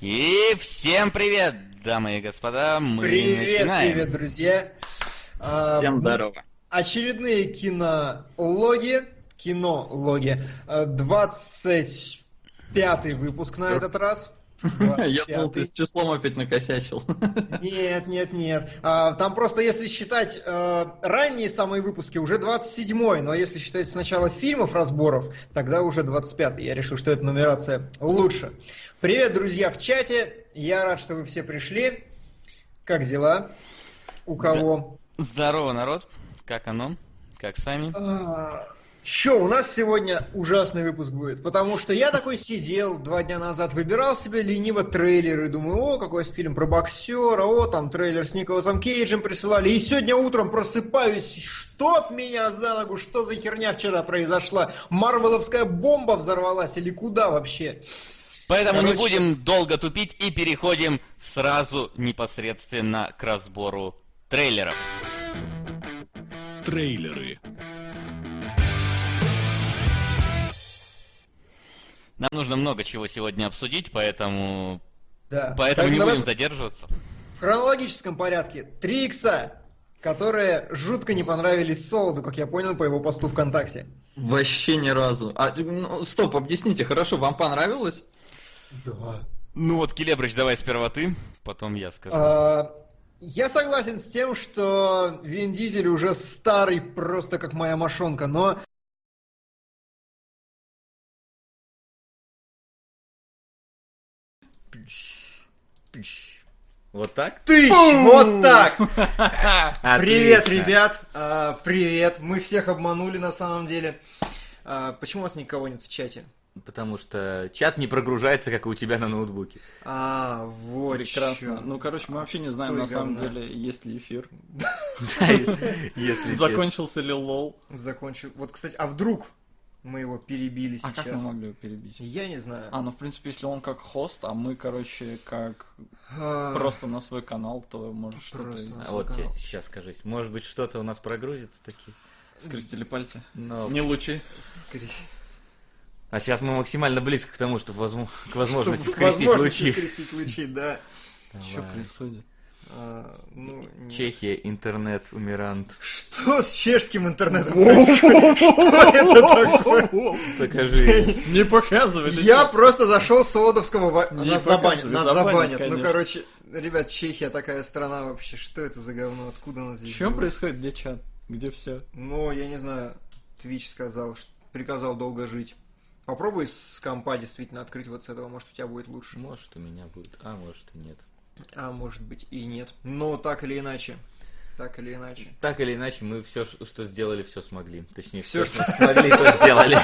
И всем привет, дамы и господа, мы Привет, начинаем. привет, друзья. А, Всем мы- здорово. Очередные кинологи, кинологи. А, 25 выпуск на этот раз. Э, Я думал, ты с 25-й. числом опять накосячил. Нет, нет, нет. А, Там просто, если считать э, ранние самые выпуски, уже 27-й, но если считать сначала фильмов разборов, тогда уже 25-й. Я решил, что эта нумерация лучше. Привет, друзья, в чате. Я рад, что вы все пришли. Как дела? У кого? Здорово, народ. Как оно? Как сами? Че, А, у нас сегодня ужасный выпуск будет, потому что я такой сидел два дня назад, выбирал себе лениво трейлеры, думаю, о, какой фильм про боксера, о, там трейлер с Николасом Кейджем присылали, и сегодня утром просыпаюсь, чтоб меня за ногу, что за херня вчера произошла, марвеловская бомба взорвалась или куда вообще? Поэтому не короче- будем долго тупить и переходим сразу непосредственно к разбору трейлеров. Трейлеры. Нам нужно много чего сегодня обсудить, поэтому, Да. поэтому не Давай будем задерживаться. В хронологическом порядке, три икса, которые жутко не понравились Солоду, как я понял по его посту ВКонтакте. Вообще ни разу. А, ну, стоп, объясните, хорошо, вам понравилось? Да. Ну вот, Келебрыч, давай сперва ты, потом я скажу. А, Я согласен с тем, что Вин Дизель уже старый, просто как моя мошонка, но Вот так? тыщ, вот так! Привет, Отлично. ребят! А, Привет! Мы всех обманули на самом деле. А, Почему у нас никого нет в чате? Потому что чат не прогружается, как и у тебя на ноутбуке. А, вот Прекрасно. чё. Ну, короче, мы вообще не знаем, Отстой на самом говна. деле, есть ли эфир. Если Закончился ли лол. Закончил. Вот, кстати, а вдруг мы его перебили А как мы сейчас? могли его перебить? Я не знаю. А, ну, в принципе, если он как хост, а мы, короче, как А, просто на свой канал, то может что-то... Просто. и- А вот тебе сейчас скажись, может быть что-то у нас прогрузится таки. Скрестили пальцы. Но... Не лучи. скорее. А сейчас мы максимально близко к тому, что возму- к Чтобы возможности скрестить возможности лучи. скрестить лучи, да. Давай. Что происходит? А, Ну, не- Чехия, интернет, умирант. Что с чешским интернетом происходит? Что это такое? Покажи. Не показывай. ты Я чё? просто зашел с Солодовского... во- Не Нас показывай, забанят, нас забанят, забанят. Ну, конечно. короче, ребят, Чехия такая страна вообще. Что это за говно? Откуда она здесь? Чё взялась? происходит? Где чат? Где все? Ну, я не знаю. Твич сказал, что- приказал долго жить. Попробуй с компа действительно открыть вот с этого, может у тебя будет лучше. Может у меня будет, а может и нет. А может быть и нет. Но так или иначе. Так или иначе. Так или иначе, мы все, что сделали, все смогли. Точнее, Всё, все, что смогли, то сделали.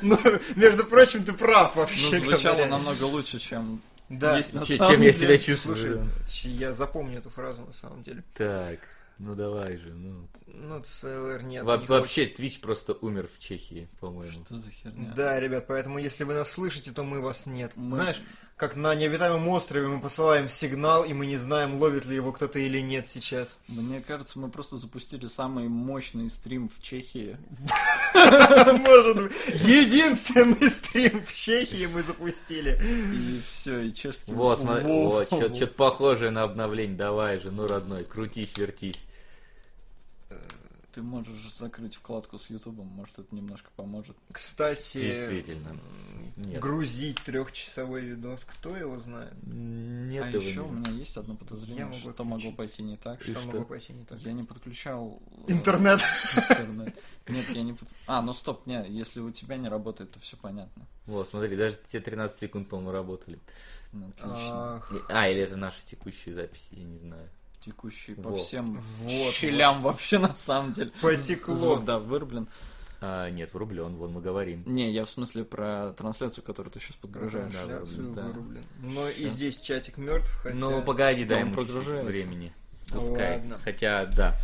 Ну, между прочим, ты прав Ну, вообще. звучало говоря. намного лучше, чем Да. есть на Че- самом Чем я деле. себя чувствую. Слушай, я запомню эту фразу на самом деле. Так, ну давай же, ну. Ну, ЦЛР нет. Во- не Вообще, Twitch просто умер в Чехии, по-моему. Что за хочет. херня? Да, ребят, поэтому если вы нас слышите, то мы вас нет. Мы- Знаешь, как на необитаемом острове мы посылаем сигнал, и мы не знаем, ловит ли его кто-то или нет сейчас. Мне кажется, мы просто запустили самый мощный стрим в Чехии. Может быть, единственный стрим в Чехии мы запустили. И все, и чешский... Вот, смотри, Воу. вот, что-то похожее на обновление, давай же, ну, родной, крутись, вертись. Ты можешь закрыть вкладку с Ютубом, может это немножко поможет. Кстати, Действительно. Нет. грузить трехчасовой видос, кто его знает? Нет, а его еще не у знаю. меня есть одно подозрение, Я могу что отключить. могло пойти не так. Что что? могло пойти не так? Я не подключал э, Интернет. интернет. Нет, я не под... А, ну стоп, не, если у тебя не работает, то все понятно. Вот, смотри, даже те 13 секунд, по-моему, работали. Ну, Отлично. Ах, А, или это наши текущие записи, я не знаю. Текущий по вот. всем Вот, щелям вообще на самом деле. Потекло. Звук, да, вырублен. А, нет, врублен, вон мы говорим. Не, я в смысле про трансляцию, которую ты сейчас подгружаешь. да, Трансляцию да. вырублен. Но и Всё. здесь чатик мертв, хотя... Ну, погоди, Да, дай он ему чуть-чуть прогружается. времени. Пускай. Ладно. Хотя, Ну, да.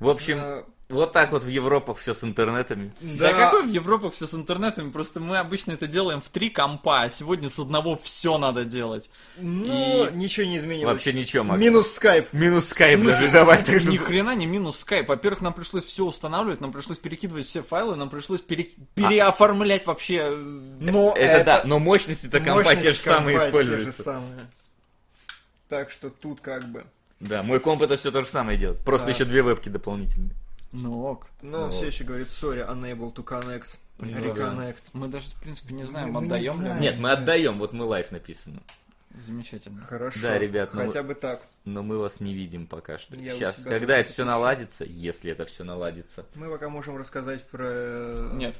В общем, Э, Вот так вот в Европах все с интернетами. Да. какой в Европе все с интернетами? Просто мы обычно это делаем в три компа, а сегодня с одного все надо делать. Ну, ничего не изменилось. Вообще ничего, Макс. Минус скайп. Минус скайп даже давай. так Ни что- хрена не минус скайп. Во-первых, нам пришлось все устанавливать, нам пришлось перекидывать все файлы, нам пришлось пере- А. переоформлять вообще. э, Но Это да, но мощности-то компа те же мощности компа самые те же используются. самые. Так что тут как бы. Да, мой комп это все то же самое делает. Просто Да. еще две вебки дополнительные. Ну ок. Но он все еще говорит, sorry, unable to connect. Ну Блин, Reconnect. Мы даже, в принципе, не знаем, Ну, Мы не отдаем ли. знаем. мы. Нет, мы отдаем, вот мы лайф написано. Замечательно. Хорошо. Да, ребят, ну Хотя бы так. Но мы вас не видим пока что. Я у Сейчас, себя когда тоже это все наладится, если это все наладится. Мы пока можем рассказать про... э, Нет.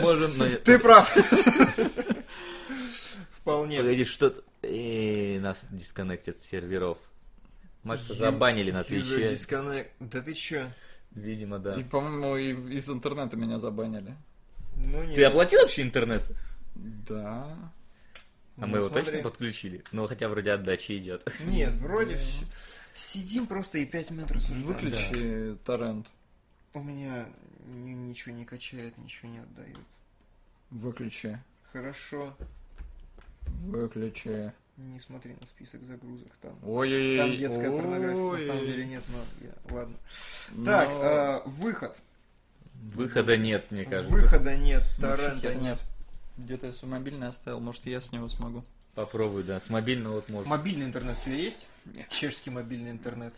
Можем, но... Ты прав. Вполне. Погоди, что-то... Эй, нас дисконнектят с серверов. Макса Ю- забанили на User Твиче. disconnect. Да ты чё? Видимо, да. И, по-моему, и из интернета меня забанили. Ну нет. Ты оплатил вообще интернет? Да. А Ну, мы его смотри. точно подключили? Ну, хотя вроде отдача идет. Нет, вроде все. Сидим просто и 5 минут рассуждаем. Выключи торрент. Да. У меня ни- ничего не качает, ничего не отдает. Выключи. Хорошо. Выключи. Не смотри на список загрузок там. Ой-ой-ой. Там детская порнография, на самом Ой-ой-ой. деле нет, но я- ладно. Но- Так, э, выход. Ну, Выхода нет, мне кажется. Выхода нет, Вообще торрента херня. нет. Где-то я свой мобильный оставил, может я с него смогу. Попробуй, да. С мобильного вот можно. Мобильный интернет у тебя есть? Нет. Чешский мобильный интернет.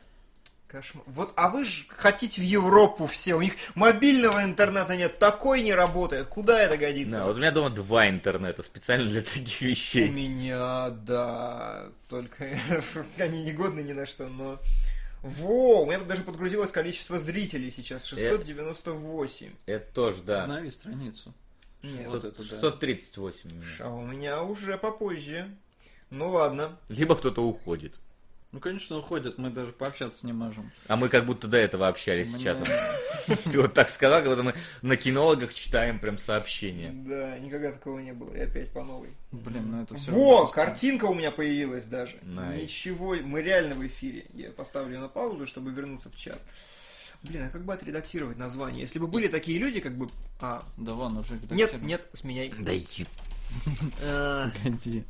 Кошмар. Вот, а вы же хотите в Европу все, у них мобильного интернета нет, такой не работает, куда это годится? Да, вот у меня дома два интернета специально для таких У вещей. меня, да, только они не годны ни на что, но... Во, у меня тут даже подгрузилось количество зрителей сейчас, 698. Это тоже, да. Обнови страницу. Нет, Вот Сот- это да. 638 у меня. а у меня уже попозже. Ну ладно. Либо кто-то уходит. Ну, конечно, уходят, мы даже пообщаться не можем. А мы как будто до этого общались с Мне- чатом. Ты вот так сказал, как будто мы на кинологах читаем прям сообщения. Да, никогда такого не было, и опять по новой. Блин, ну это все... Во, картинка у меня появилась даже. Найс. Ничего, мы реально в эфире. Я поставлю её на паузу, чтобы вернуться в чат. Блин, а как бы отредактировать название? Если бы были такие люди, как бы... А, Да вон, уже... нет, нет, сменяй. Да еб... Э, Погоди.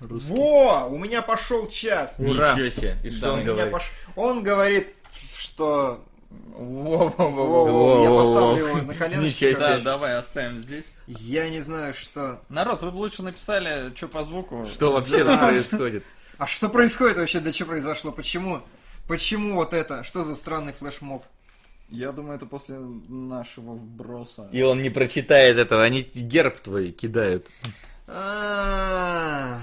Русский. Во, у меня пошел чат. Ура. Ничего себе. И что Да, он у У меня говорит? пош- Он говорит, что... Во-во-во-во. Во-во, я Во-во-во. поставлю его на Ничего коленочки. себе. Да, короче. давай оставим здесь. Я не знаю, что... Народ, вы бы лучше написали, что по звуку. Что вообще там происходит? А что происходит вообще? Да что произошло? Почему? Почему вот это? Что за странный флешмоб? Я думаю, это после нашего вброса. И он не прочитает этого, они герб твой кидают. А,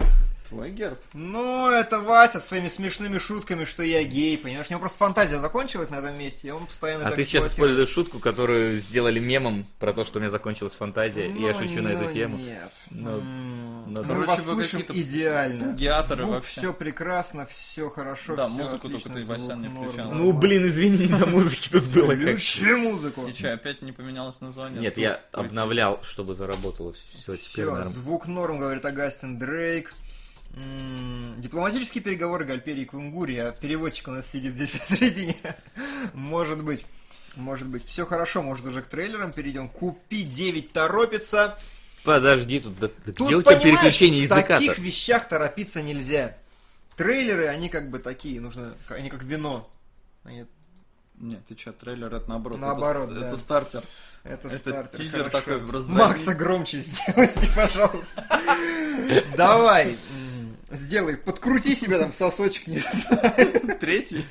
Твой герб? Ну, это Вася со своими смешными шутками, что я гей, понимаешь? У него просто фантазия закончилась на этом месте, и он постоянно А так ты сейчас эксплуатирует. используешь шутку, которую сделали мемом про то, что у меня закончилась фантазия, и я Ну, шучу на ну, эту тему. Нет. Ну, М, ну, Мы короче, вас вы слышим какие-то идеально. плагиаторы вообще. все прекрасно, все хорошо, Да, всё музыку только отлично, ты, звук Васян, не норм, включал. нормально. Ну, блин, извини, на музыке тут было как... Включи музыку. И что, опять не поменялось название? Нет, я обновлял, чтобы заработало все. теперь Все, нормально. звук норм, говорит Агастин Дрейк. М, Дипломатические переговоры Гальпери и Кунгури, а переводчик у нас сидит здесь посередине. Может быть. Может быть. Все хорошо, может уже к трейлерам перейдем. Купи 9 торопится. Подожди, тут, да- да Тут, где у тебя понимаешь, переключение в языка-то? таких вещах торопиться нельзя. Трейлеры, они как бы такие, нужно, они как вино. Они- Нет, ты что, трейлер это наоборот. Наоборот, это, да. это стартер. Это, Это стартер, тизер хорошо. такой раздразнит. Макса громче сделайте, пожалуйста. Давай, м, сделай, подкрути себе там сосочек, не знаю. Третий?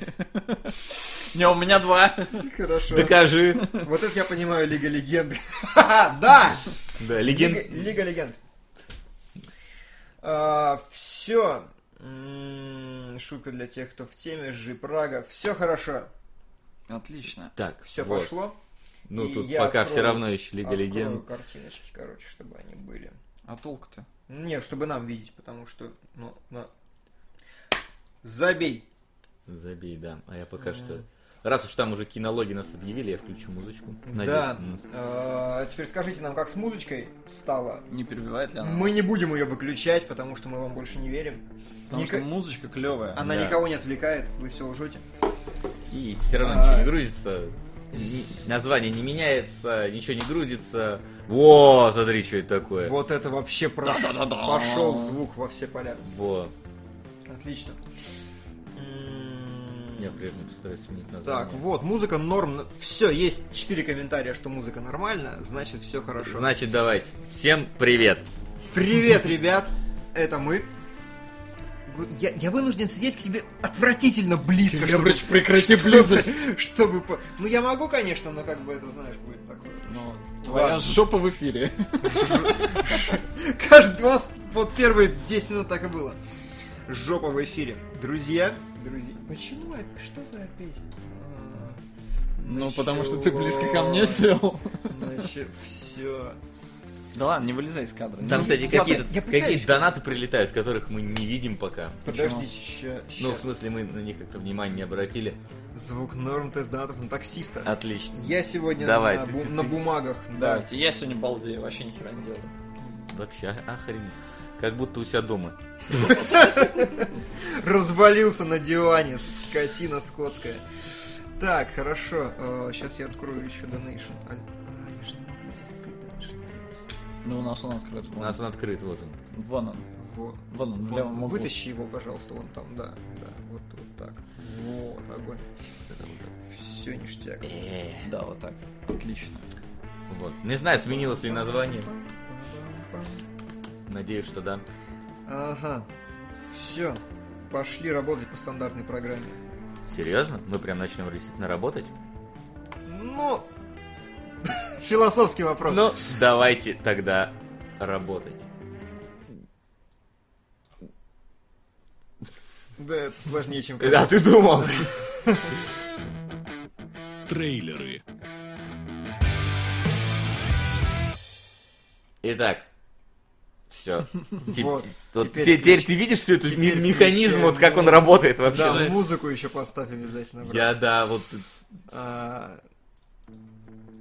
Не, у меня два. Хорошо. Докажи. Вот это я понимаю Лига Легенд. Да! Да, Лига леген... Лига Легенд. Все. Шутка для тех, кто в теме. Жипрага. Все хорошо. Отлично. Так, Все вот. пошло. Ну, И тут я пока открою- все равно еще Лига Открою Легенд. картиночки, короче, чтобы они были. А толк-то? Не, чтобы нам видеть, потому что, ну, на... Забей. Забей, да. А я пока что... Раз уж там уже кинологи нас объявили, я включу музычку. Надеюсь, Да. у нас- Э, Теперь скажите нам, как с музычкой стало. Не перебивает ли она? Мы не будем ее выключать, потому что мы вам больше не верим. Потому Ника- что музычка клевая. Она Да. никого не отвлекает, вы все лжете. И все равно А. ничего не грузится. ни- Название не меняется, ничего не грузится. Во, смотри, что это такое. Вот это вообще прош- Да-да-да-да. пошел звук во все поля. Во. Отлично. М, Я прежде постараюсь сменить название. Так, вот, музыка норм. Все, есть четыре комментария, что музыка нормально, значит все хорошо. Значит, давайте. Всем привет. Привет, ребят! Это мы. Гу- Я, я вынужден сидеть к тебе отвратительно близко, чтобы... Фребрич, прекрати чтобы- близость. Чтобы... по- Ну, я могу, конечно, но как бы это, знаешь, будет такое... Ну, твоя Ладно. жопа в эфире. Каждый у вас вот первые 10 минут так и было. Жопа в эфире. Друзья, друзья... Почему? опять- Что за А, опять? Ну, Началось. потому что ты близко ко мне сел. А, Значит, все. Да ладно, не вылезай из кадра. Там, кстати, я- какие-то я пытаюсь. какие донаты прилетают, которых мы не видим пока. Подождите, ща, ща. Ну, в смысле, мы на них как-то внимания не обратили. Звук норм тест донатов на таксиста. Отлично. Я сегодня Давай, на, ты- бу- ты- на ты- бумагах, да. Давайте, я сегодня балдею, вообще ни хера не делаю. Вообще, а- охренеть. Как будто у себя дома. Развалился на диване, скотина скотская. Так, хорошо. Сейчас я открою еще донейшн. А, а, я же не могу здесь открыть donation. Ну, у нас он открыт. У Вон, нас он открыт, вот он. вон он. Во. Вон он, в Вон, левом углу. вытащи его, пожалуйста, вон там, да, да, вот, вот так. Вот, огонь. Все ништяк. Э, Да, вот так. Отлично. Вот. Не знаю, сменилось ли название. Надеюсь, что да. Ага. Все. Пошли работать по стандартной программе. Серьезно? Мы прям начнем действительно работать? Ну, философский вопрос. Ну, давайте тогда работать. Да, это сложнее, чем... Да, ты думал? Трейлеры. Итак, все. Вот, теперь Теперь включ- ты видишь всю этот теперь ме- механизм, включаем вот как он музыку. работает вообще? Да, музыку еще поставь обязательно, брат. Я, да, вот А,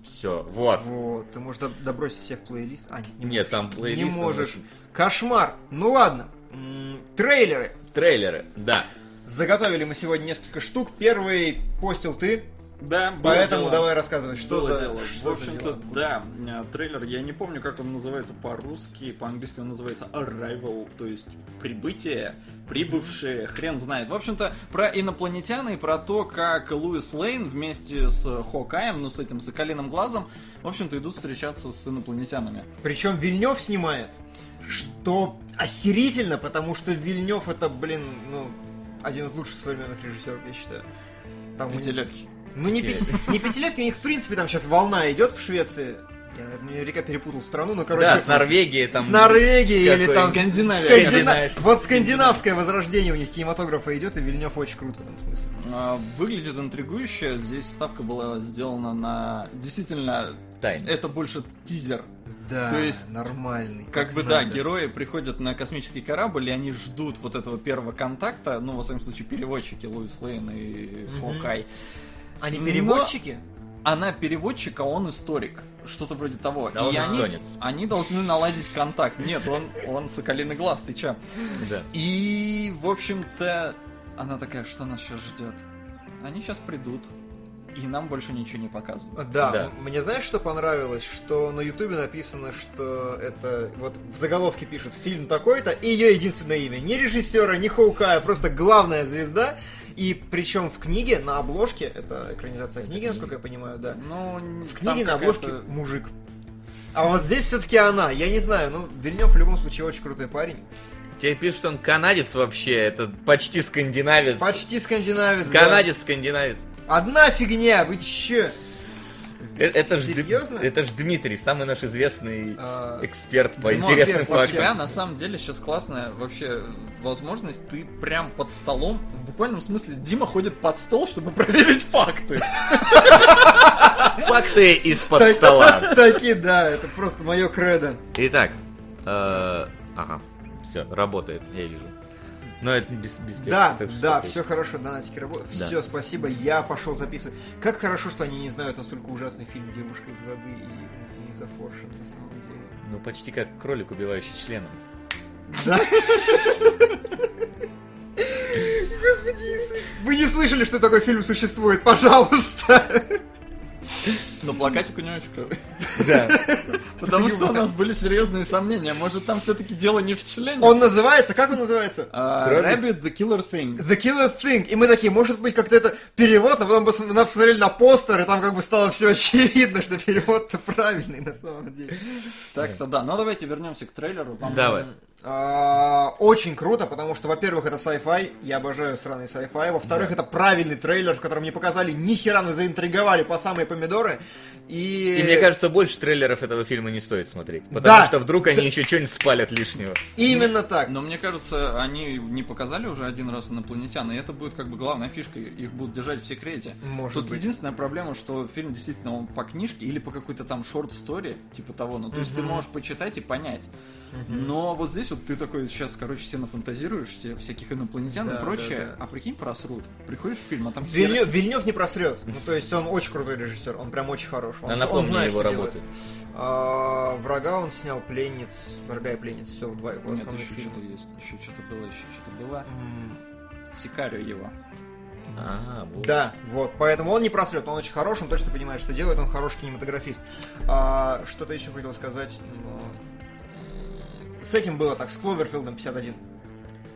все, вот. вот, ты можешь доб- добросить себе в плейлист. А, нет, не Нет, там Не плейлист. там можешь. вот Кошмар. Ну ладно. М, Трейлеры. Трейлеры, да. Заготовили мы сегодня несколько штук. Первый постил ты, Да, было поэтому дело. давай рассказывай, что Было за... дело. что в за общем-то, дела. да, э, трейлер, я не помню, как он называется по-русски, по-английски он называется Arrival, то есть прибытие, прибывшие, хрен знает. В общем-то, про инопланетян и про то, как Луис Лейн вместе с Хокаем, ну, с этим соколиным глазом, в общем-то, идут встречаться с инопланетянами. Причем Вильнев снимает, что охерительно, потому что Вильнев это, блин, ну, один из лучших современных режиссеров, я считаю. Там у них- Пятилетки. Ну, не, пяти- не пятилетки, у них, в принципе, там сейчас волна идет в Швеции. Я наверняка перепутал страну, но, короче... Да, с Норвегией там. С Норвегией с или какой- там... Скандинавия. Скандина- Скандинавия. Вот скандинавское возрождение у них кинематографа идет, и Вильнев очень круто в этом смысле. А, Выглядит интригующе, здесь ставка была сделана на... Действительно, Тайна. Э, это больше тизер, Да, То есть, нормальный. Как бы да, надо. герои приходят на космический корабль, и они ждут вот этого первого контакта, ну, во всяком случае, переводчики Луис Лейн и Мгм. Хокай. Они Но- переводчики? Она переводчик, а он историк. Что-то вроде того. А Да, он и они, эстонец. они должны наладить контакт. Нет, он, он соколиный глаз, ты чё? Да. И, в общем-то, она такая, что нас сейчас ждет? Они сейчас придут, и нам больше ничего не показывают. Да, Да. м- мне знаешь, что понравилось? Что на Ютубе написано, что это вот в заголовке пишут фильм такой-то, и ее единственное имя. Ни режиссера, ни Хоукая, просто главная звезда. И причем в книге, на обложке, это экранизация книги, насколько я понимаю, да. Ну, В книге на обложке мужик. А вот здесь все-таки она. Я не знаю, ну, Вильнев в любом случае очень крутой парень. Тебе пишут, что он канадец вообще, это почти скандинавец. Почти скандинавец. да. Канадец, скандинавец. Одна фигня, вы че? Э- Это ж, Дм- Серьезно? это ж Дмитрий, самый наш известный А, эксперт по Димон, интересным эксперт по У фактам. всем. тебя на самом деле сейчас классная вообще возможность. Ты прям под столом, в буквальном смысле, Дима ходит под стол, чтобы проверить факты. Факты из-под стола. Таки, да, это просто мое кредо. Итак, э, ага, все, работает, я вижу. Но это без, без текста, Да, так что да, окей. все хорошо, донатики работают. Да. Все, спасибо, я пошел записывать. Как хорошо, что они не знают, насколько ужасный фильм «Девушка из воды» и, и «Зафоршен» на самом деле. Ну, почти как кролик, убивающий членом. Да. Господи Иисус. Вы не слышали, что такой фильм существует, пожалуйста. Но плакатик у него очень клевый. Да. Потому что у нас были серьезные сомнения. Может, там все-таки дело не в члене? Он называется, как он называется? А, Кроме- Rabbit the Killer Thing. The Killer Thing. И мы такие, может быть, как-то это перевод, а потом пос- на- посмотрели на постер, и там как бы стало все очевидно, что перевод-то правильный на самом деле. Так-то да. Но давайте вернемся к трейлеру. Там- Давай. А, Очень круто, потому что, во-первых, это sci-fi, я обожаю сраный sci-fi, во-вторых, это правильный трейлер, в котором не показали ни хера, но заинтриговали по самые помидоры, и... И мне кажется, больше трейлеров этого фильма не стоит смотреть. Потому Да. что вдруг они еще что-нибудь спалят лишнего. Именно так. Но мне кажется, они не показали уже один раз инопланетян, и это будет как бы главная фишка, их будут держать в секрете. Может Тут быть. единственная проблема, что фильм действительно он по книжке или по какой-то там шорт-стори, типа того, ну то есть ты можешь почитать и понять. Но вот здесь вот ты такой сейчас, короче, все нафантазируешь, все всяких инопланетян Да, и прочее, да, да. а прикинь, просрут. Приходишь в фильм, а там хер- Вильнев, Вильнев не просрет. Ну, то есть он очень крутой режиссер, он прям очень хороший. Он, А он напомни знает, его что делает. работы. А, врага он снял пленниц, врага и пленниц, все в два его Нет, основных еще фильма. что-то есть, еще что-то было, еще что-то было. М, Сикарио его. А, вот. Да, вот, поэтому он не просрет, он очень хорош, он точно понимает, что делает, он хороший кинематографист. А, что-то еще хотел сказать, но... С этим было так, с Кловерфилдом 51.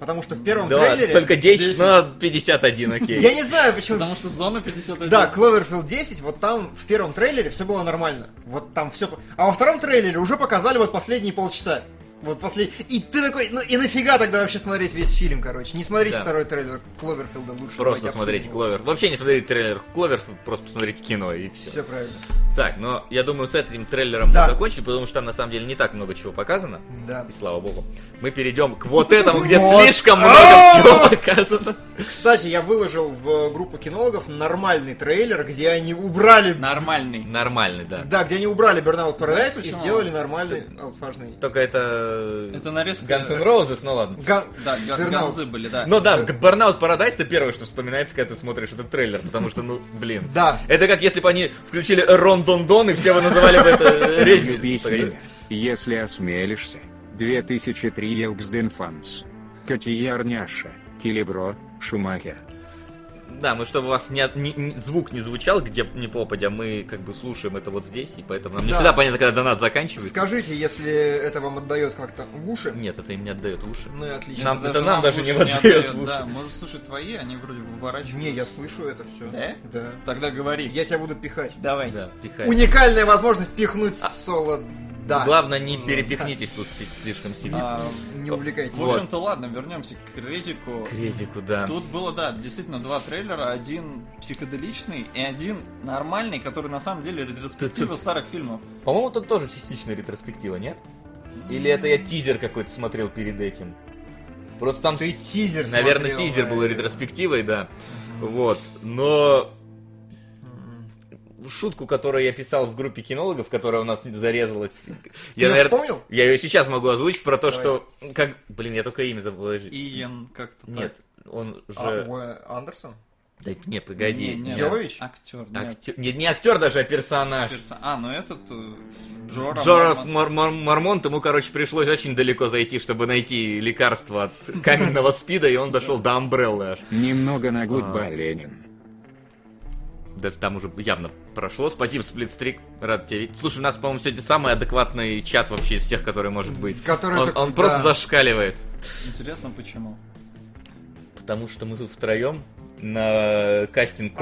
Потому что в первом Да, трейлере... только 10, 10. но 51, Я окей. не знаю, почему Потому что зона 51. Да, Кловерфилд 10, вот там в первом трейлере все было нормально. Вот там все... А во втором трейлере уже показали вот последние полчаса. Вот после... И ты такой, ну и нафига тогда вообще смотреть весь фильм, короче? Не смотрите Да. второй трейлер Кловерфилда лучше. Просто смотрите Кловер. Вообще не смотрите трейлер Кловер, просто посмотрите кино и все. Все правильно. Так, но я думаю, с этим трейлером Да. мы закончим, потому что там на самом деле не так много чего показано. Да. И слава богу. Мы перейдем к вот этому, где Вот. А! слишком много всего показано. Кстати, я выложил в группу кинологов нормальный трейлер, где они убрали... Нормальный. Нормальный, да. Да, где они убрали Burnout Знаешь, Paradise и почему? сделали нормальный алфажный... Только это... э, Это нарезка. э, Guns N' Roses, ну ладно. Ган- Да, га- Burnout. ганзы были, да. Ну да, Burnout Paradise это первое, что вспоминается, когда ты смотришь этот трейлер, потому что, ну, блин. Да. Это как если бы они включили Рон Дон Дон и все бы называли бы это э, Объясни резнь. меня, если осмелишься. 2003 Юксденфанс. Катиярняша, Килибро, Шумахер. Да, мы чтобы у вас не от- не- не- звук не звучал, где не попадя, мы как бы слушаем это вот здесь, и поэтому нам не Да. всегда понятно, когда донат заканчивается. Скажите, если это вам отдает как-то в уши. Нет, это им не отдает в уши. Ну и отлично. Нам- это нам даже лучше не отдаёт в Да, может, слушай, твои, они вроде выворачивают. Не, я слышу это все. Да? Да. Тогда говори. Я тебя буду пихать. Давай. Да, А. пихай. Уникальная возможность пихнуть соло. Да. Главное, не перепихнитесь тут си- слишком сильно. А, Не увлекайтесь. в общем-то, ладно, вернемся к крезику. К Резику, да. Тут было, да, действительно два трейлера. Один психоделичный и один нормальный, который на самом деле ретроспектива старых фильмов. По-моему, тут тоже частично ретроспектива, нет? Или это я тизер какой-то смотрел перед этим? Просто там Ты тизер Наверное, смотрел, э, тизер да, был это. ретроспективой, да. Вот. Но шутку, которую я писал в группе кинологов, которая у нас зарезалась, Ты её я, наверное, вспомнил? я ее сейчас могу озвучить про то, Давай. что как, блин, я только имя забыл. подожди. Иен как-то Нет, он А, же. Уэ- Андерсон? Да не, так. погоди. Не, не, Йовович? Актер, нет. Актё- Не, не актер даже, а персонаж. Перса- А, ну этот э, Джора. Джоров Мормон. Мор- Мор- Мормонт, ему, короче, пришлось очень далеко зайти, чтобы найти лекарство от каменного спида, и он дошел до Амбреллы аж. Немного на А. гудба, Ленин. Да там уже явно прошло. Спасибо, Сплитстрик. Рад тебя видеть. Слушай, у нас, по-моему, сегодня самый адекватный чат вообще из всех, который может быть. Который он так- он просто да. зашкаливает. Интересно, почему. Потому что мы тут втроем на кастинг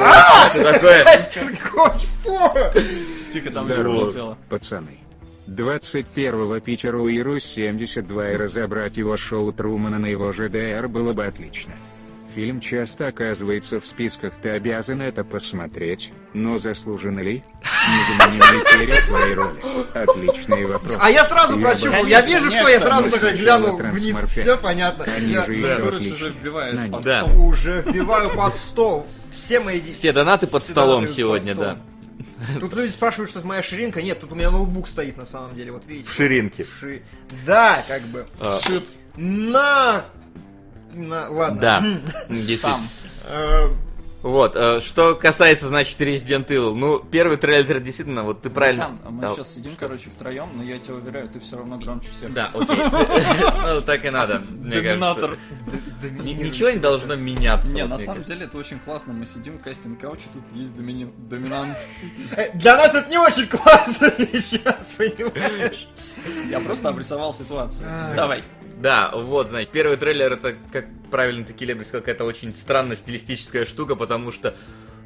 Все такое. Кастинг Коуч, фу! Тихо, там еще Здорово, полетело. пацаны. 21-го Питера Уиру 72 и разобрать его шоу Трумана на его ЖДР было бы отлично. Фильм часто оказывается в списках, ты обязан это посмотреть, но заслужен ли? Незаменимый Терри в своей роли. Отличный вопрос. А я сразу бы- прочухал, я вижу, Конечно, кто, я сразу конечно. такой глянул вниз, Трансморфе. все понятно. Они всё. же Да. еще Короче, уже отлично. вбивает На под Да. стол. Уже вбиваю под стол. Все мои... ди- Все донаты под все столом донаты под сегодня, стол. да. Тут люди спрашивают, что это моя ширинка. Нет, тут у меня ноутбук стоит на самом деле, вот видите. В ширинке. Ши- Да, как бы. А, Шит. На На- Ладно. Да, действительно. Сам. Э, Вот, э, что касается, значит, Resident Evil. Ну, первый трейлер действительно, вот ты правильно... Сам, Ну, мы Да, сейчас сидим, короче, втроем, но я тебя уверяю, ты все равно громче всех. Да, окей. Ну, так и надо, мне кажется. Доминатор. Ни- Ничего не должно меняться. Не, вот на мне самом кажется. деле это очень классно. Мы сидим, кастинг каучи, тут есть домини- доминант. э, Для нас это не очень классно сейчас, понимаешь? Я просто обрисовал ситуацию. Ай. Давай. Да, вот, значит, первый трейлер это, как правильно таки Лебедь сказал, какая-то очень странно стилистическая штука, потому что,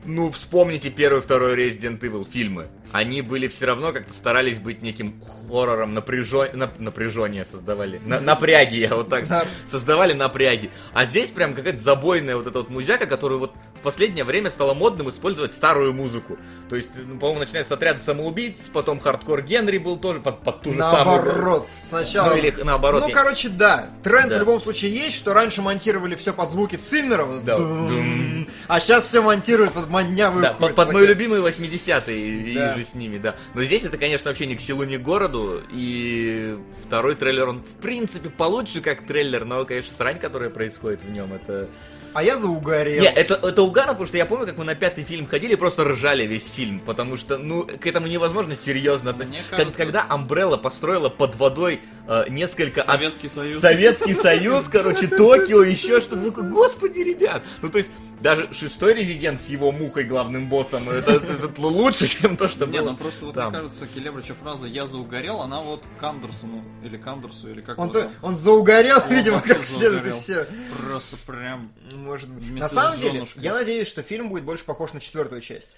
ну, вспомните первый и второй Resident Evil фильмы. Они были все равно как-то старались быть неким хоррором, напряжо... нап- напряжение создавали. На- Напряги, я вот так Да. создавали напряги. А здесь прям какая-то забойная вот эта вот музяка, которую вот в последнее время стало модным использовать старую музыку. То есть, ну, по-моему, начинается с отряда самоубийц, потом хардкор Генри был тоже под, под ту же самую... Наоборот. Сначала... Ну, или наоборот. Ну, я- короче, да. Тренд Да. в любом случае есть, что раньше монтировали все под звуки Циммера. вот Да. дум. Дум. А сейчас все монтируют под моднявую Да, какую-то под, под мои лакет. любимые 80-е и, и Да. же с ними, да. Но здесь это, конечно, вообще ни к селу, ни к городу. И второй трейлер, он в принципе получше, как трейлер, но, конечно, срань, которая происходит в нем, это... А я заугорел. Не, это, это угарно, потому что я помню, как мы на пятый фильм ходили и просто ржали весь фильм, потому что, ну, к этому невозможно серьезно Мне относиться. Как- кажется- Когда Амбрелла построила под водой э, несколько от- Советский Союз. Советский Союз, короче, Токио, еще что-то. Ну, Господи, ребят! Ну, то есть, даже шестой резидент с его мухой главным боссом, это, это лучше, чем то, что Не, ну было. просто вот там. мне кажется, Келебрича фраза «я заугорел», она вот к Андерсону или к Андерсу, или как Он, его то- там. он заугорел, Он видимо, вообще как следует, и заугорел. все. Просто прям... Может быть. Вместо На самом деле, жёнушки. я надеюсь, что фильм будет больше похож на четвертую часть.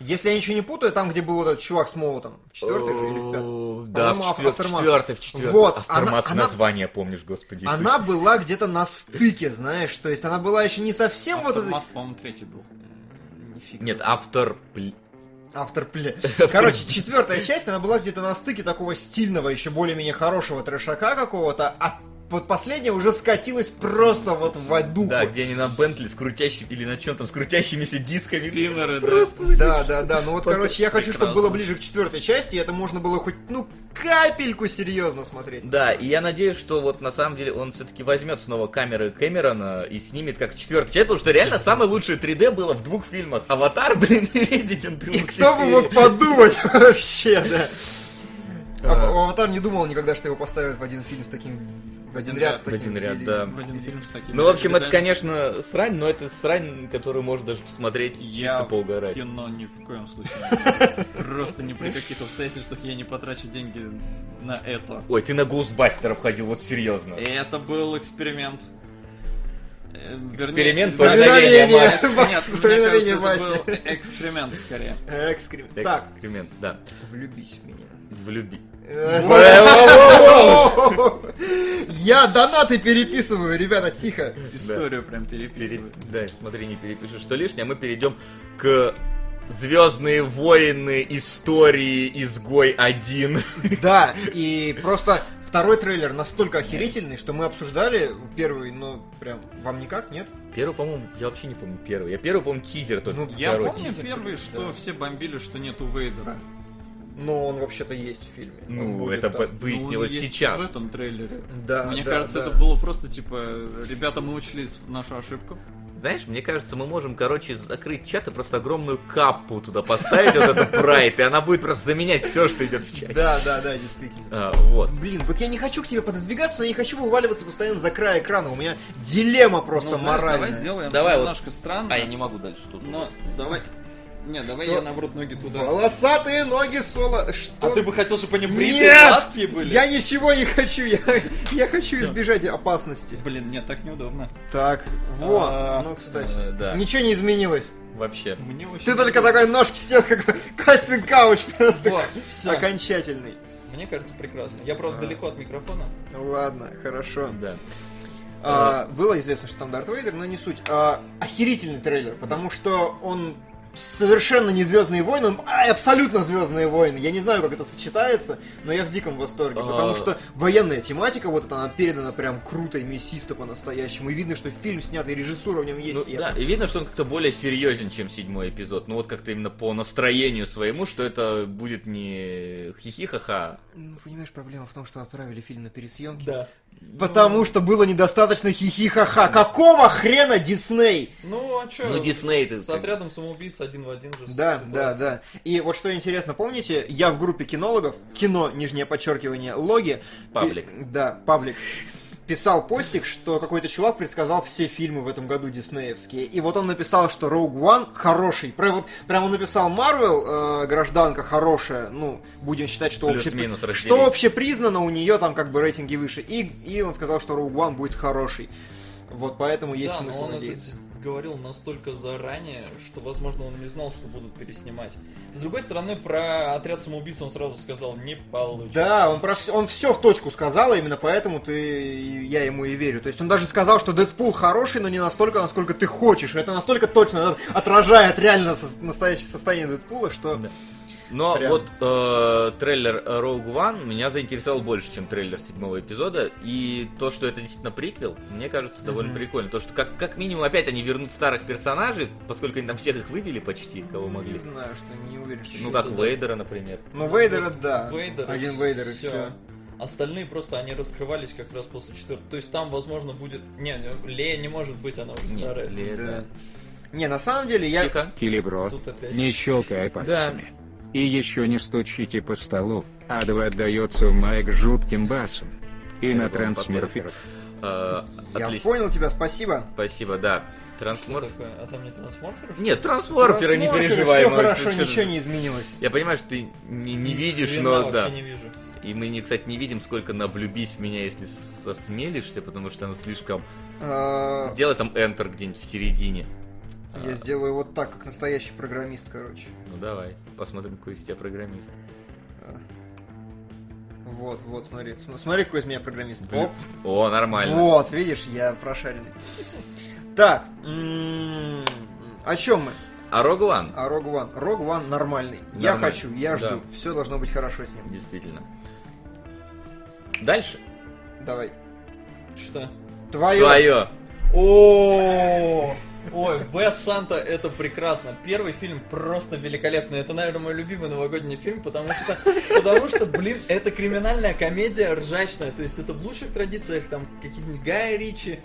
Если я ничего не путаю, там, где был вот этот чувак с молотом. Четвертый же или в пятый? О, Э, Да, в По-моему, четвер- в Aftermath. четвертый, в четвертый. Вот, Aftermath, она- она- название помнишь, господи. Иисусе. Она была где-то на стыке, знаешь, то есть она была еще не А совсем вот Автомат, этот... по-моему, третий был. Нет, автор... блин. Автор, блин. Короче, четвертая часть, она была где-то на стыке такого стильного, еще более-менее хорошего трешака какого-то, а вот последняя уже скатилась просто вот в аду. Да, где они на Бентли с крутящим... Или на чем там, с крутящимися дисками. Спиннеры, да. Да, да, да. Ну вот, Вот короче, я хочу, чтобы прекрасно. было ближе к четвертой части, и это можно было хоть, ну, капельку серьезно смотреть. Да, и я надеюсь, что вот на самом деле он все-таки возьмет снова камеры Кэмерона и снимет как четвертый часть, потому что реально самое лучшее 3D было в двух фильмах. Аватар, блин, и Resident Evil И кто бы 4. мог подумать вообще, да. А- Аватар не думал никогда, что его поставят в один фильм с таким... В один ряд с В таким один ряд, фили- да. В один фильм с таким. Ну, в общем, это, передачей. конечно, срань, но это срань, которую можно даже посмотреть и Я чисто в поугарать. кино ни в коем случае. не буду. Просто ни при каких обстоятельствах я не потрачу деньги на это. Ой, ты на Гоусбастеров ходил, вот серьезно. И Это был эксперимент. Э, вернее, Эксперимент да, повиновения нет, Васи. нет, мне кажется, Повиновение это Васи. был эксперимент скорее. Экскрим. Так, Эксперимент, да. влюбись в меня. Влюби. Э, Воу-воу-воу-воу! Я донаты переписываю, ребята, тихо. Историю прям Пере- переписывают. Да, смотри, не перепиши, что лишнее. а Мы перейдем к Звездные войны истории изгой 1. Да, и просто второй трейлер настолько охерительный, что мы обсуждали первый, но прям вам никак, нет? Первый, по-моему, я вообще не помню первый. Я первый, по-моему, тизер только. Ну, Я второй помню тизер. первый, что все бомбили, что нету Вейдера. Ну, Но он вообще-то есть в фильме. Он Ну, будет это там. по- Ну, он выяснилось есть сейчас. В этом трейлере. Да, Мне А, да, кажется, да. это было просто типа, ребята, мы учли с- нашу ошибку. Знаешь, мне кажется, мы можем, короче, закрыть чат и просто огромную капу туда поставить, вот этот прайд, и она будет просто заменять все, что идет в чате. Да, да, да, действительно. А, Вот. Блин, вот я не хочу к тебе пододвигаться, но я не хочу вываливаться постоянно за край экрана. У меня дилемма просто Ну, знаешь, моральная. Давай сделаем Давай вот- немножко странно. могу дальше тут. Но давай... Не, давай Что? я наоборот ноги туда. Волосатые ноги соло. Что? А ты бы хотел, чтобы они бритые, Нет! гладкие были? Я ничего не хочу, я, я хочу Всё. избежать опасности. Блин, нет, так неудобно. Так, вот, А, ну, кстати. э, да. Ничего не изменилось. Вообще. Мне очень Ну, Ты только неудобно. такой ножки сел, как бы кастинг кауч просто Вот, всё. окончательный. Мне кажется, прекрасно. Я, А. правда, далеко от микрофона. Ну Ладно, хорошо. Да. А, было известно, что там Дарт Вейдер, но не суть. А, охерительный трейлер, потому что он совершенно не Звездные войны, он а, абсолютно Звездные войны. Я не знаю, как это сочетается, но я в диком восторге, А. потому что военная тематика, вот эта, она передана прям круто и мясисто по-настоящему. И видно, что фильм снятый, режиссура в нем есть. Ну, и да, и видно, что он как-то более серьезен, чем седьмой эпизод. Ну вот как-то именно по настроению своему, что это будет не хихихаха. Ну, понимаешь, проблема в том, что отправили фильм на пересъемки. Потому что было недостаточно хихихаха. Какого хрена Дисней? Ну, а что? Ну, Дисней ты- С отрядом самоубийц один в один же Да, ситуация. да, да. И вот что интересно, помните, я в группе кинологов, кино, нижнее подчеркивание, логи. Паблик. пи- Да, паблик. Писал постик, что какой-то чувак предсказал все фильмы в этом году диснеевские. И вот он написал, что Rogue One хороший. Прям вот прям он написал Марвел, э, гражданка хорошая. Ну, будем считать, что, Плюс вообще минус разделить. что вообще признано, у нее там как бы рейтинги выше. И, и он сказал, что Rogue One будет хороший. Вот поэтому есть Да, смысл но он это надеяться. говорил настолько заранее, что, возможно, он не знал, что будут переснимать. С другой стороны, про отряд самоубийц он сразу сказал, не получится. Да, он про все, он все в точку сказал, и именно поэтому ты, я ему и верю. То есть он даже сказал, что Дэдпул хороший, но не настолько, насколько ты хочешь. Это настолько точно отражает реально сос- настоящее состояние Дэдпула, что Но Прям. вот э, трейлер Rogue One меня заинтересовал больше, чем трейлер седьмого эпизода. И то, что это действительно приквел, мне кажется, довольно прикольно. То, что как, как минимум опять они вернут старых персонажей, поскольку они там всех их вывели почти, кого не могли. знаю, что не уверен, что. Ну, как Вейдера, например. Ну, Вейдера, да. Вейдер, Один Вейдер и всё. все. Остальные просто они раскрывались как раз после четвертого. То есть там, возможно, будет. Не, не, Лея не может быть, она уже Нет, старая. или это- Не, на самом деле я. Тихо. Килибро, Тут опять. не щелкая пальцами. И еще не стучите по столу, Адва отдается в майк жутким басом. И на Это было трансмерферов. Э, Я отлично. понял тебя, спасибо. Спасибо, да. Что Трансморф. такое? А там не трансморферы? что ли? Нет, трансморферы, не переживай. Все Макс, хорошо, всё- ничего не изменилось. Я понимаю, что ты не, не видишь, Блин, но вообще да. не вижу. И мы, не, кстати, не видим, сколько на «Влюбись в меня, если с- осмелишься», потому что она слишком... Э, Сделай там Enter где-нибудь в середине. А. Я сделаю вот так, как настоящий программист, короче. Ну давай, посмотрим, какой из тебя программист. Вот, вот, смотри. См- Смотри, какой из меня программист. Оп. О, нормально. Вот, видишь, я прошаренный. Так, м, о чем мы? А Рогуан? О Rogue One. Rogue One нормальный. Я Нормальный. хочу, я жду. Да. Все должно быть хорошо с ним. Действительно. Дальше. Давай. Что? Твое. Твое. О, Ой, Бэт Санта это прекрасно. Первый фильм просто великолепный. Это, наверное, мой любимый новогодний фильм, потому что, потому что, блин, это криминальная комедия ржачная. То есть это в лучших традициях там каких-нибудь Гая Ричи.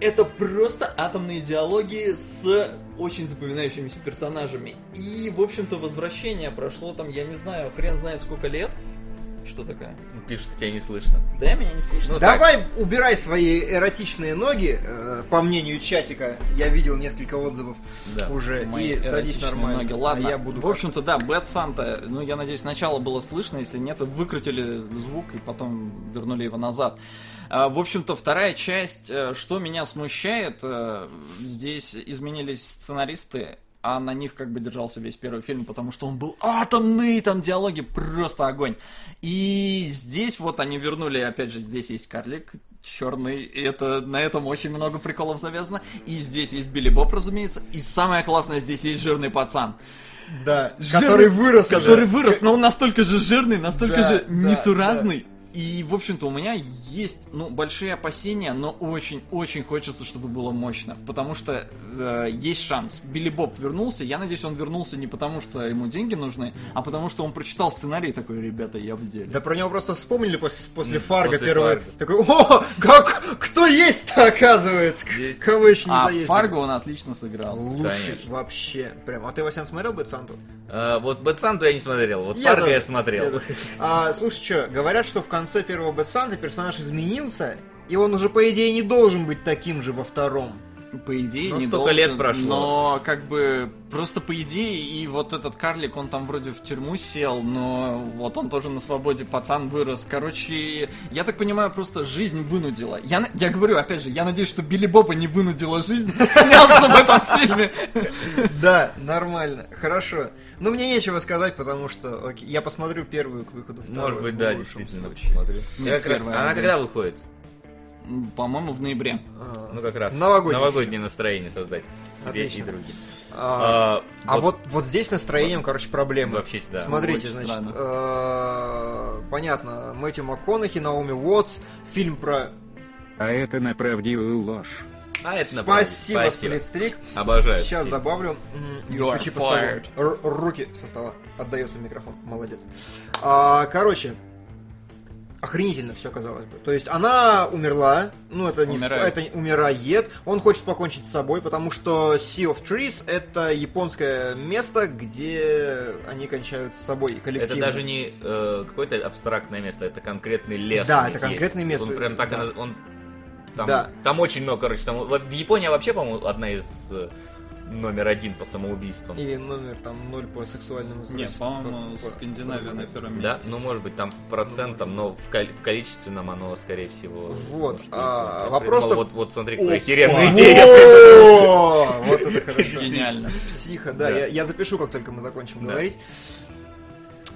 Это просто атомные диалоги с очень запоминающимися персонажами. И, в общем-то, возвращение прошло там, я не знаю, хрен знает сколько лет. Что такое? Пишут, что тебя не слышно. Да, меня не слышно. Ну, так. Давай убирай свои эротичные ноги, э, по мнению чатика. Я видел несколько отзывов Да. уже. Мои и садись эротичные нормально. ноги. Ладно. А я буду. В общем-то, да, Бэт Санта. Ну, я надеюсь, сначала было слышно. Если нет, вы выкрутили звук и потом вернули его назад. А, В общем-то, вторая часть, э, что меня смущает, э, здесь изменились сценаристы, а на них как бы держался весь первый фильм, потому что он был атомный, там диалоги просто огонь. И здесь вот они вернули, опять же, здесь есть карлик черный, и это, на этом очень много приколов завязано. И здесь есть Билли Боб, разумеется, и самое классное, здесь есть жирный пацан. Да. Жирный- Который вырос. уже. Который вырос, но он настолько же жирный, настолько Да, же да, несуразный. И, в общем-то, у меня есть, ну, большие опасения, но очень-очень хочется, чтобы было мощно. Потому что э, есть шанс. Билли Боб вернулся. Я надеюсь, он вернулся не потому, что ему деньги нужны, а потому что он прочитал сценарий и такой, ребята, я в деле. Да про него просто вспомнили после, после Фарго после первого. «Фарго». Такой, о, как, кто есть-то, оказывается? Есть. Кого еще не а заездили?» Фарго он отлично сыграл. Лучший Конечно. вообще. Прям. А ты, Васян, смотрел бы Санту? А, вот Бэтсанту я не смотрел, вот Я Фарго тоже. я смотрел. А, слушай, что, говорят, что в конце первого Бэт Санта персонаж изменился, и он уже, по идее, не должен быть таким же во втором. По идее, Ну, не столько должен, лет прошло. Но, как бы, просто по идее, и вот этот карлик, он там вроде в тюрьму сел, но вот он тоже на свободе, пацан вырос. Короче, я так понимаю, просто жизнь вынудила. Я, на- я говорю, опять же, я надеюсь, что Билли Боба не вынудила жизнь сняться в этом фильме. Да, нормально, хорошо. Но мне нечего сказать, потому что, окей, я посмотрю первую к выходу вторую. Может быть, в да, лучшем действительно. случае. Смотрю. Я как раз- Ну, первая, Она да. когда выходит? М, По-моему, в ноябре. А, Ну как раз. Новогодний. Новогоднее настроение создать. Себе и Отлично. другим. а, А, А вот, вот здесь настроением, короче, проблемы. Вообще, да. Смотрите, Очень значит, странно. э, понятно, Мэтью МакКонахи, Наоми Уотс, фильм про... А это на правдивую ложь. А это направо. Спасибо, Сплитстрик. Обожаю. Сейчас Фильм. добавлю. М, не Типа. You are стучи по столу. fired. Р- руки со стола. Отдается микрофон. Молодец. А, короче, охренительно все, казалось бы. То есть она умерла, ну это не сп- Умирает. это умирает, он хочет покончить с собой, потому что Sea of Trees это японское место, где они кончают с собой Это коллективно. даже не э, какое-то абстрактное место, это конкретный лес. Да, у них это конкретное есть. место, Он прям так и да. наз- он там, Да. там очень много, короче, там во- в Японии вообще, по-моему, одна из э, номер один по самоубийствам. Или номер там ноль по сексуальному Нет, по-моему, Скандинавия на первом Да, месте. ну может быть там в процентом, но в, кол- в количественном оно, скорее всего. Вот, что а, я вопрос-то- придумал. Вот, вот смотри, какая Опа. охеренная идея. О, Вот это хорошо. Гениально. Психа, да, Да. я- я запишу, как только мы закончим Да. говорить.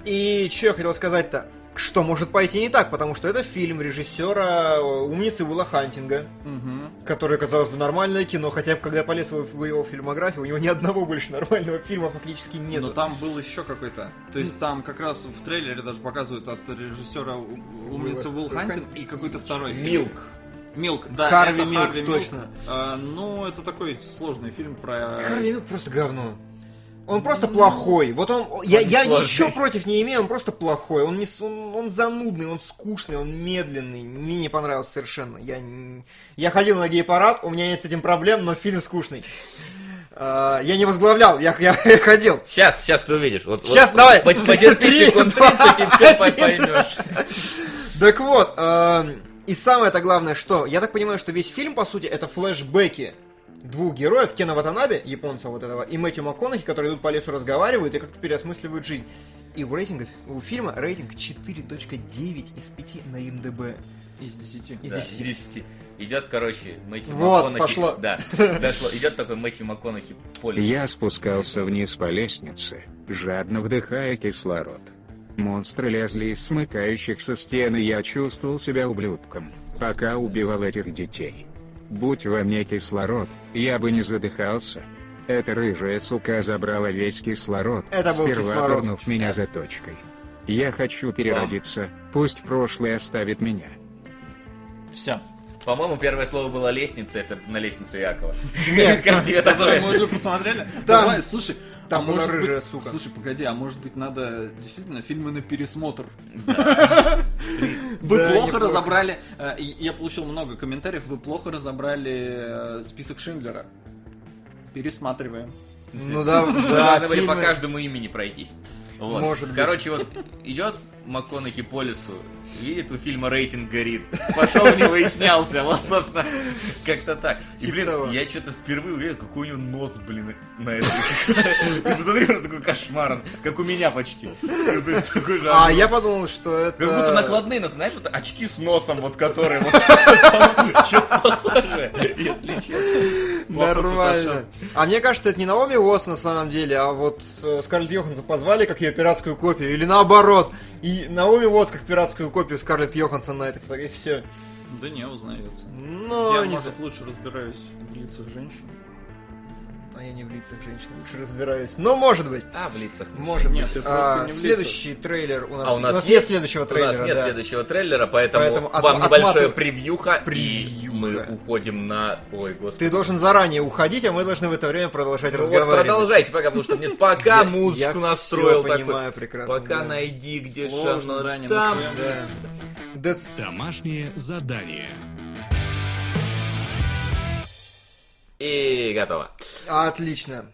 И что я хотел сказать-то? Что может пойти не так, потому что это фильм режиссера э, умницы Уилла Хантинга, Мгм. который, казалось бы, нормальное кино, хотя бы когда полез в в его фильмографию, у него ни одного больше нормального фильма фактически нет. Но там был еще какой-то. То есть там как раз в трейлере даже показывают от режиссера у- умница Уилл Хантинг и какой-то второй. Милк. Милк, да, Харви это Милк, Харви точно. А, ну, это такой сложный фильм про... Харви Милк просто говно. Он просто плохой. Вот он. Я, я сложный. ничего против не имею, он просто плохой. Он, не, с- он, он занудный, он скучный, он медленный. Мне не понравился совершенно. Я, не- я ходил на гей-парад, у меня нет с этим проблем, но фильм скучный. А, Я не возглавлял, я, я ходил. Сейчас, сейчас ты увидишь. Вот, Сейчас, вот, давай. по- Потерпи Три, секунд два, 30 и все один. поймешь. Так вот, эм, и самое-то главное, что я так понимаю, что весь фильм, по сути, это флешбеки двух героев, Кена Ватанаbe, японца вот этого, и Мэтью МакКонахи, которые идут по лесу, разговаривают и как-то переосмысливают жизнь. И у рейтинга, у фильма рейтинг 4.9 из 5 на МДБ. Из десяти. Из Да, 10. 10. Идет, короче, Мэтью Вот, МакКонахи. пошло. Да, дошло. Идет такой Мэтью МакКонахи по лесу. Я спускался вниз по лестнице, жадно вдыхая кислород. Монстры лезли из смыкающихся стен, и я чувствовал себя ублюдком, пока убивал этих детей. Будь во мне кислород, я бы не задыхался. Эта рыжая сука забрала весь кислород, Это был сперва кислород. пырнув меня заточкой. Я хочу переродиться, пусть прошлое оставит меня. Все. По-моему, первое слово было лестница, это на лестницу Якова. Нет, Как тебе Который такое? мы уже посмотрели? Там- Давай, слушай. там а была может быть- рыжая сука. Слушай, погоди, а может быть надо действительно фильмы на пересмотр? Вы Да, плохо неплохо. разобрали... э, и- Я получил много комментариев. Вы плохо разобрали э, список Шиндлера. Пересматриваем. Ну да, Мы да, должны были по фильмы- каждому имени пройтись. Вот. Может быть. Короче, вот идет МакКонахи по лесу, видит, у фильма рейтинг горит. Пошел в него и снялся. Вот, собственно, как-то так. И, Типа блин, того. я что-то впервые увидел, какой у него нос, блин, на этом. Ты посмотри, он такой кошмар, как у меня почти. Ну, то есть такой же А я подумал, что это... Как будто накладные, на- знаешь, вот очки с носом, вот которые вот что-то похоже, если честно. Плохо Нормально. А мне кажется, это не Наоми Уотс на самом деле, а вот э, Скарлетт Йоханссон позвали как ее пиратскую копию, или наоборот. И Наоми Уотс как пиратскую копию Скарлетт Йоханссон на этой фотографии. Все. Да не, узнается. Но я, Ну, не может, знаю. лучше разбираюсь в лицах женщин. А я не в лицах женщин лучше разбираюсь. Но может быть. фотошоп. А, в лицах. Может Нет, быть. это А, просто не в лицах. следующий трейлер у нас. А у нас нет есть? следующего У нас трейлера. нет да. следующего трейлера, поэтому, Поэтому от- вам небольшое отматываем. превьюха, и Превьюха. мы уходим на... Ой, господи. Ты должен заранее уходить, а мы должны в это время продолжать Ну вот разговаривать. продолжайте пока, потому что мне пока я музыку всё настроил такой. понимаю прекрасно. Пока да. найди, где Сложно, да, шано не там. нашел. Да. Dead Домашнее задание. И готово. Отлично.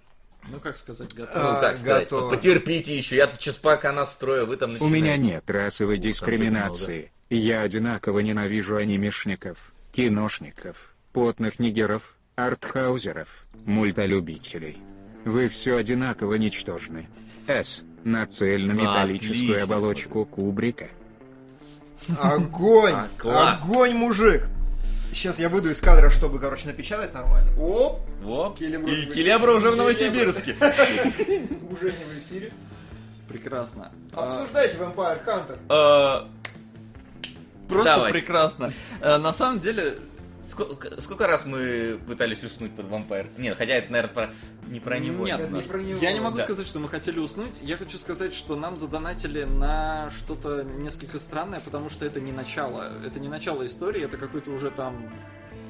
Ну, как сказать, готово. Ну, А, как сказать, готово. ну, потерпите еще, я тут сейчас пока настрою, вы там У меня начинаете. нет расовой дискриминации. Я одинаково ненавижу анимешников, киношников, потных нигеров, артхаузеров, мультолюбителей. Вы все одинаково ничтожны. С. Нацель на металлическую Отлично, оболочку Кубрика. Огонь! А, класс. Огонь, мужик! Сейчас я выйду из кадра, чтобы, короче, напечатать нормально. Оп! Во. Келебру И уже- Келебра уже в Келебра. Новосибирске. Уже не в эфире. Прекрасно. А, Обсуждайте Vampire Hunter. Э, Просто Давай. прекрасно. Э, На самом деле, Сколько, сколько раз мы пытались уснуть под вампир? Нет, хотя это, наверное, про- не про него. Нет, это не наш- про него. я не могу Да. сказать, что мы хотели уснуть. Я хочу сказать, что нам задонатили на что-то несколько странное, потому что это не начало. Это не начало истории, это какой-то уже там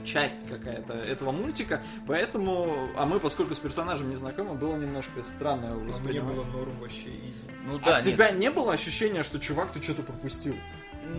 часть какая-то этого мультика. Поэтому, а мы, поскольку с персонажем не знакомы, было немножко А странное Мне воспринимание. было норм вообще. и- Ну А да, у нет. тебя не было ощущения, что чувак, ты что-то пропустил?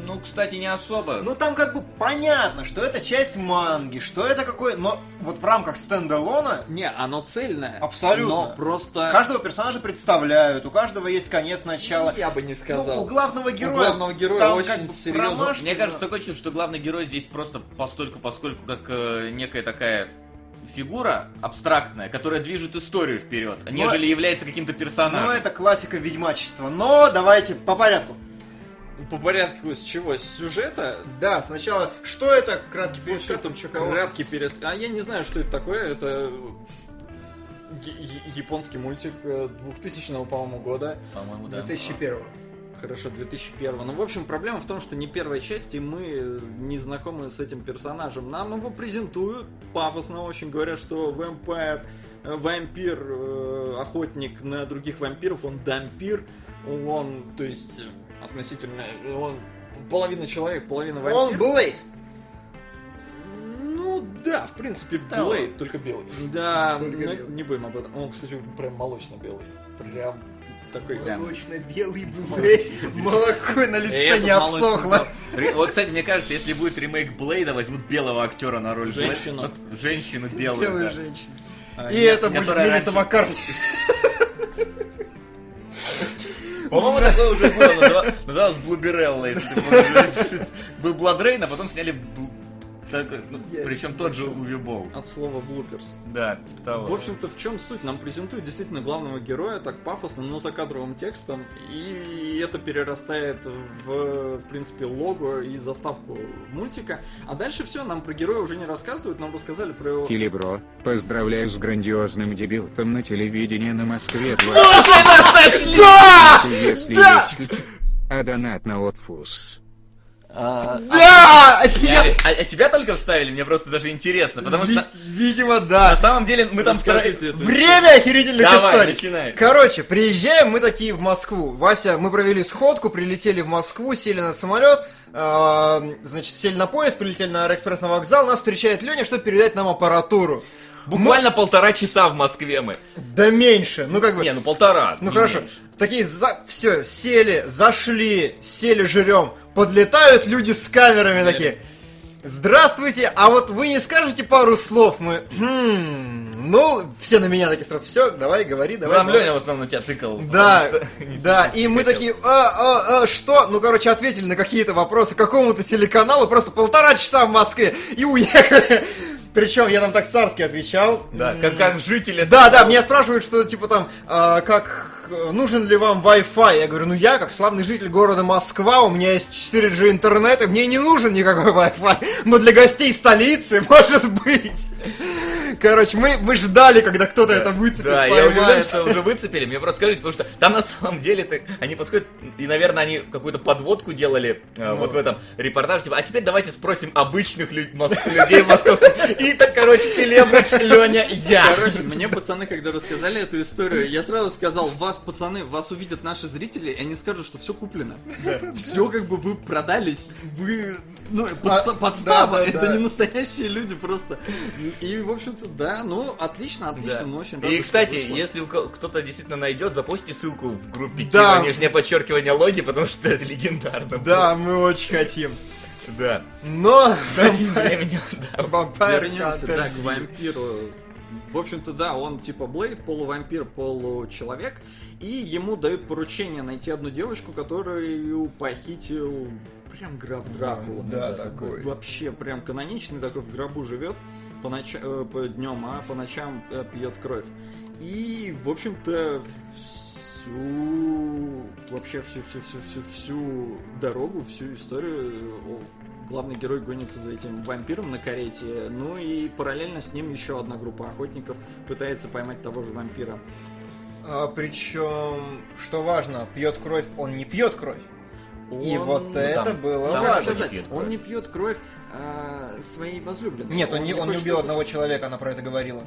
Ну, кстати, не особо. Ну там как бы понятно, что это часть манги, что это какой... Но вот в рамках стендалона Не, оно цельное. Абсолютно. Но просто... каждого персонажа представляют, у каждого есть конец, начало. Я бы не сказал. Ну, у главного героя... главного героя там очень как бы серьезно. промашки, Мне кажется, но- такое чувство, что главный герой здесь просто постольку, поскольку как э, некая такая фигура абстрактная, которая движет историю вперед, нежели является каким-то персонажем. Ну, это классика ведьмачества. Но давайте по порядку. По порядку с чего? С сюжета? Да, сначала, что это краткий В общем, пересказ Ну, там там Чукова? краткий перес... А я не знаю, что это такое. Это я- я- японский мультик э, 2000 по-моему, года. По-моему, Ну да. 2001 Хорошо, 2001. Ну, в общем, проблема в том, что не первая часть, и мы э, не знакомы с этим персонажем. Нам его презентуют пафосно очень, говорят, что вампир, э, вампир, э, охотник на других вампиров, он дампир, он, то есть, э, относительно, он половина человек, половина вампир. Он Блейд. Ну да, в принципе, Да, белый, только белый. Да, Только но белый. не будем об этом. Он, кстати, прям молочно-белый. Прям такой. Молочно-белый Блейд. Молоко на И лице этот не обсохло. Ре- Вот, кстати, мне кажется, если будет ремейк Блейда, возьмут белого актера на роль Блейда. Женщину. Вот, Женщину белую. Белая да. женщина. А, И нет, это будет которая Мелисса раньше- Маккарти. По-моему, такое уже было. называ- Называлось Блуберелла, если ты помнишь. Был Бладрейн, а потом сняли... Бл- так, ну, Я Причем тот же Увибол. От слова блуперс. Да, типа того. В общем-то, в чем суть? Нам презентуют действительно главного героя так пафосно, но за кадровым текстом, и это перерастает в, в принципе, лого и заставку мультика. А дальше все, нам про героя уже не рассказывают, нам рассказали про его... Килибро, поздравляю с грандиозным дебютом на телевидении на Москве 2. Если есть... А донат на отфус. Я- А, а тебя только вставили? Мне просто даже интересно, потому что... Видимо, На да. самом деле мы там... Расскажите втро- это. Время охерительных Давай, историй. начинай. Короче, приезжаем мы такие в Москву. Вася, мы провели сходку, прилетели в Москву, сели на самолет, э, значит, сели на поезд, прилетели на Аэроэкспресс на вокзал, нас встречает Леня, чтобы передать нам аппаратуру. Буквально полтора часа в Москве мы. Да меньше, ну как бы... Не, ну полтора. Ну не хорошо, меньше. такие за... все, сели, зашли, сели, жрем. Подлетают люди с камерами такие. Здравствуйте, а вот вы не скажете пару слов? Мы, «Хм, ну, все на меня такие сразу, все, давай, говори, давай. Там давай». Леня в основном тебя тыкал. Да, потому что не да, знаю, и мы хотел. такие, а, а, а, что? Ну, короче, ответили на какие-то вопросы какому-то телеканалу, просто полтора часа в Москве, и уехали. Причем я там так царски отвечал. Да, как, как жители... Да, да, меня спрашивают, что типа там, а, как э, нужен ли вам Wi-Fi? Я говорю, ну я, как славный житель города Москва, у меня есть 4G интернет, и мне не нужен никакой Wi-Fi. Но для гостей столицы, может быть. Короче, мы, мы ждали, когда кто-то это выцепит, Да, я поймает. уверен, что уже выцепили. Мне просто скажите, потому что там на самом деле так, они подходят, и, наверное, они какую-то подводку делали э, Ну. вот в этом репортаже. Типа, а теперь давайте спросим обычных лю- мос- людей в московском. И так, короче, Келебрыч, Леня, я. Короче, мне пацаны, когда рассказали эту историю, я сразу сказал, вас, пацаны, вас увидят наши зрители, и они скажут, что все куплено. Все как бы вы продались, вы... Ну, подста- А, подстава, да, да, это да. не настоящие люди просто. И, в общем-то, да, ну, отлично, отлично, мы очень рады, И, что кстати, вышло. если у ко- кто-то действительно найдет, запустите ссылку в группе Да. Кива, нижнее подчеркивание логи, потому что это легендарно. Да, мы очень хотим. было. Да. Но... Дайте времени, да. Vampire вернемся, Hunter да, к Z. вампиру. В общем-то, да, он типа Блейд, полувампир, получеловек, и ему дают поручение найти одну девочку, которую похитил прям граф Дракула. Да, такой. Вообще прям каноничный такой, в гробу живет по, ноч- э, по днем, а по ночам э, пьет кровь. И, в общем-то, всю... Вообще всю-всю-всю-всю-всю дорогу, всю историю э, о- главный герой гонится за этим вампиром на карете. Ну и параллельно с ним еще одна группа охотников пытается поймать того же вампира. А, Причем, что важно, пьет кровь, он не пьет кровь. И Он- вот это ну, там- Ну было там Как Ладно, важно. что- сказать, не пьет кровь. он не пьет кровь а, своей возлюбленной. Нет, он, не, он не хочет убил этого. одного человека, она про это говорила.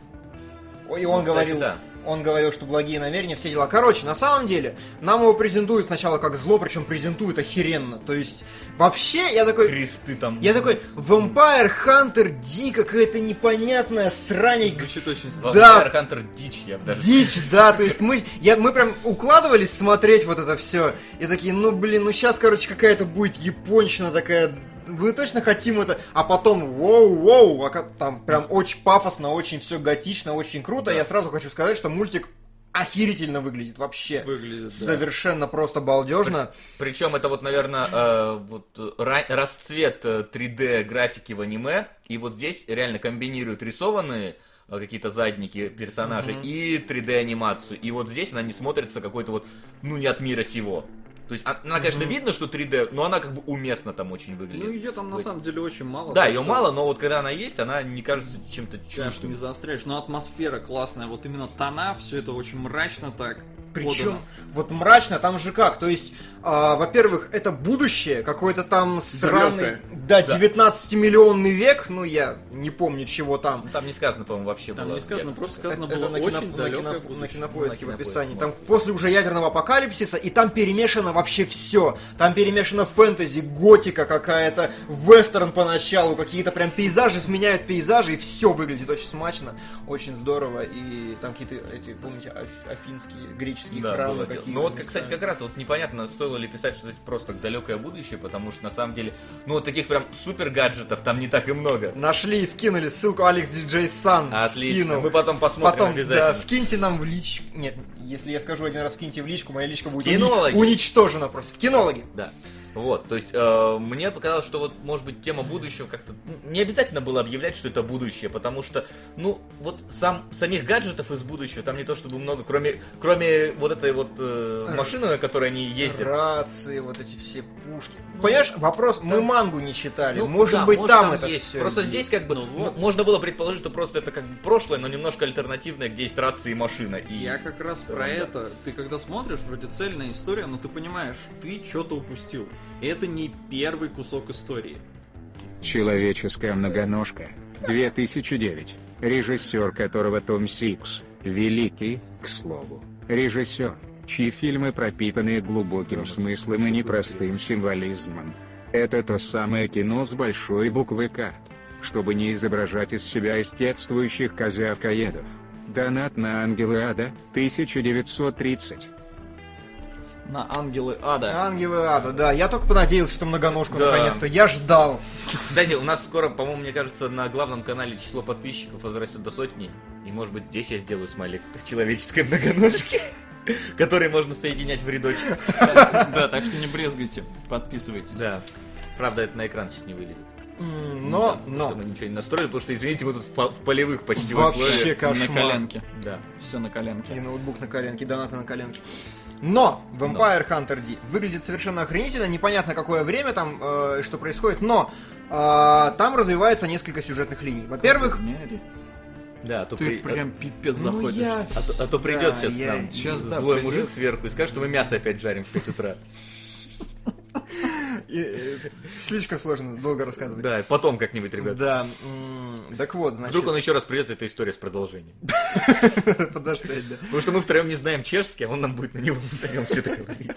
И он Кстати, говорил, да. он говорил, что благие намерения, все дела. Короче, на самом деле, нам его презентуют сначала как зло, причем презентуют охеренно. То есть, вообще, я такой... Кресты там. Я такой, Vampire Hunter, ди, какая-то непонятная срань. Звучит очень странно. Да, Vampire Hunter дичь, я бы даже... Дичь, да, то есть мы, я, мы прям укладывались смотреть вот это все. И такие, ну блин, ну сейчас, короче, какая-то будет японщина такая. Мы точно хотим это. А потом, воу-воу, а как- там прям очень пафосно, очень все готично, очень круто. Я сразу хочу сказать, что мультик охерительно выглядит вообще. Выглядит, да. Совершенно просто балдежно. Причем это вот, наверное, э, вот э, ра- расцвет 3D графики в аниме. И вот здесь реально комбинируют рисованные э, какие-то задники персонажей и 3D анимацию. И вот здесь она не смотрится какой-то вот, ну, не от мира сего. То есть а- она, конечно, видно, что 3D, но она как бы уместно там очень Ну, выглядит. ее там на Быть. самом деле очень мало. да, так ее что мало, но вот когда она есть, она не кажется чем-то Конечно, чуждым. не заостряешь, но атмосфера классная, вот именно тона, все это очень мрачно так. Причем подано. вот мрачно там же как, то есть, а, во-первых, это будущее, какой-то там сраный, Далёкое. да, 19-миллионный век, ну я не помню чего там. Ну, Там не сказано, по-моему, вообще Там было. не сказано, просто Это сказано это было на, очень кино- на, далекое кино- будущее. на кинопоиске Ну, на в описании. кинопоиске, Там после уже ядерного апокалипсиса, и там перемешано вообще все. Там перемешано фэнтези, готика какая-то, вестерн поначалу, какие-то прям пейзажи сменяют пейзажи, и все выглядит очень смачно, очень здорово. И там какие-то эти, помните, аф- афинские, греческие Да, храмы было дело. какие-то. Ну вот, местами. кстати, как раз вот непонятно, стоило ли писать, что это просто далекое будущее, потому что на самом деле, ну вот таких прям супер гаджетов там не так и много. Нашли и вкинули ссылку Алекс Диджей Сан. Отлично, вкинул. мы потом посмотрим Потом, да, А, обязательно. вкиньте нам в личку. Нет, если я скажу один раз вкиньте в личку, моя личка будет уни- Кинологи. уничтожена просто. В кинологи. Да. Вот, то есть э, мне показалось, что вот, может быть, тема будущего как-то ну, не обязательно было объявлять, что это будущее, потому что, ну, вот сам самих гаджетов из будущего там не то чтобы много, кроме кроме вот этой вот э, машины, на которой они ездят. Рации, вот эти все пушки. Понимаешь, вопрос, мы мангу не читали. Ну, может да, быть, может, там, это есть. все. Просто здесь как бы Ну, м- вот. можно было предположить, что просто это как бы прошлое, но немножко альтернативное, где есть рации и машина. И... Я как раз целом, про да. это. Ты когда смотришь, вроде цельная история, но ты понимаешь, ты что-то упустил. И Это не первый кусок истории. Человеческая многоножка. 2009. Режиссер которого Том Сикс. Великий, к слову, режиссер, чьи фильмы пропитаны глубоким смыслом и непростым символизмом. Это то самое кино с большой буквы «К». Чтобы не изображать из себя истетствующих козявкоедов. Донат на Ангелы Ада, 1930. На ангелы ада. Ангелы ада, да. Я только понадеялся, что многоножку Да. наконец-то. Я ждал. Кстати, у нас скоро, по-моему, мне кажется, на главном канале число подписчиков возрастет до сотни. И, может быть, здесь я сделаю смайлик человеческой многоножки, который можно соединять в рядочек. Да, так что не брезгайте, подписывайтесь. Да. Правда, это на экран сейчас не вылезет. М, Но, Ну Потому что но. мы ничего не настроили, потому что, извините, мы тут в, по- в полевых почти Вообще условиях. На кошмар. коленке. Да. Все на И коленке. ноутбук на коленке, и донаты на коленке. Но Vampire Hunter D выглядит совершенно охренительно, непонятно какое время там, э, что происходит, но э, там развивается несколько сюжетных линий. Во-первых, Мэри, Да, а то Ты при- прям пипец ну заходишь. я А то, а то придет всегда, сейчас к я- нам Щас, да, злой придет. мужик сверху и скажет, что мы мясо опять жарим в 5 утра. э, э, Слишком сложно долго рассказывать. Да, потом как-нибудь, ребят. Да, м, так вот, значит, Вдруг он еще раз придет, и эта история с продолжением. подождать, да. Потому что мы втроем не знаем чешский, а он нам будет на него втроем что-то говорить.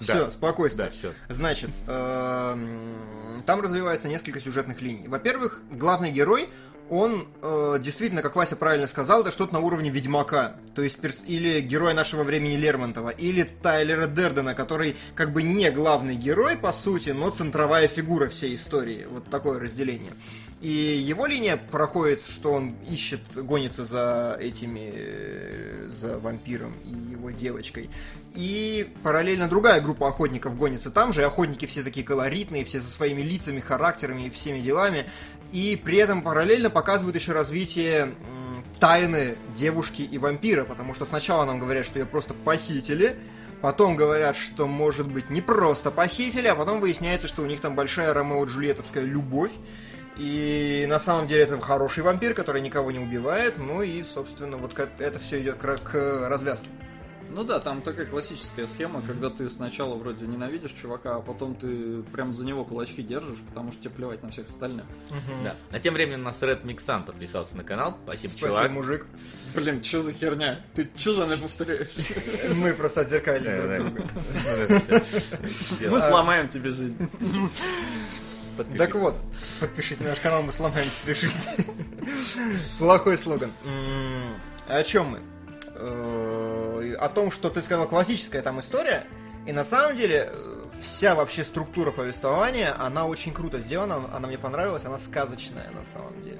Все, спокойствие. Да, все. Значит, эм, там развивается несколько сюжетных линий. Во-первых, главный герой, он э, действительно, как Вася правильно сказал, это что-то на уровне Ведьмака. То есть, перс- или героя нашего времени Лермонтова, или Тайлера Дердена, который как бы не главный герой, по сути, но центровая фигура всей истории. Вот такое разделение. И его линия проходит, что он ищет, гонится за этими, э, за вампиром и его девочкой. И параллельно другая группа охотников гонится там же, и охотники все такие колоритные, все со своими лицами, характерами и всеми делами. И при этом параллельно показывают еще развитие м, тайны девушки и вампира, потому что сначала нам говорят, что ее просто похитили, потом говорят, что, может быть, не просто похитили, а потом выясняется, что у них там большая Ромео-Джульеттовская любовь, и на самом деле это хороший вампир, который никого не убивает. Ну и, собственно, вот как это все идет к, к развязке. Ну да, там такая классическая схема, когда ты сначала вроде ненавидишь чувака, а потом ты прям за него кулачки держишь, потому что тебе плевать на всех остальных. Да. А тем временем у нас Ред Миксан подписался на канал. Спасибо, Спасибо, чувак. мужик. Блин, что за херня? Ты что за мной повторяешь? Мы просто отзеркали Да, да. друг друга. Вот это всё. Мы сломаем тебе жизнь. Подпишись. Так вот, подпишись на наш канал, мы сломаем тебе жизнь. Плохой слоган. М, О чем мы? Э, О том, что ты сказал, классическая там история. И на самом деле э, вся вообще структура повествования, она очень круто сделана, она мне понравилась, она сказочная на самом деле.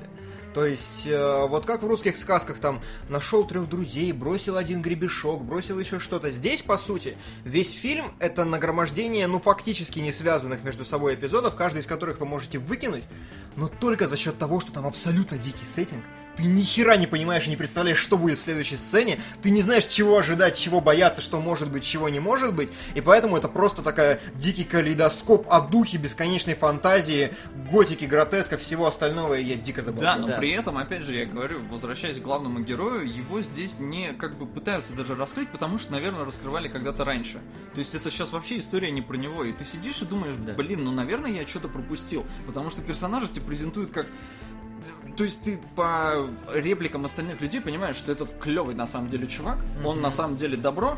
То есть, э, вот как в русских сказках там нашел трех друзей, бросил один гребешок, бросил еще что-то. Здесь, по сути, весь фильм это нагромождение, ну, фактически не связанных между собой эпизодов, каждый из которых вы можете выкинуть, но только за счет того, что там абсолютно дикий сеттинг. Ты ни хера не понимаешь и не представляешь, что будет в следующей сцене. Ты не знаешь, чего ожидать, чего бояться, что может быть, чего не может быть. И поэтому это просто такая дикий калейдоскоп о духе бесконечной фантазии, готики, гротеска, всего остального. И я дико забыл. Да, но при этом, опять же, я говорю, возвращаясь к главному герою, его здесь не как бы пытаются даже раскрыть, потому что, наверное, раскрывали когда-то раньше. То есть это сейчас вообще история не про него. И ты сидишь и думаешь, блин, ну, наверное, я что-то пропустил. Потому что персонажа тебе презентуют как то есть ты по репликам остальных людей понимаешь, что этот клевый на самом деле чувак, он на самом деле добро,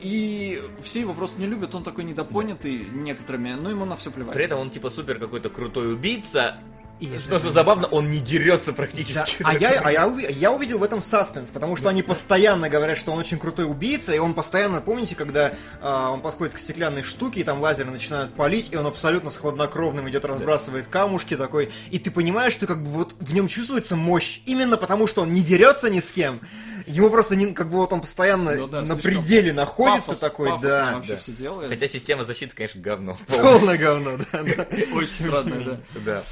и все его просто не любят, он такой недопонятый некоторыми, но ему на все плевать. При этом он типа супер какой-то крутой убийца. И что, что забавно, он не дерется Да, практически. а я, а я, уви- я увидел в этом саспенс, потому что они постоянно говорят, что он очень крутой убийца, и он постоянно, помните, когда а, он подходит к стеклянной штуке, и там лазеры начинают палить, и он абсолютно с хладнокровным идет, разбрасывает камушки такой, и ты понимаешь, что как бы вот в нем чувствуется мощь, именно потому что он не дерется ни с кем, ему просто не, как бы вот он постоянно Ну да, на слишком пределе находится Пафос- такой, пафосно да, вообще да. все делает. Хотя система защиты, конечно, говно. Полное говно, да, да. Очень странно, да. Да.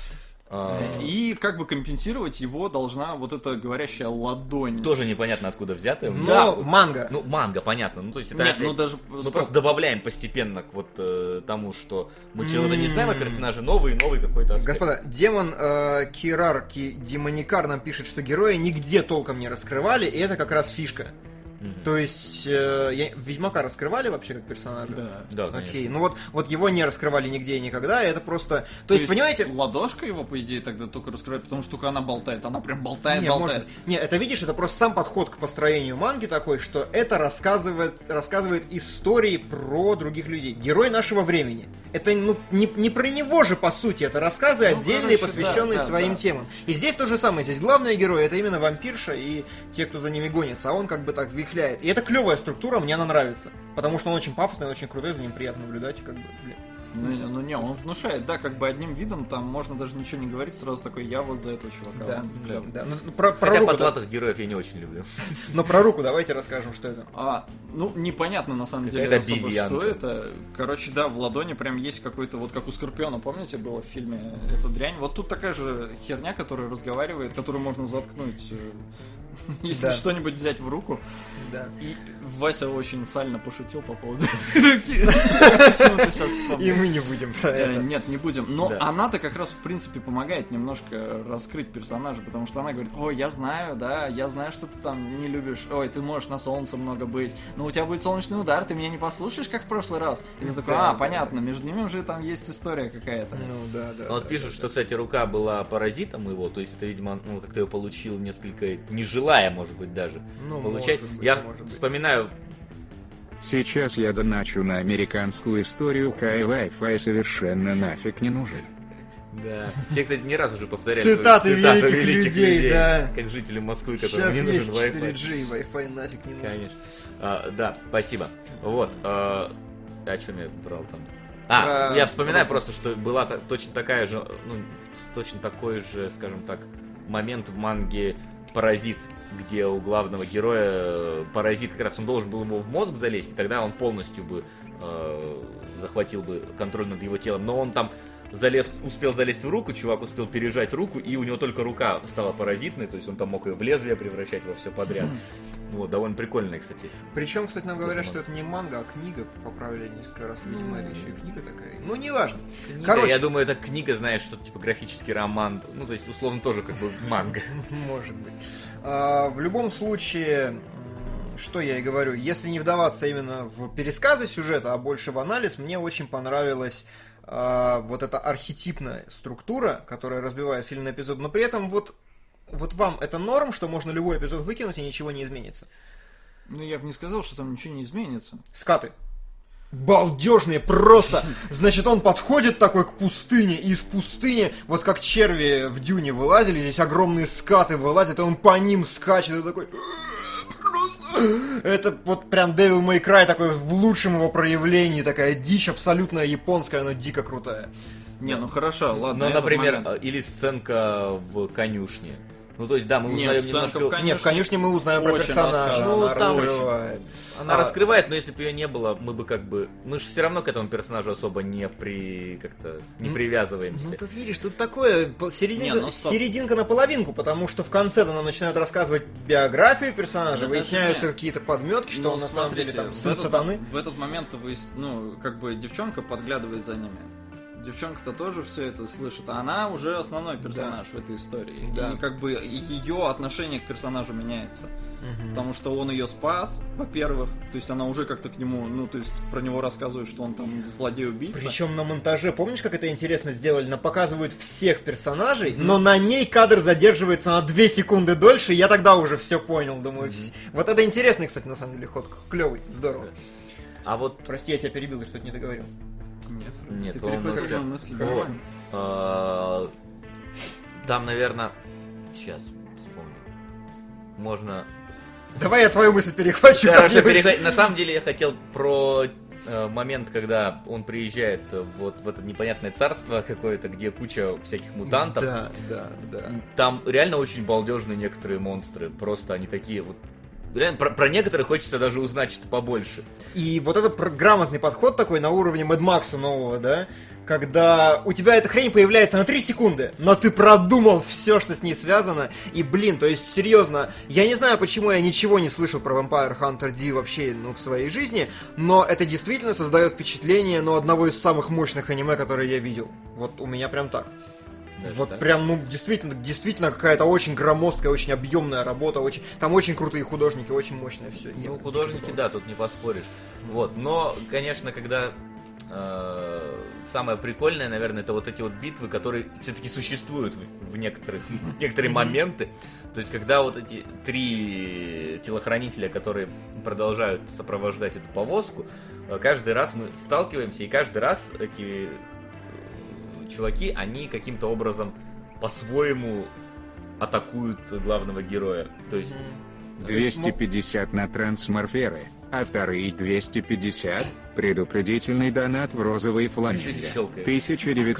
А, И как бы компенсировать его должна вот эта говорящая ладонь. Тоже непонятно, откуда взятая. Но манго. Ну, манго, понятно. Ну, то есть это Нет, опять- ну даже... Мы стоп. просто добавляем постепенно к вот э, тому, что мы чего-то не знаем о персонаже, новый, новый какой-то аспект. Господа, демон э, Кирар Ки- Демоникар нам пишет, что героя нигде толком не раскрывали, и это как раз фишка. Мгм. То есть э, я- Ведьмака раскрывали вообще как персонажа? Да. Да, Окей, конечно. ну вот, вот его не раскрывали нигде и никогда, и это просто... То, То есть, понимаете... Ладошка его, по идее, тогда только раскрывает, потому что только она болтает. Она прям болтает, Не, болтает. можно- не, это видишь, это просто сам подход к построению манги такой, что это рассказывает, рассказывает истории про других людей. Герой нашего времени. Это ну, не, не про него же, по сути, это рассказы Ну, отдельные, короче, посвященные да, да, своим да. темам. И здесь то же самое. Здесь главные герои это именно вампирша и те, кто за ними гонится, а он как бы так вихляет. И это клевая структура, мне она нравится. Потому что он очень пафосный, он очень крутой, за ним приятно наблюдать. и Как бы, блин. Ну, не, ну не, он внушает, да, как бы одним видом, там можно даже ничего не говорить, сразу такой, я вот за этого чувака. Да, он да. клёвый». Ну, ну, про, про Хотя руку, да. потлатых героев я не очень люблю. Но про руку давайте расскажем, что это. А, ну, непонятно на самом деле Какая-то особо, обезьянка. что это. Короче, да, в ладони прям есть какой-то, вот как у Скорпиона, помните, было в фильме эта дрянь. Вот тут такая же херня, которая разговаривает, которую можно заткнуть, э, если Да. что-нибудь взять в руку. Да. И Вася очень сально пошутил по поводу руки. Почему-то щас вспомнил. И мы не будем про Э, это. Нет, не будем. Но Да. она-то как раз, в принципе, помогает немножко раскрыть персонажа, потому что она говорит, ой, я знаю, да, я знаю, что ты там не любишь, ой, ты можешь на солнце много быть, но у тебя будет солнечный удар, ты меня не послушаешь, как в прошлый раз. И ты такой, Да, а, да, понятно, между ними уже там есть история какая-то. Ну да, да. Он да. пишет, что, кстати, рука была паразитом его, то есть это, видимо, он, ну, как-то ее получил несколько, не желая, может быть, даже Ну, получать. может быть, Я может быть. вспоминаю, Сейчас я доначу на американскую историю, Кай Wi-Fi совершенно нафиг не нужен. да, все, кстати, не раз уже повторяли. Цитаты твои великих людей, да. Как жители Москвы, которым Сейчас не есть нужен Wi-Fi. 4G, Wi-Fi нафиг не нужен. Конечно. А, да, спасибо. Вот. а, о чем я брал там? А, Про- я вспоминаю просто, что была та- точно такая же, ну, точно такой же, скажем так, момент в манге «Паразит», где у главного героя э, паразит, как раз он должен был ему в мозг залезть, и тогда он полностью бы э, захватил бы контроль над его телом, но он там залез, успел залезть в руку, чувак успел пережать руку, и у него только рука стала паразитной, то есть он там мог ее в лезвие превращать во все подряд. Вот, довольно прикольная, кстати. Причем, кстати, нам говорят, Тоже что это не манга, а книга. Поправили несколько раз. Видимо, это еще и книга такая. Ну, неважно. Короче. Я Короче, думаю, это книга, знаешь, что-то типа графический роман. Ну, то есть, условно, тоже как бы манга. может быть. А, В любом случае, м, что я и говорю, если не вдаваться именно в пересказы сюжета, а больше в анализ, мне очень понравилась э, вот эта архетипная структура, которая разбивает фильм на эпизод, но при этом вот, вот вам это норм, что можно любой эпизод выкинуть и ничего не изменится. Ну, я бы не сказал, что там ничего не изменится. Скаты. Балдежные просто! Значит, он подходит такой к пустыне, и из пустыни, вот как черви в дюне вылазили, здесь огромные скаты вылазят, и он по ним скачет, и такой... «Э, Просто... Это вот прям Devil May Cry такой в лучшем его проявлении, такая дичь абсолютная японская, но дико крутая. Не, ну хорошо, ладно. Ну, этот например, момент. э, или сценка в конюшне. Ну, то есть, да, мы Не, узнаем сценка в немножко... конюшне. Не, в конюшне мы узнаем про Очень персонажа, рассказано. она Ну, там раскрывает. Она А, раскрывает, но если бы ее не было, мы бы как бы... Мы же все равно к этому персонажу особо не при... как-то не Ну, Ну привязываемся. тут видишь, тут такое пол- серединка, Не, ну, стоп. серединка на половинку, потому что в конце нам начинают рассказывать биографию Да персонажа, Ну, даже выясняются не. какие-то подметки, что Ну, он на самом деле смотрите, там в сын этот- сатаны. В этот момент вы, ну, как бы девчонка подглядывает за ними. Девчонка-то тоже все это слышит, а она уже основной персонаж в этой истории. Да. И как бы ее отношение к персонажу меняется. Потому что он ее спас, во-первых, то есть она уже как-то к нему, ну, то есть про него рассказывает, что он там злодей-убийца. Причем на монтаже, помнишь, как это интересно сделали? Нам показывают всех персонажей, но на ней кадр задерживается на 2 секунды дольше, и я тогда уже все понял, думаю. вс- Вот это интересный, кстати, на самом деле ход. Клевый, здорово. А вот... Прости, я тебя перебил, я что-то не договорил. Нет, Фред, Нет, ты по-моему, переходишь это- уже мысли. Вот. э, Там, наверное... Сейчас вспомню. Можно... Давай я твою мысль перехвачу. Хорошо, как-нибудь. переход- На самом деле я хотел про э, момент, когда он приезжает э, вот в это непонятное царство какое-то, где куча всяких мутантов. Да, да, да. Там реально очень балдежные некоторые монстры. Просто они такие вот. Реально, про, про некоторые хочется даже узнать что-то побольше. И вот это пр- грамотный подход такой на уровне Мэд Макса нового, да? Когда А, у тебя эта хрень появляется на 3 секунды, но ты продумал все, что с ней связано. И, блин, то есть, серьезно, я не знаю, почему я ничего не слышал про Vampire Hunter D вообще, ну, в своей жизни, но это действительно создает впечатление, ну, одного из самых мощных аниме, которые я видел. Вот у меня прям так. Даже Вот так. прям, ну, действительно, действительно какая-то очень громоздкая, очень объемная работа, очень... там очень крутые художники, очень мощное все. Ну, художники, да, тут не поспоришь. Вот, но, конечно, когда э, самое прикольное, наверное, это вот эти вот битвы, которые все-таки существуют в, в некоторых в некоторые моменты. То есть, когда вот эти три телохранителя, которые продолжают сопровождать эту повозку, э, каждый раз мы сталкиваемся, и каждый раз эти э, чуваки, они каким-то образом по-своему атакуют главного героя. То есть 250 на трансморферы, а вторые 250 – предупредительный донат в розовый фламинго. Щелкает.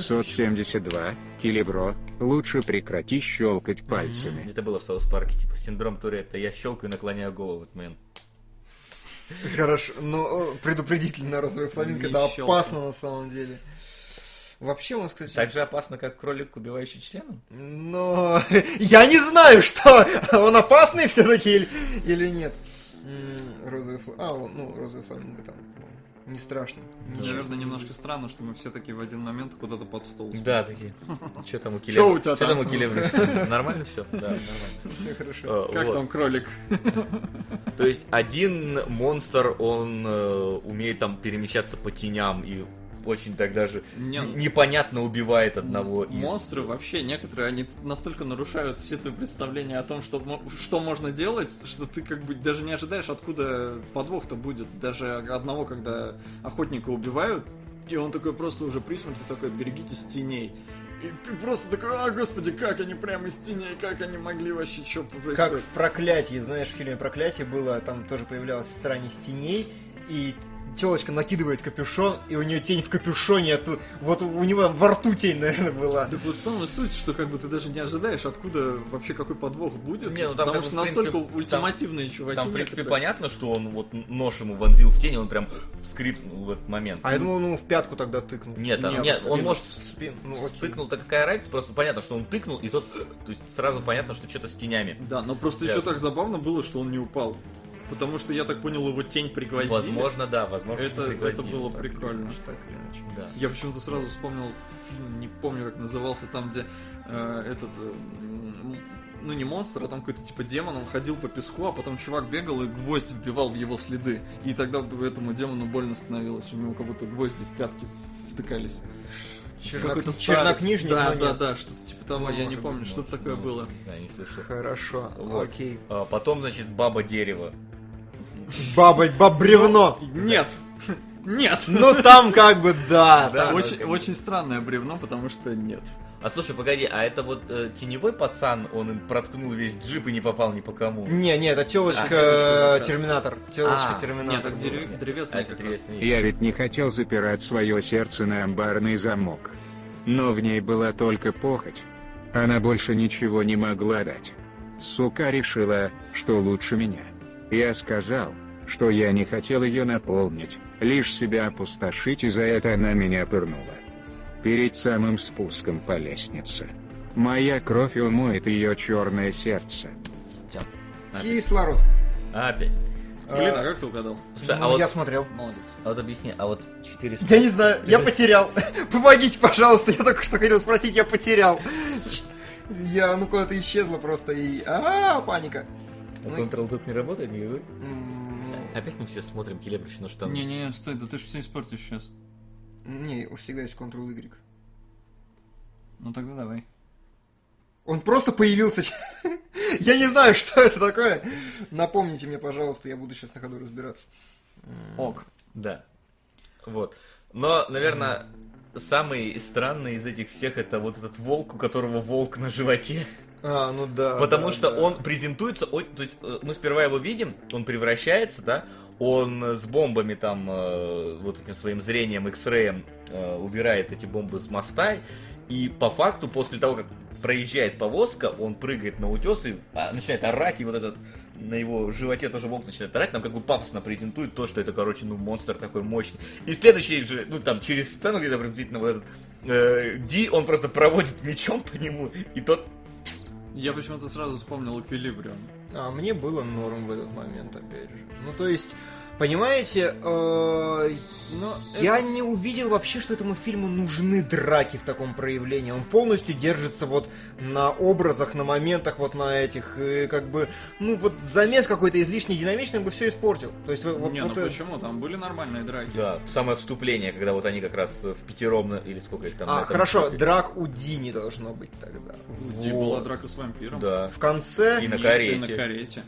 1972, Килибро, лучше прекрати щелкать пальцами. Это было в Саус Парке, типа синдром Туретта. Я щелкаю и наклоняю голову в этот момент. Хорошо, но э, предупредительно розовый фламинго, Не да, щелкай. опасно на самом деле. Вообще у нас, кстати... Так же опасно, как кролик, убивающий членом? Но я не знаю, что он опасный все-таки или, или нет. М, Розовый фламинго... А, вон, ну, розовый фламинго там. вон, Не страшно. Наверное, немножко странно, что мы все таки в один момент куда-то под стол. Да, такие. Че там у Килебры? Чё у тебя Чё там? у Килебры? Нормально все? Да, нормально. Все хорошо. Э, Как вот. там кролик? То есть один монстр, он э, умеет там перемещаться по теням и очень так даже Не, ну, н- непонятно убивает одного из... Монстры вообще некоторые, они настолько нарушают все твои представления о том, что, мо- что можно делать, что ты как бы даже не ожидаешь, откуда подвох-то будет. Даже одного, когда охотника убивают, и он такой просто уже присмотрит, такой, берегитесь теней. И ты просто такой, а, господи, как они прямо из теней, как они могли вообще, что Как происходит? в «Проклятии», знаешь, в фильме «Проклятие» было, там тоже появлялась стране с теней, и телочка накидывает капюшон, и у нее тень в капюшоне, а тут- вот у него во рту тень, наверное, была. Да вот самая суть, что как бы ты даже не ожидаешь, откуда вообще какой подвох будет. Не, ну там потому как бы, что в принципе, настолько ультимативные чуваки. Там, в принципе, некоторые. понятно, что он вот нож ему вонзил в тень, и он прям скрипнул в этот момент. А я думал, ну в пятку тогда тыкнул. Нет, Не, он, в нет, он спину. может в спину. Ну, окей. Тыкнул-то какая разница, просто понятно, что он тыкнул, и тот... То есть сразу понятно, что что-то с тенями. Да, но просто Ясно. еще так забавно было, что он не упал. Потому что, я так понял, его тень пригвоздили. Возможно, да, возможно, что Это, это пригвоздили. было прикольно. Так или иначе. Да. Я почему-то сразу вспомнил фильм, не помню, как назывался, там, где э, этот э, м, ну не монстр, а там какой-то типа демон, он ходил по песку, а потом чувак бегал и гвоздь вбивал в его следы. И тогда бы этому демону больно становилось, у него как будто гвозди в пятки втыкались. Какой-то старый. чернокнижник, Да, но да, нет. да, что-то типа того, Ну, я не может помню, быть, что-то такое было. Не знаю, не слышал. Хорошо, Вот. окей. А, потом, значит, баба дерево. Баба, бабревно. Нет! Нет! Ну там как бы да. Да, Очень, да. очень странное бревно, потому что нет. А слушай, погоди, а это вот э, теневой пацан, он им проткнул весь джип и не попал ни по кому. Не, не, это А, телочка, телочка как раз. Терминатор. А, Телочка Нет, Терминатор. так дерев- А древесный это как раз. интересно. Я ведь не хотел запирать свое сердце на амбарный замок. Но в ней была только похоть. Она больше ничего не могла дать. Сука решила, что лучше меня. Я сказал, что я не хотел ее наполнить, лишь себя опустошить, и за это она меня пырнула. Перед самым спуском по лестнице. Моя кровь умоет ее черное сердце. Кислород. А, Опять. Блин, а как ты угадал? Слушай, а Ну, вот, Я смотрел. Молодец. а вот объясни, а вот 400... Я не знаю, я потерял. Помогите, пожалуйста, я только что хотел спросить, я потерял. Я, ну куда-то исчезла просто и... А, паника. А Ctrl Z не работает, не говори. М, Опять мы все смотрим Келебрич, но что Не-не-не, стой, да ты же все испортишь сейчас. Не, всегда есть Ctrl-Y. Ну тогда давай. Он просто появился. Я не знаю, что это такое. Напомните мне, пожалуйста, я буду сейчас на ходу разбираться. Ок. Да. Вот. Но, наверное, самый странный из этих всех это вот этот волк, у которого волк на животе. А, ну да. Потому да, что да. он презентуется, о- то есть э, мы сперва его видим, он превращается, да, он э, с бомбами там, э, вот этим своим зрением, X-Ray э, убирает эти бомбы с моста, и по факту после того, как проезжает повозка, он прыгает на утес и а, начинает орать, и вот этот на его животе тоже волк начинает орать, нам как бы пафосно презентует то, что это, короче, ну, монстр такой мощный. И следующий же, ну, там, через сцену где-то приблизительно вот этот э, Ди, он просто проводит мечом по нему, и тот Я почему-то сразу вспомнил эквилибриум. А мне было норм в этот момент, опять же. Ну, то есть, понимаете, э, Ну, Но я не увидел вообще, что этому фильму нужны драки в таком проявлении. Он полностью держится вот на образах, на моментах, вот на этих, и как бы, ну, вот замес какой-то излишне динамичный бы все испортил. То есть, вот, вот э, не, ну это- почему? Там были нормальные драки. Да, самое вступление, когда вот они как раз в пятером, или сколько их там... на А, этом хорошо, выступе. драк у Ди не должно быть тогда. Где Вот. Типа была драка с вампиром. Да. В конце, И на Нет, карете. на карете.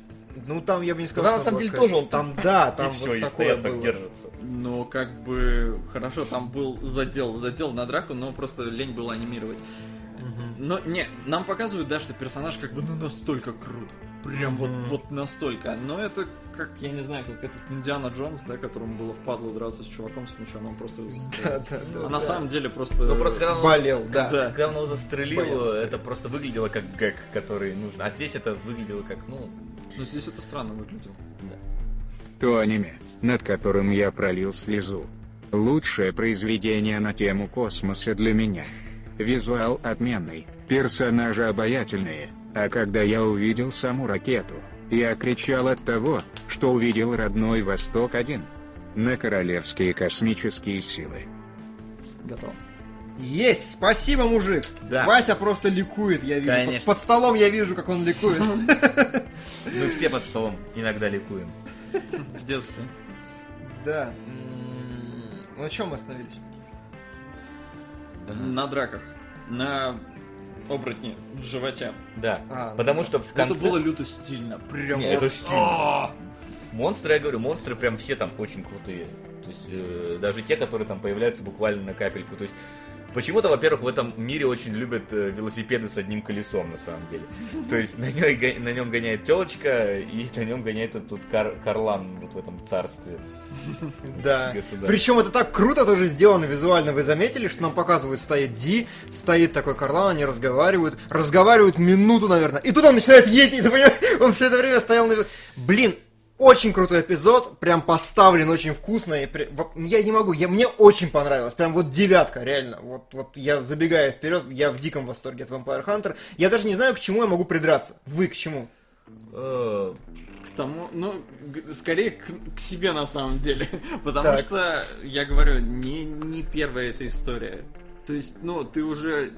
ну там я бы не сказал, Да, на что была самом деле какая-то- тоже он Там, да, И там всё, вот и такое стоят так было. держатся. Но как бы хорошо, там был задел, задел на драку, но просто лень было анимировать. Но не, нам показывают, да, что персонаж как бы ну настолько крут. Прям вот, вот настолько. Но это как, я не знаю, как этот Индиана Джонс, да, которому было впадло драться с чуваком с мечом, он просто его застрелил. Да, да, да, а да. на самом деле просто... Ну, просто когда он, Болел, да. Да. когда он его застрелил, Боялся. это просто выглядело как гэг, который нужно. А здесь это выглядело как, ну... Но здесь это странно выглядело. то аниме, над которым я пролил слезу. Лучшее произведение на тему космоса для меня. Визуал отменный, персонажи обаятельные, а когда я увидел саму ракету, я кричал от того, что увидел родной Восток-1. На королевские космические силы. Готово. Есть, спасибо, мужик. Да. Вася просто ликует, я вижу. Конечно. Под, под столом я вижу, как он ликует. Мы все под столом иногда ликуем. В детстве. Да. М-м-м. М, Ну, на чем мы остановились? На драках. На оборотне в животе. Да. А, ну Потому да. что в конце... Это было люто стильно. Прям Не, вот. это стильно. А! Монстры, я говорю, монстры прям все там очень крутые. То есть э, даже те, которые там появляются буквально на капельку. То есть почему-то, во-первых, в этом мире очень любят э, велосипеды с одним колесом, на самом деле. То есть на, ней га- на нем гоняет телочка, и на нем гоняет этот тут кар- Карлан вот в этом царстве. Да. Государь. Причем это так круто тоже сделано визуально. Вы заметили, что нам показывают, стоит Ди, стоит такой Карлан, они разговаривают, разговаривают минуту, наверное. И тут он начинает ездить, и ты понимаешь, он все это время стоял на... вел- Блин, очень крутой эпизод, прям поставлен очень вкусно. и при- во- Я не могу, я... мне очень понравилось. Прям вот девятка, реально. Вот, вот я забегая вперед, я в диком восторге от Vampire Hunter. Я даже не знаю, к чему я могу придраться. Вы к чему? Э, К тому, ну, г- скорее к, к себе на самом деле. Потому Так. что, я говорю, не, не первая эта история. То есть, ну, ты уже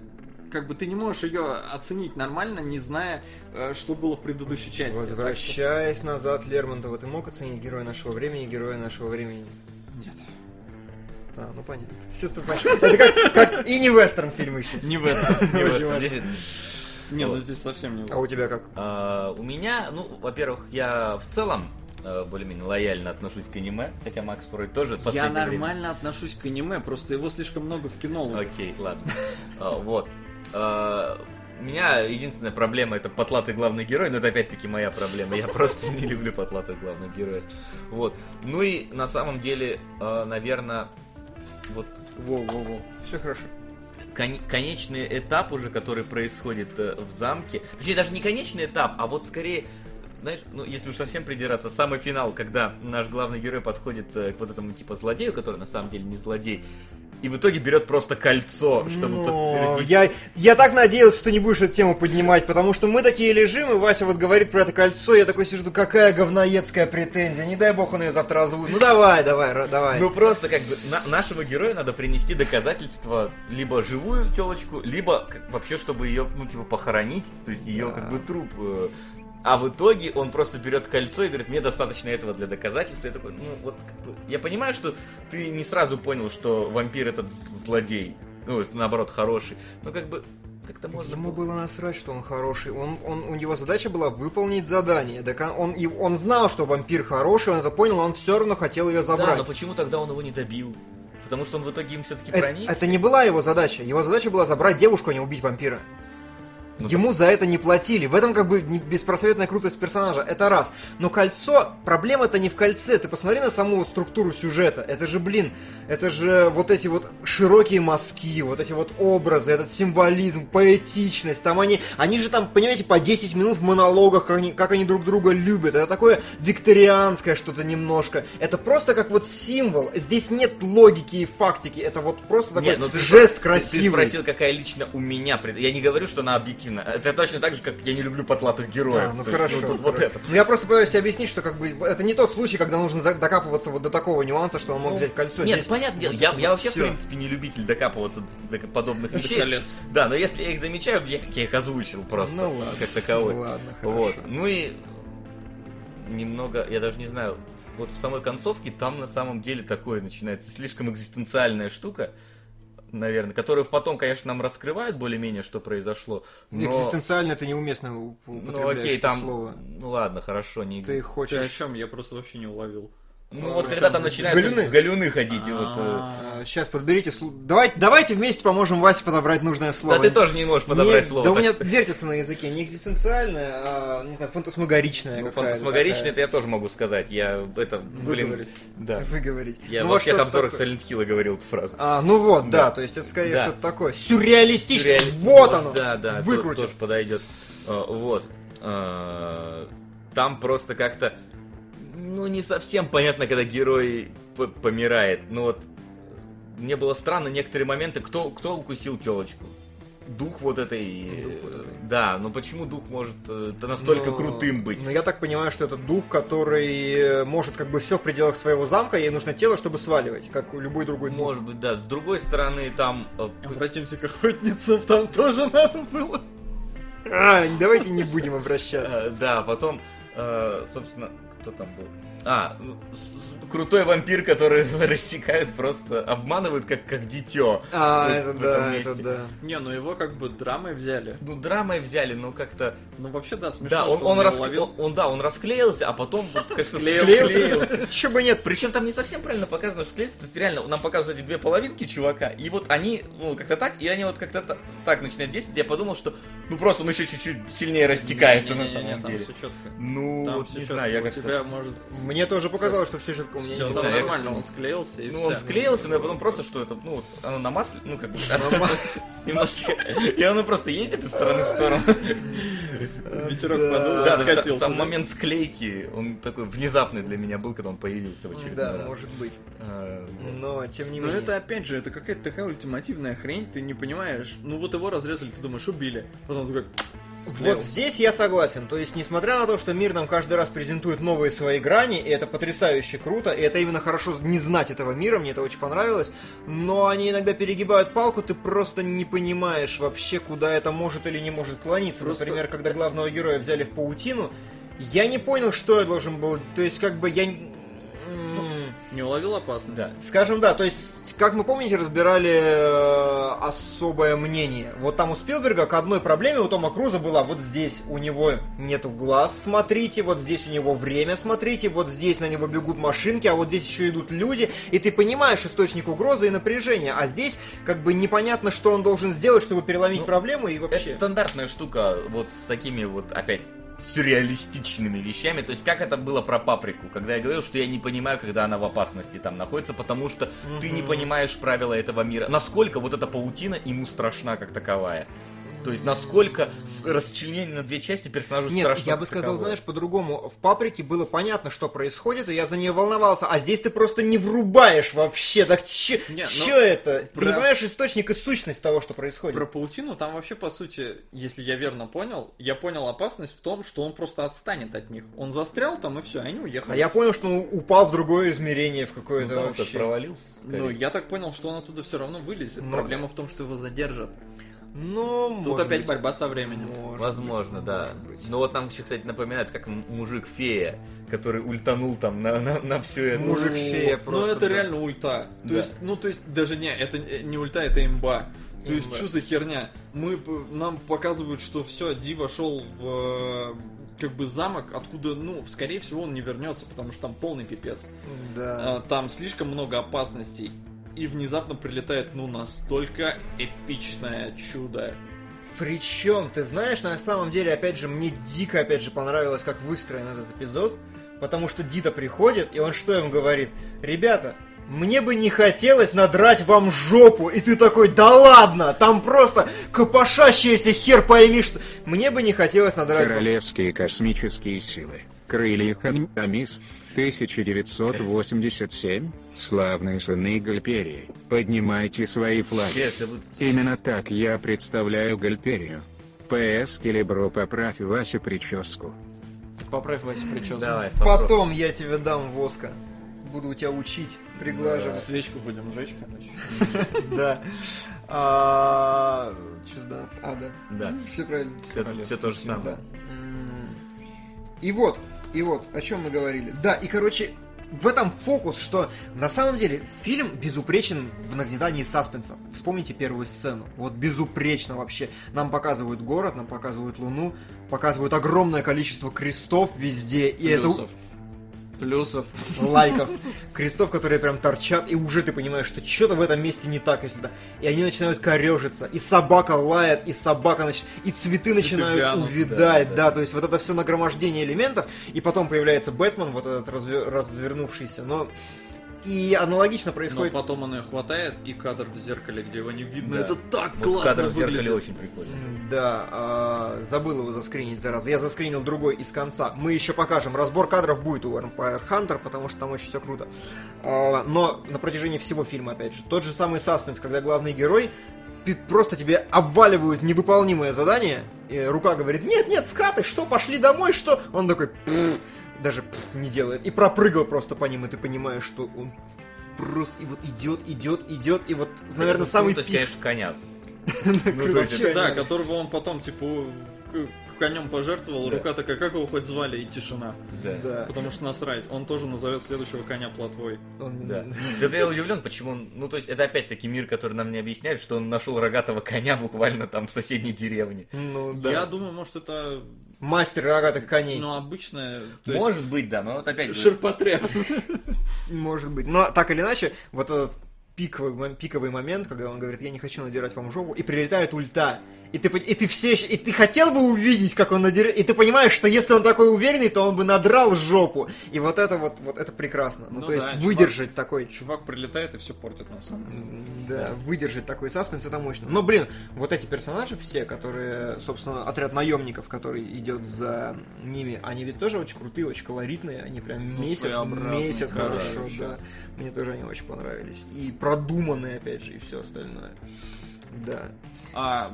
как бы ты не можешь ее оценить нормально, не зная, э, что было в предыдущей части. Так что- Возвращаясь назад, Лермонтова, ты мог оценить героя нашего времени, героя нашего времени? Нет. А, ну понятно. Все понятно. Это как, как и не вестерн фильм еще. Не вестерн. Не важно, здесь это- Не, ну здесь совсем не А у тебя как? А, У меня, ну, во-первых, я в целом э, более-менее лояльно отношусь к аниме, хотя Макс Фройд тоже в Я последнее время- нормально отношусь к аниме, просто его слишком много в кино. ловят. Окей, ладно. А, Вот. А, У меня единственная проблема это потлатый главный герой, но это опять-таки моя проблема. Я просто не люблю потлатых главных героев. Вот. Ну и на самом деле, а, наверное, вот Воу-воу-воу. Все хорошо. кон- конечный этап уже, который происходит э, в замке. Точнее, даже не конечный этап, а вот скорее, знаешь, ну, если уж совсем придираться, самый финал, когда наш главный герой подходит э, к вот этому типа злодею, который на самом деле не злодей, и в итоге берет просто кольцо, чтобы Но подтвердить. Ну, я, я так надеялся, что ты не будешь эту тему поднимать, потому что мы такие лежим, и Вася вот говорит про это кольцо, и я такой сижу, ну какая говноедская претензия, не дай бог он ее завтра озвучит. Ну давай, давай, ра- давай. Ну просто как бы на- нашему герою надо принести доказательства либо живую телочку, либо как- вообще, чтобы ее, ну, типа, похоронить, то есть ее как бы труп. э, А в итоге он просто берет кольцо и говорит, мне достаточно этого для доказательства. Я такой, ну вот, как бы, я понимаю, что ты не сразу понял, что вампир этот з- злодей. Ну, наоборот, хороший. Но как бы, как-то можно... Ему было- было насрать, что он хороший. Он, он, у него задача была выполнить задание. Так он, и он знал, что вампир хороший, он это понял, но он все равно хотел ее Да, забрать. Э, но почему тогда он его не добил? Потому что он в итоге им все-таки это, проник. это не была его задача. Его задача была забрать девушку, а не убить вампира. Ну Ему за это не платили. В этом как бы не- беспросветная крутость персонажа. Это раз. Но кольцо, проблема-то не в кольце. Ты посмотри на саму структуру сюжета. Это же, блин, это же вот эти вот широкие мазки, вот эти вот образы, этот символизм, поэтичность. Там они, они же там, понимаете, по 10 минут в монологах, как они, как они друг друга любят. Это такое викторианское что-то немножко. Это просто как вот символ. Здесь нет логики и фактики. Это вот просто такой Нет, ну ты жест спро- красивый. Ты спросил, какая лично у меня. пред- Я не говорю, что она объективна. Это точно так же, как я не люблю потлатых героев. Да, ну То есть, хорошо. тут вот это. Ну, я просто пытаюсь тебе объяснить, что как бы это не тот случай, когда нужно за- докапываться вот до такого нюанса, что он мог взять кольцо. Ну, Нет, Здесь понятно, дело, я, я вообще, всё. в принципе, не любитель докапываться до к- подобных вещей. колец. Да, но если я их замечаю, я, я их озвучил просто. Ну ладно. Как таковой. Ну ладно, хорошо. вот. Ну и немного, я даже не знаю, вот в самой концовке там на самом деле такое начинается слишком экзистенциальная штука, наверное, которую потом, конечно, нам раскрывают более-менее, что произошло. Но... Экзистенциально это неуместно у- употребляешь Ну окей, это там... слово. Ну ладно, хорошо, не... Ты Ты о хочешь... чем? Я просто вообще не уловил. А, Ну вот когда там начинают галюны, Галюны? ходить, и вот... э, Сейчас подберите слово. Давайте, давайте вместе поможем Васе подобрать нужное слово. Да ты тоже не можешь подобрать Не- слово. Да у так меня что- вертится на языке. Не экзистенциальное, а, не знаю, фантасмагоричное. Ну, какая-то фантасмагоричный, это такая. я тоже могу сказать. Я это, блин... Выговорить. Да. Выговорить. Я Ну, во вот всех что-то обзорах такое. Silent Hill говорил эту фразу. А, ну вот, да. Да. то есть это скорее Да. что-то такое. Сюрреалистично. Реаль- Вот оно. Да, да, Выкрути. то- тоже подойдет. А, Вот. А, Там просто как-то, ну, не совсем понятно, когда герой п- помирает. Ну вот, мне было странно некоторые моменты, кто, кто укусил телочку. Дух вот этой... Да, но почему дух может э, настолько Но- крутым быть? Но я так понимаю, что это дух, который э, может как бы все в пределах своего замка, ей нужно тело, чтобы сваливать, как у любой другой дух. Может быть, да. С другой стороны, там... э, Обратимся к охотницам, там тоже надо было. А, давайте не будем обращаться. э, Да, потом, э, собственно, кто там был? А, ну, с- с- крутой вампир, который рассекают просто, обманывают как, как дитё. А, в это этом да, месте. это да. Не, ну его как бы драмой взяли. Ну, драмой взяли, но как-то... Ну вообще, да, смешно, Да, он, что он, не рас- уловил. он- он, да, он расклеился, а потом вот как-то склеился. Склеился? Чё бы нет. Причем там не совсем правильно показано, что клеится. То есть реально нам показывали две половинки чувака, и вот они, ну, как-то так, и они вот как-то та- так начинают действовать. Я подумал, что, ну, просто он еще чуть-чуть сильнее растекается на Не-не-не, самом там деле. все четко. Ну, Там вот все не знаю, я четко. У как-то... тебя может... Мне тоже показалось, что все же у меня Все не знаю, я нормально, как-то- он склеился и Ну, всё. он склеился, но я подумал просто, что это, ну, вот оно на масле, ну, как бы, немножечко, и оно просто едет из стороны в сторону. Ну, Ветерок подул, да, Да, то есть скатился. сам да? момент склейки, он такой внезапный для меня был, когда он появился в было. очередной Да, раз. может быть. А, вот. Но, тем не Ну менее. это опять же, это какая-то такая ультимативная хрень, ты не понимаешь. Ну вот его разрезали, ты думаешь, убили. Потом такой, Вот здесь я согласен. То есть, несмотря на то, что мир нам каждый раз презентует новые свои грани, и это потрясающе круто, и это именно хорошо не знать этого мира, мне это очень понравилось, но они иногда перегибают палку, ты просто не понимаешь вообще, куда это может или не может клониться. Просто- Например, когда главного героя взяли в паутину, я не понял, что я должен был... То есть, как бы я... н- м, Не уловил опасность. Скажем, да, то есть, как мы помните, разбирали э, особое мнение. Вот там у Спилберга к одной проблеме у Тома Круза была вот здесь у него нету глаз, смотрите, вот здесь у него время, смотрите, вот здесь на него бегут машинки, а вот здесь еще идут люди, и ты понимаешь источник угрозы и напряжения, а здесь как бы непонятно, что он должен сделать, чтобы переломить Ну, проблему и Это вообще... стандартная штука вот с такими вот опять сюрреалистичными вещами. То есть как это было про паприку, когда я говорил, что я не понимаю, когда она в опасности там находится, потому что ты не понимаешь правила этого мира. Насколько вот эта паутина ему страшна как таковая. То есть насколько с- расчленение на две части персонажу Нет, страшно. я как бы сказал, таковое. знаешь, по-другому. В паприке было понятно, что происходит, и я за нее волновался, а здесь ты просто не врубаешь вообще. Так че Не, че ну, это? Ты про- не понимаешь источник и сущность того, что происходит. Про паутину там вообще, по сути, если я верно понял, я понял опасность в том, что он просто отстанет от них. Он застрял там и все, они А уехали. я понял, что он упал в другое измерение, в Ну, какое-то там вот вообще. провалился. Ну, скорее. я так понял, что он оттуда все равно вылезет. Ну, Проблема в том, что его задержат. Ну, Тут может опять быть. борьба со временем. Может Возможно, быть, да. может быть. Но вот нам еще, кстати, напоминает, как м- мужик-фея, который ультанул там на, на, все это. Мужик-фея Ну просто. это да. реально ульта. То Да. есть, ну то есть даже не, это не не ульта, это имба. То есть Имба. что за херня? Мы п- нам показывают, что все Дива шел в э, как бы замок, откуда, ну, скорее всего, он не вернется, потому что там полный пипец. Да. А, Там слишком много опасностей. И внезапно прилетает, ну, настолько эпичное чудо. Причем, ты знаешь, на самом деле, опять же, мне дико, опять же, понравилось, как выстроен этот эпизод, потому что Дита приходит, и он что им говорит? Ребята, мне бы не хотелось надрать вам жопу, и ты такой, да ладно, там просто копошащаяся хер пойми, что... Мне бы не хотелось надрать вам Королевские космические силы. Крылья Хамтамис. 1987. Славные сыны Гальперии. Поднимайте свои флаги. Если бы- Именно так я представляю Гальперию. П.С. Келебро, поправь Вася прическу. Поправь, Вася, прическу. Давай, попробуй. Потом я тебе дам воска. Буду тебя учить, приглаживать. Свечку будем жечь, короче. Да. А, чё да? А, да. Да, Все правильно. все, то же самое. Да. И вот, и вот, о чем мы говорили. Да, и короче, в этом фокус, что на самом деле фильм безупречен в нагнетании саспенса. Вспомните первую сцену. Вот безупречно вообще. Нам показывают город, нам показывают луну, показывают огромное количество крестов везде. И это Плюсов. Плюсов. лайков, крестов, которые прям торчат, и уже ты понимаешь, что что-то в этом месте не так, если да. И они начинают корежиться, и собака лает, и собака начинает, и цветы, Цветы начинают вянут, увидать, да, да, да. то есть вот это все нагромождение элементов, и потом появляется Бэтмен, вот этот разве- развернувшийся, но и аналогично Но происходит. потом она ее хватает, и кадр в зеркале, где его не видно. Да. Это так Вот классно кадр в зеркале выглядит. очень прикольный. М, Да, а, забыл его заскринить, зараза. Я заскринил другой из конца. Мы еще покажем. Разбор кадров будет у Vampire Hunter, потому что там очень все круто. А, но на протяжении всего фильма, опять же, тот же самый саспенс, когда главный герой ты- просто тебе обваливают невыполнимое задание, и рука говорит, нет, нет, скаты, что, пошли домой, что? Он такой, «Пф», даже «пф» не делает, и пропрыгал просто по ним, и ты понимаешь, что он просто и вот идет, идет, идет, и вот, наверное, Ну, самый то есть, пик. конечно, коня. Ну, то есть вообще, Да, которого он потом, типа, к- конем пожертвовал, Да. рука такая, как его хоть звали, и тишина. Да. Да. Потому что насрать, он тоже назовет следующего коня плотвой. Он- Да. Это я удивлен, почему он... Ну, то есть, это опять-таки мир, который нам не объясняют, что он нашел рогатого коня буквально там в соседней деревне. Ну да. Я думаю, может, это, Мастер рогатых коней. ну, обычное, то есть, Может быть, да, но вот опять же... ширпотреб. Может быть. Но так или иначе, вот этот пиковый, мом- пиковый момент, когда он говорит, я не хочу надирать вам жопу, и прилетает ульта. И ты, пон- и ты все, еще- и ты хотел бы увидеть, как он надирает, и ты понимаешь, что если он такой уверенный, то он бы надрал жопу. И вот это вот, вот это прекрасно. Ну, Ну то есть да, чувак- выдержать такой Чувак прилетает и все портит, на самом деле. Да, выдержать такой саспенс, это мощно. Но, блин, вот эти персонажи все, которые, собственно, отряд наемников, который идет за ними, они ведь тоже очень крутые, очень колоритные, они прям Ну, месяц, своеобразные, месяц да, хорошо, вообще. да. Мне тоже они очень понравились. И продуманные, опять же, и все остальное. Да. А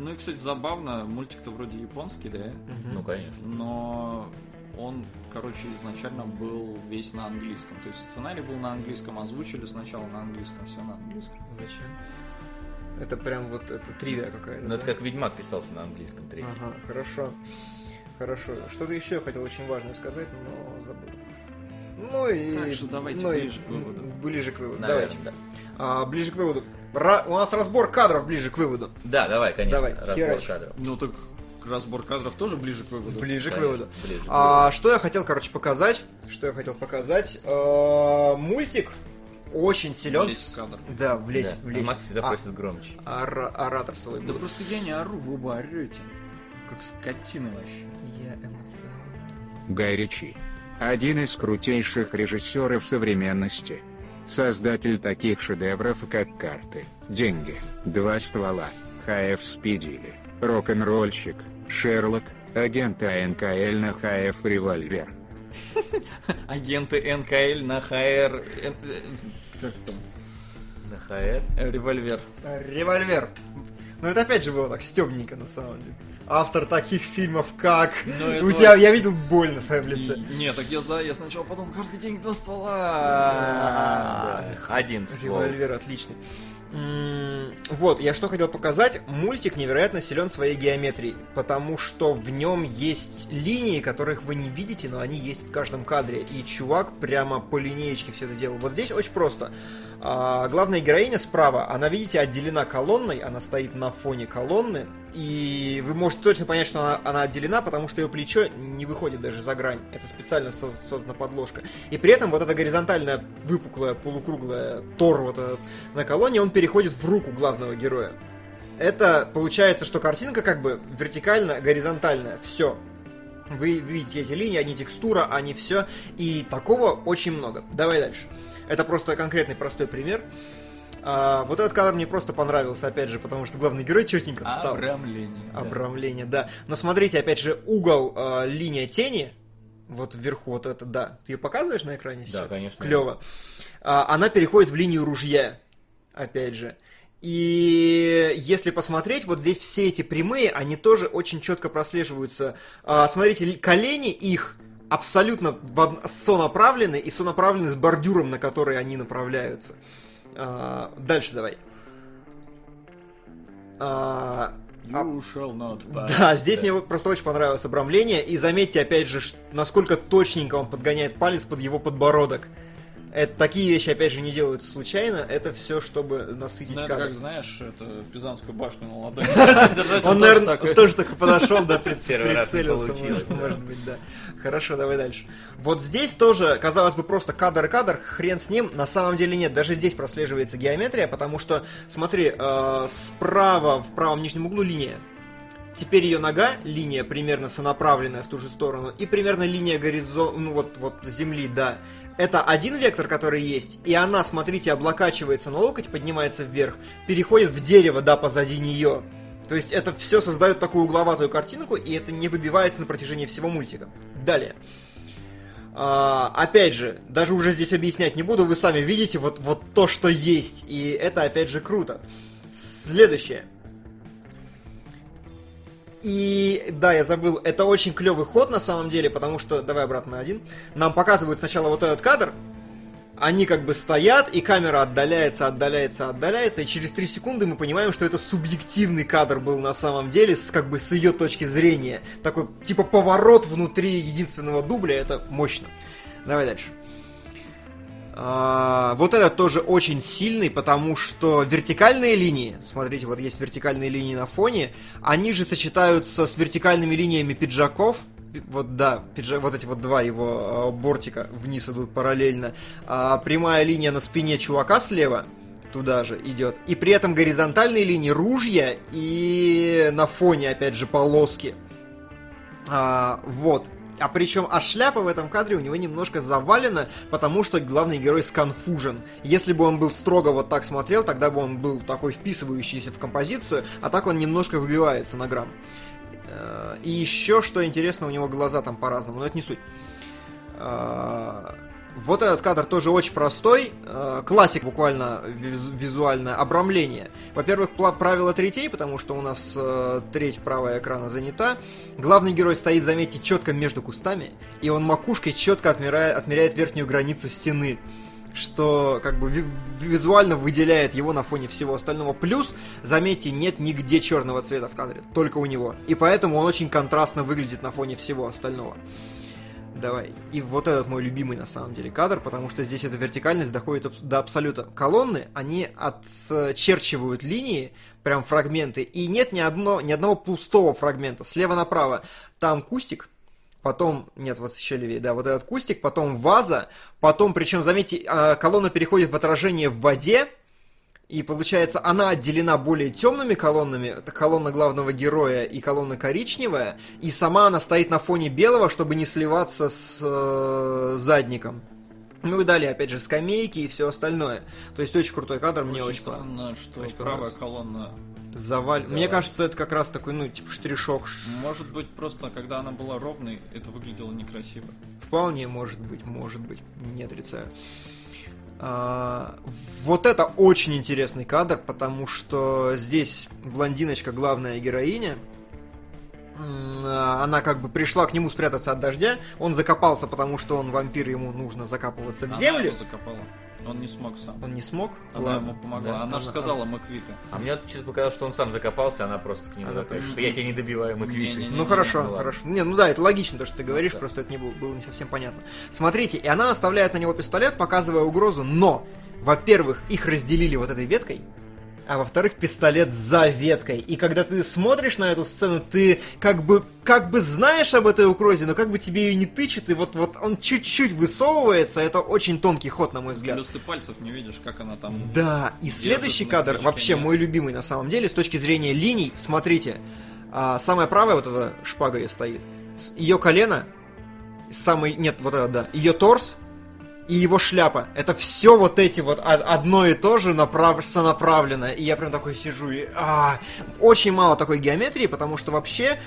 Ну и, кстати, забавно, мультик-то вроде японский, да? Ну, конечно. но он, короче, изначально был весь на английском. То есть сценарий был на английском, а озвучили сначала на английском, все на английском. Зачем? Это прям вот это тривия какая-то. Ну, это да? как Ведьмак писался на английском третий. Ага, хорошо. Хорошо. Что-то еще я хотел очень важное сказать, но забыл. Ну и... Так что давайте ну и- ближе к выводу. Ближе к выводу, Наверное, давайте. да. А, ближе к выводу. Ра- У нас разбор кадров ближе к выводу. Да, давай, конечно. Давай, разбор херач. кадров. Ну так разбор кадров тоже ближе к выводу. Ближе к Конечно, выводу. ближе к А, что я хотел, короче, показать? Что я хотел показать? Э, Мультик очень силен. Влезть в кадр. Да, влезть, Да. влезть. Макс всегда А, просит громче. ора- Оратор свой. Да просто я не ору, вы оба орете. Как скотины вообще. Я эмоционально. Гай Ричи. Один из крутейших режиссеров современности. Создатель таких шедевров, как «Карты», «Деньги», «Два ствола», «ХФ Спидили», «Рок-н-ролльщик», «Шерлок», «Агент АНКЛ» на «ХФ Револьвер». Агенты НКЛ на ХР... э, э, Как там? На ХР. Э, Револьвер. Револьвер. Ну это опять же было так стебненько на самом деле. Автор таких фильмов как... Ну, это У тебя, вообще- я видел боль на твоем лице. И- Нет, так я, да, я сначала подумал, каждый день два ствола. Один ствол. Револьвер отличный. М, Вот, я что хотел показать. Мультик невероятно силен своей геометрией, потому что в нем есть линии, которых вы не видите, но они есть в каждом кадре. И чувак прямо по линеечке все это делал. Вот здесь очень просто. А, главная героиня справа, она, видите, отделена колонной, она стоит на фоне колонны, и вы можете точно понять, что она, она отделена, потому что ее плечо не выходит даже за грань. Это специально соз- создана подложка. И при этом вот эта горизонтальная, выпуклая, полукруглая тор вот этот на колонне, он переходит в руку главного героя. Это получается, что картинка как бы вертикально, горизонтальная, все. Вы видите эти линии, они текстура, они все. И такого очень много. Давай дальше. Это просто конкретный простой пример. А, вот этот кадр мне просто понравился, опять же, потому что главный герой четенько встал. Обрамление. да. Обрамление, да. Но смотрите, опять же, угол э, линия тени, вот вверху вот это, да. Ты ее показываешь на экране сейчас? конечно. Клево. А, она переходит в линию ружья, опять же. И если посмотреть, вот здесь все эти прямые, они тоже очень четко прослеживаются. А, смотрите, л- колени их абсолютно в од- сонаправлены и сонаправлены с бордюром, на который они направляются. А, дальше давай. А, You shall not pass. да, здесь Ну, мне просто очень понравилось обрамление. И заметьте, опять же, ш- насколько точненько он подгоняет палец под его подбородок. Это, такие вещи, опять же, не делаются случайно. Это все, чтобы насытить Ну, это кадр. как, знаешь, это Пизанскую башню на ладони. держать, Он, вот тоже наверное, такой. тоже только подошел, да, приц- Первый раз не прицелился, получилось, может, может быть, да. Хорошо, давай дальше. Вот здесь тоже, казалось бы, просто кадр-кадр, хрен с ним. На самом деле нет, даже здесь прослеживается геометрия, потому что, смотри, э, справа в правом нижнем углу линия. Теперь ее нога, линия примерно сонаправленная в ту же сторону, и примерно линия горизонта, ну вот, вот земли, да. Это один вектор, который есть, и она, смотрите, облокачивается на локоть, поднимается вверх, переходит в дерево, да, позади нее. То есть это все создает такую угловатую картинку, и это не выбивается на протяжении всего мультика. Далее. А, опять же, даже уже здесь объяснять не буду, вы сами видите вот, вот то, что есть, и это опять же круто. Следующее. И да, я забыл, э, это очень клевый ход на самом деле, потому что, давай обратно на один, нам показывают сначала вот этот кадр, они как бы стоят, и камера отдаляется, отдаляется, отдаляется, и через 3 секунды мы понимаем, что это субъективный кадр был на самом деле, с, как бы с ее точки зрения. Такой, типа, поворот внутри единственного дубля, это мощно. Давай дальше. А, вот это тоже очень сильный, потому что вертикальные линии, смотрите, вот есть вертикальные линии на фоне, они же сочетаются с вертикальными линиями пиджаков. Пи- Вот да, пиджа- вот эти вот два его э, бортика вниз идут параллельно. А, прямая линия на спине чувака слева туда же идет. И при этом горизонтальные линии ружья и на фоне, опять же, полоски. А, вот. А причем, а шляпа в этом кадре у него немножко завалена, потому что главный герой сконфужен. Если бы он был строго вот так смотрел, тогда бы он был такой вписывающийся в композицию, а так он немножко выбивается на грамм. Э, И еще, что интересно, у него глаза там по-разному, но это не суть. А, Вот этот кадр тоже очень простой, э, классик буквально виз- визуальное обрамление. Во-первых, пла- правило третей, потому что у нас э, треть правая экрана занята. Главный герой стоит, заметьте, четко между кустами, и он макушкой четко отмирает, отмеряет верхнюю границу стены что как бы ви- визуально выделяет его на фоне всего остального. Плюс, заметьте, нет нигде черного цвета в кадре, только у него. И поэтому он очень контрастно выглядит на фоне всего остального. Давай. И вот этот мой любимый на самом деле кадр, потому что здесь эта вертикальность доходит абс- до абсолюта. Колонны, они отчерчивают линии, прям фрагменты, и нет ни, одно, ни одного пустого фрагмента, слева направо. Там кустик, потом, нет, вот еще левее, да, вот этот кустик, потом ваза, потом, причем, заметьте, а, колонна переходит в отражение в воде, и получается, она отделена более темными колоннами, это колонна главного героя и колонна коричневая, и сама она стоит на фоне белого, чтобы не сливаться с э, задником. Ну и далее, опять же, скамейки и все остальное. То есть очень крутой кадр, мне очень, понравился. странно, ну, что очень правая понравилось. колонна. Заваль... Мне кажется, это как раз такой, ну, типа штришок. ш- Может быть, просто когда она была ровной, это выглядело некрасиво. Вполне может быть, может быть, не отрицаю. А, вот это очень интересный кадр, потому что здесь блондиночка главная героиня. М, а, Она как бы пришла к нему спрятаться от дождя. Он закопался, потому что он вампир, ему нужно закапываться в Она землю. его закопала. Он не смог сам. Он не смог. Она Ладно, ему помогла. да, она же сказала, мы квиты. А мне вот что-то показалось, что он сам закопался, она просто к нему Она такая, что я тебя не добиваю, мы квиты. Не-не-не. Ну хорошо, ладно. хорошо. Не, ну да, это логично то, что ты говоришь, просто это не было, было не совсем понятно. Смотрите, и она оставляет на него пистолет, показывая угрозу, но, во-первых, их разделили вот этой веткой, а во-вторых, пистолет за веткой. И когда ты смотришь на эту сцену, ты как бы, как бы знаешь об этой угрозе, но как бы тебе ее не тычет, и вот, вот он чуть-чуть высовывается, это очень тонкий ход, на мой взгляд. Плюс ты пальцев не видишь, как она там. Да, и следующий на кадр, крючке, вообще нет. мой любимый на самом деле, с точки зрения линий, смотрите, а, самая правая вот эта шпага ее стоит, ее колено, самый, нет, вот это, да, ее торс и его шляпа. Это все вот эти вот а- одно и то же направ... сонаправленно. И я прям такой сижу и... а, Очень мало такой геометрии, потому что вообще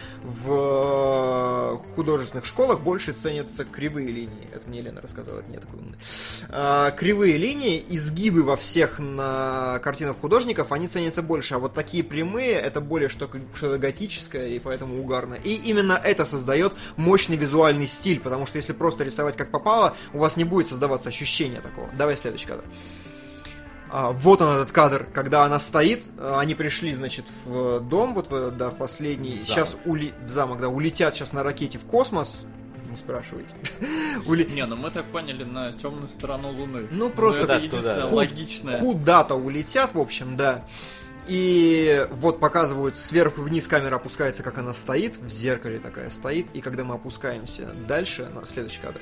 в э, художественных школах больше ценятся кривые линии. Это мне Елена рассказала, это не я такой умный. А, Кривые линии, изгибы во всех на картинах художников, они ценятся больше. А вот такие прямые, это более что- что-то готическое и поэтому угарно. И именно это создает мощный визуальный стиль, потому что если просто рисовать как попало, у вас не будет создаваться ощущения такого. Давай следующий кадр. А, вот он этот кадр, когда она стоит, а, они пришли, значит, в дом, вот в, этот, да, в последний, сейчас ули... в замок, да, улетят сейчас на ракете в космос, не спрашивайте. Уле- Не, ну мы так поняли на темную сторону Луны. Ну, просто это да, единственное туда. логичное. Куда-то улетят, в общем, да. И вот показывают сверху вниз камера опускается, как она стоит, в зеркале такая стоит. И когда мы опускаемся дальше, на следующий кадр,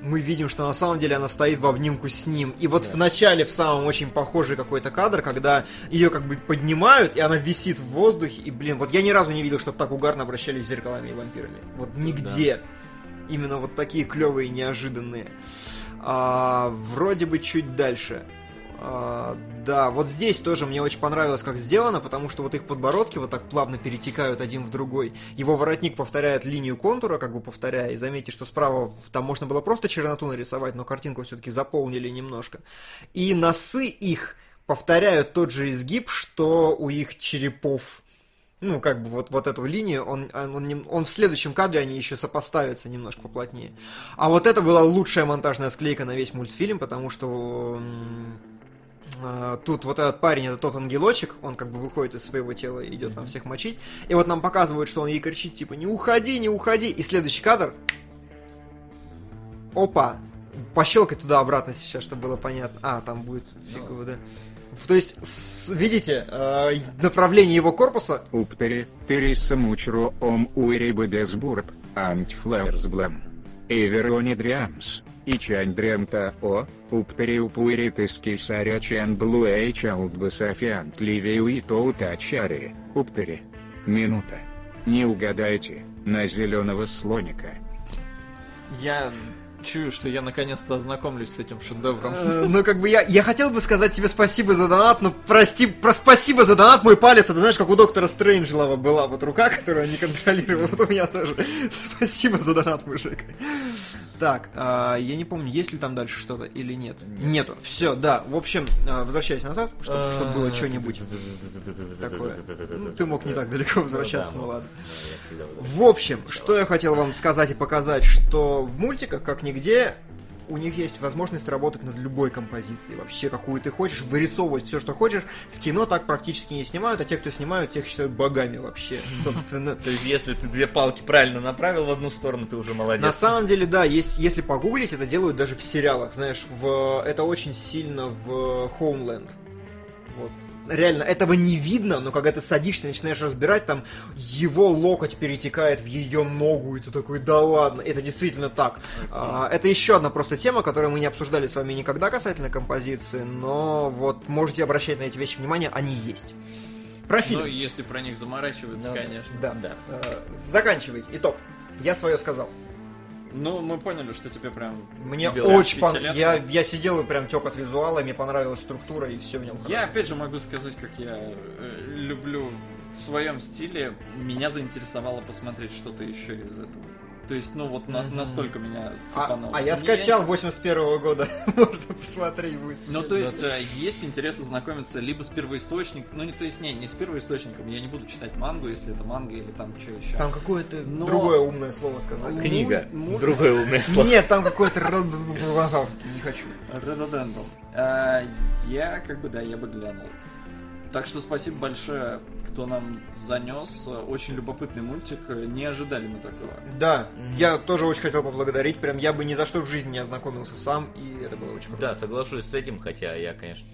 мы видим, что на самом деле она стоит в обнимку с ним. И вот в начале, в самом очень похожий какой-то кадр, когда ее как бы поднимают, и она висит в воздухе. И, блин, вот я ни разу не видел, чтобы так угарно обращались с зеркалами и вампирами. Вот нигде. Именно вот такие клевые, неожиданные. А, вроде бы чуть дальше. А, да, вот здесь тоже мне очень понравилось, как сделано, потому что вот их подбородки вот так плавно перетекают один в другой. Его воротник повторяет линию контура, как бы повторяя, и заметьте, что справа в- там можно было просто черноту нарисовать, но картинку все-таки заполнили немножко. И носы их повторяют тот же изгиб, что у их черепов. Ну, как бы вот, вот эту линию, он, он, нем- он в следующем кадре они еще сопоставятся немножко поплотнее. А вот это была лучшая монтажная склейка на весь мультфильм, потому что м, а, тут вот этот парень, это тот ангелочек, он как бы выходит из своего тела и идет там всех мочить. И вот нам показывают, что он ей кричит, типа, не уходи, не уходи. И следующий кадр. Опа. Пощелкай туда-обратно сейчас, чтобы было понятно. А, там будет фиг его, да. В- То есть, с- видите, э, направление его корпуса Уптери, Териса Мучро Ом Уэриба Десбурб, Антфлауэрсблам. Эверони Дриамс, и Чань Дремта О, Уптери Упуэри Тиски Саря Чан Блуэй Чаудба Софиант Ливиу и Тоута Чари, Уптери. Минута. Не угадайте, на зеленого слоника. Я чую, что я наконец-то ознакомлюсь с этим шедевром. Э, Ну, как бы я, я хотел бы сказать тебе спасибо за донат, но прости, про спасибо за донат, мой палец, это знаешь, как у доктора Стрэнджлова была вот рука, которую он не контролировал, вот у меня тоже. Спасибо за донат, мужик. Так, а, я не помню, есть ли там дальше что-то или нет. Нет. Нету. Все, да. В общем, а, возвращаясь назад, чтобы было что-нибудь такое. Ну, ты мог не так далеко возвращаться, да, ну мог. ладно. Да, я всегда вот В общем, что я хотел вам сказать и показать, что в мультиках, как нигде, у них есть возможность работать над любой композицией, вообще какую ты хочешь, вырисовывать все, что хочешь. В кино так практически не снимают, а те, кто снимают, тех считают богами вообще, собственно. это. То есть, если ты две палки правильно направил в одну сторону, ты уже молодец. На самом деле, да, есть, если погуглить, это делают даже в сериалах, знаешь, в, это очень сильно в Homeland. Вот. Реально, этого не видно, но когда ты садишься и начинаешь разбирать, там его локоть перетекает в ее ногу, и ты такой, да ладно, это действительно так. А, это еще одна просто тема, которую мы не обсуждали с вами никогда касательно композиции, но вот можете обращать на эти вещи внимание, они есть. Про фильм. Ну, если про них заморачиваться, Ну, конечно. Да. Э, заканчивайте. Итог. Я свое сказал. Ну, мы поняли, что тебе прям... Мне тебе очень впечатлят. понравилось. Я, я сидел и прям тек от визуала, мне понравилась структура и все в нем. Я опять же могу сказать, как я э, люблю в своем стиле. Меня заинтересовало посмотреть что-то еще из этого. То есть, ну вот на- Мгм. настолько меня А, цепануло. а я типа, ну, Не- скачал 81 года, можно посмотреть будет. Ну, то есть, э, есть интерес ознакомиться либо с первоисточником, ну, не, то есть, не, не с первоисточником, я не буду читать мангу, если это манга или там что еще. Там какое-то Но- Ну, другое умное слово сказали. Книга. Муль- муль- Другое умное Э, слово. Нет, там какое-то... ра- Не хочу. Рододендрон. Э, я как бы да, я бы глянул. Так что спасибо большое, кто нам занес. Э, Очень любопытный мультик. Э, Не ожидали мы такого. Да, я тоже очень хотел поблагодарить. Прям я бы ни за что в жизни не ознакомился сам, и это было очень круто. Да, соглашусь с этим, хотя я, конечно,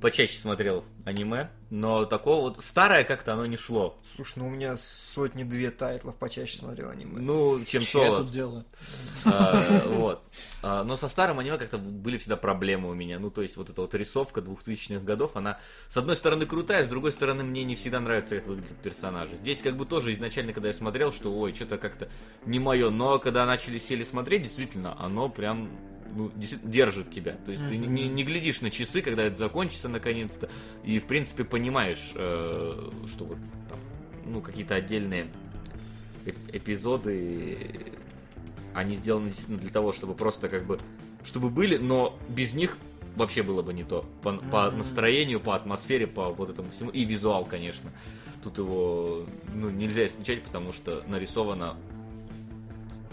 почаще смотрел аниме, но такого вот старое как-то оно не шло. Слушай, ну у меня сотни-две тайтлов почаще смотрел аниме. Ну, чем Что я соло. тут делаю? А, Вот. А, Но со старым аниме как-то были всегда проблемы у меня. Ну, то есть, вот эта вот рисовка 2000-х годов, она, с одной стороны, крутая, с другой стороны, мне не всегда нравится, как выглядят персонажи. Здесь как бы тоже изначально, когда я смотрел, что, ой, что-то как-то не мое. Но когда начали сели смотреть, действительно, оно прям ну, действительно держит тебя. То есть ты Мгм. не, не глядишь на часы, когда это закончится наконец-то, и в принципе понимаешь, э, что вот там, ну, какие-то отдельные эп- эпизоды, они сделаны действительно для того, чтобы просто как бы, чтобы были, но без них вообще было бы не то. По, по Мгм. настроению, по атмосфере, по вот этому всему. И визуал, конечно. Тут его ну, нельзя исключать, потому что нарисовано...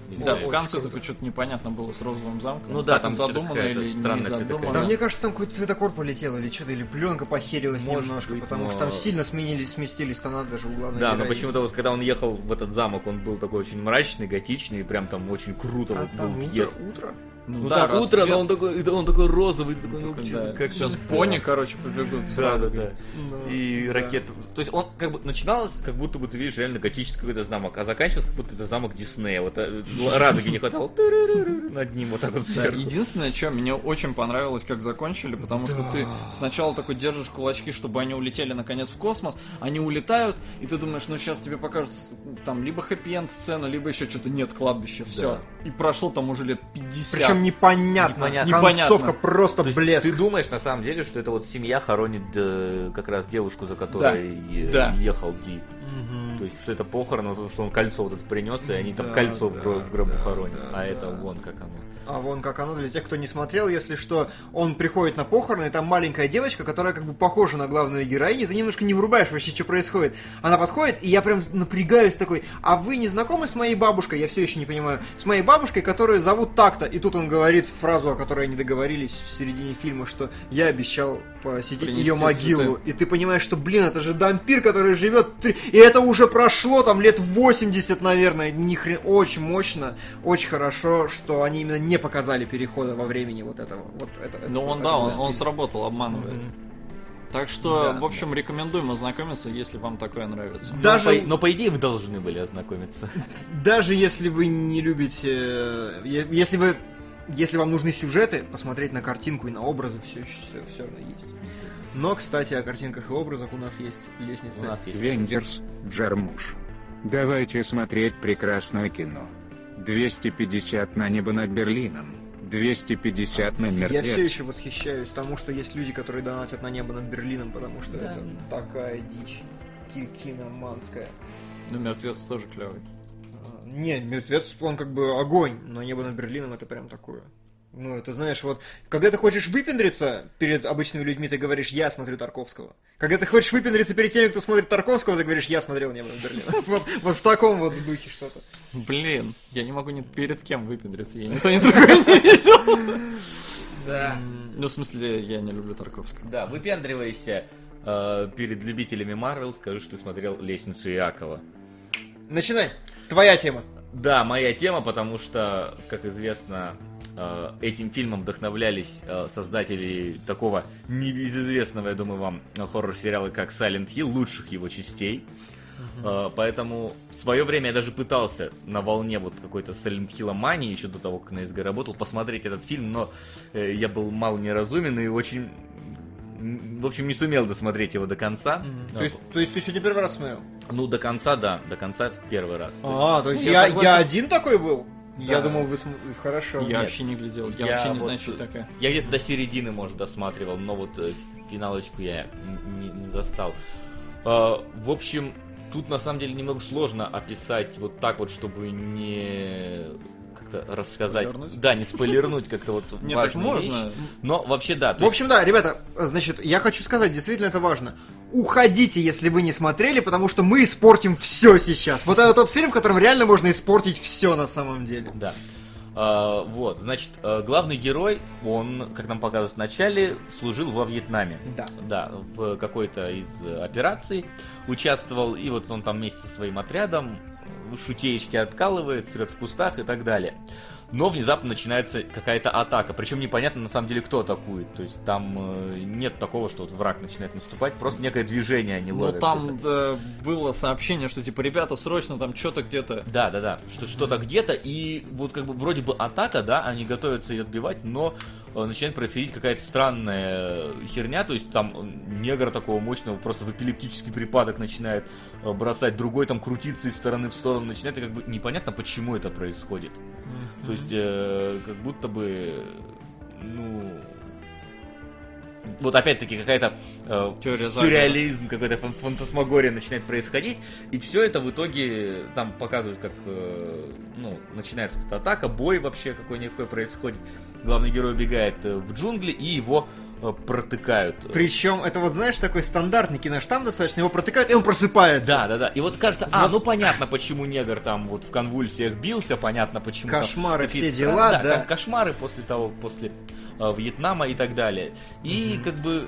не Да, знаю, в очень конце круто. только что-то непонятно было с розовым замком. Ну да, Как там он что-то задумано какая-то или не странная цветокоррекция. Да, задумано. мне кажется, там какой-то цветокор полетел или что-то, или пленка похерилась Может немножко, быть, потому но- что там сильно сменились, сместились тона даже у главной Да, но героини. почему-то вот когда он ехал в этот замок, он был такой очень мрачный, готичный, и прям там очень круто А вот был там утро, въезд. утро. Ну да, утро, но он такой, да, он такой розовый, ты такой, ну, Такой, чё-то да. как Сейчас пони, короче, побегут. Да, да, да. Ну, И да. ракеты. То есть он как бы начиналось, как будто бы ты видишь реально готический какой-то замок, а заканчивалось, как будто это замок Диснея. Вот э, радуги не хватало. Тыры-ры-ры-ры, Над ним вот так вот Да, сверху. единственное, что мне очень понравилось, как закончили, потому что ты сначала такой держишь кулачки, чтобы они улетели наконец в космос, они улетают, и ты думаешь, ну сейчас тебе покажут там либо хэппи-энд сцену, либо еще что-то, нет, кладбище, все. И прошло там уже лет 50. Причем непонятно. Непонятно. Концовка просто То есть блеск. Ты думаешь на самом деле, что это вот семья хоронит э, как раз девушку, за которой э, Да. ехал Ди. Мгм. То есть, что это похорона, потому что он кольцо вот это принес, и они там Да, кольцо в, да, гро- в гробу да, хоронят. да, а это да. вон как оно. А вон как оно для тех, кто не смотрел, если что, он приходит на похороны, и там маленькая девочка, которая как бы похожа на главную героиню, ты немножко не врубаешь вообще, что происходит. Она подходит, и я прям напрягаюсь такой, а вы не знакомы с моей бабушкой? Я все еще не понимаю. С моей бабушкой, которую зовут так-то. И тут он говорит фразу, о которой они договорились в середине фильма, что я обещал посетить Принести ее могилу. И ты понимаешь, что, блин, это же дампир, который живет... три- И это уже прошло там лет 80, наверное. Ни хрен... Очень мощно. Очень хорошо, что они именно не показали перехода во времени вот этого. Вот это, Ну он, это да, он, было он стильно. сработал, обманывает. Так что, Да, в общем, рекомендуем ознакомиться, если вам такое нравится. Но, Даже, по, но по идее вы должны были ознакомиться. даже если вы не любите... э, е- Если вы... Если вам нужны сюжеты, посмотреть на картинку и на образы все, все, все равно есть. Но, кстати, о картинках и образах у нас есть У лестница. нас есть. Вендерс, Джармуш. Давайте смотреть прекрасное кино. 250 на небо над Берлином. 250 на Я все мертвец. еще восхищаюсь тому, что есть люди, которые донатят на небо над Берлином, потому что это такая дичь ки- киноманская. Ну, мертвец тоже клевый. А, Не, мертвец, он как бы огонь, но небо над Берлином это прям такое. Ну, это знаешь, вот, когда ты хочешь выпендриться перед обычными людьми, ты говоришь, я смотрю Тарковского. Когда ты хочешь выпендриться перед теми, кто смотрит Тарковского, ты говоришь, я смотрел небо над Берлином. Вот, вот в таком вот духе что-то. Блин, я не могу ни перед кем выпендриться, я никто не такой не видел. Да. Ну, в смысле, я не люблю Тарковского. Да, выпендривайся э, перед любителями Марвел, скажи, что ты смотрел «Лестницу Иакова». Начинай. Твоя тема. Да, моя тема, потому что, как известно, э, этим фильмом вдохновлялись э, создатели такого небезызвестного, я думаю, вам э, хоррор-сериала, как Silent Hill, лучших его частей. Э, Поэтому в свое время я даже пытался на волне вот какой-то Silent Hill мании, еще до того, как на СГ работал, посмотреть этот фильм, но э, я был мало неразумен и очень, м, в общем, не сумел досмотреть его до конца. То есть, то есть ты сегодня первый раз смотрел? Ну, до конца, да, до конца в первый раз. То есть- А, то есть Ну, я я, согласен. я один такой был? Я думал, вы см- Хорошо. Я вообще не глядел, я Я вообще не вот, знаю, что это такое. Я где-то до середины, может, досматривал, но вот э, финалочку я н- не, не застал. Э, в общем, тут на самом деле немного сложно описать вот так вот, чтобы не как-то рассказать. Спойлернуть? Да, не спойлернуть как-то вот Не, так важную можно. вещь. Но вообще да. то В общем, да, ребята, э, значит, я хочу сказать, действительно это важно. Уходите, если вы не смотрели, потому что мы испортим все сейчас. Вот это тот фильм, в котором реально можно испортить все на самом деле. Да. А, вот, значит, э, главный герой, он, как нам показывают в начале, служил во Вьетнаме. Да. Да, в какой-то из э, операций участвовал, и вот он там вместе со своим отрядом э, шутеечки откалывает, срет в кустах и так далее. Но внезапно начинается какая-то атака, причем непонятно на самом деле кто атакует. То есть там э, нет такого, что вот враг начинает наступать, просто некое движение они Ну, ловят. там да, было сообщение, что типа, ребята, срочно там что-то где-то... Да, да, да. Что что-то где-то и вот как бы вроде бы атака, да, они готовятся ее отбивать, но э, начинает происходить какая-то странная э, херня, то есть там э, негра такого мощного просто в эпилептический припадок начинает э, бросать, другой там крутится из стороны в сторону начинает, и как бы непонятно, почему это происходит. То есть э, как будто бы, э, ну, вот опять-таки какая-то э, Теория заговора. сюрреализм, какая-то фан- фантасмагория начинает происходить, и все это в итоге там показывают, как э, ну, начинается эта атака, бой вообще какой-никакой происходит. Главный герой убегает э, в джунгли, и его э, протыкают. Причем это вот, знаешь, такой стандартный киноштамп достаточно, его протыкают, и он просыпается. Да, да, да. И вот кажется, а, ну понятно, почему негр там вот в конвульсиях бился, понятно, почему. там Кошмары, какие-то все стра- дела, да. там кошмары после того, после э, Вьетнама и так далее. И как бы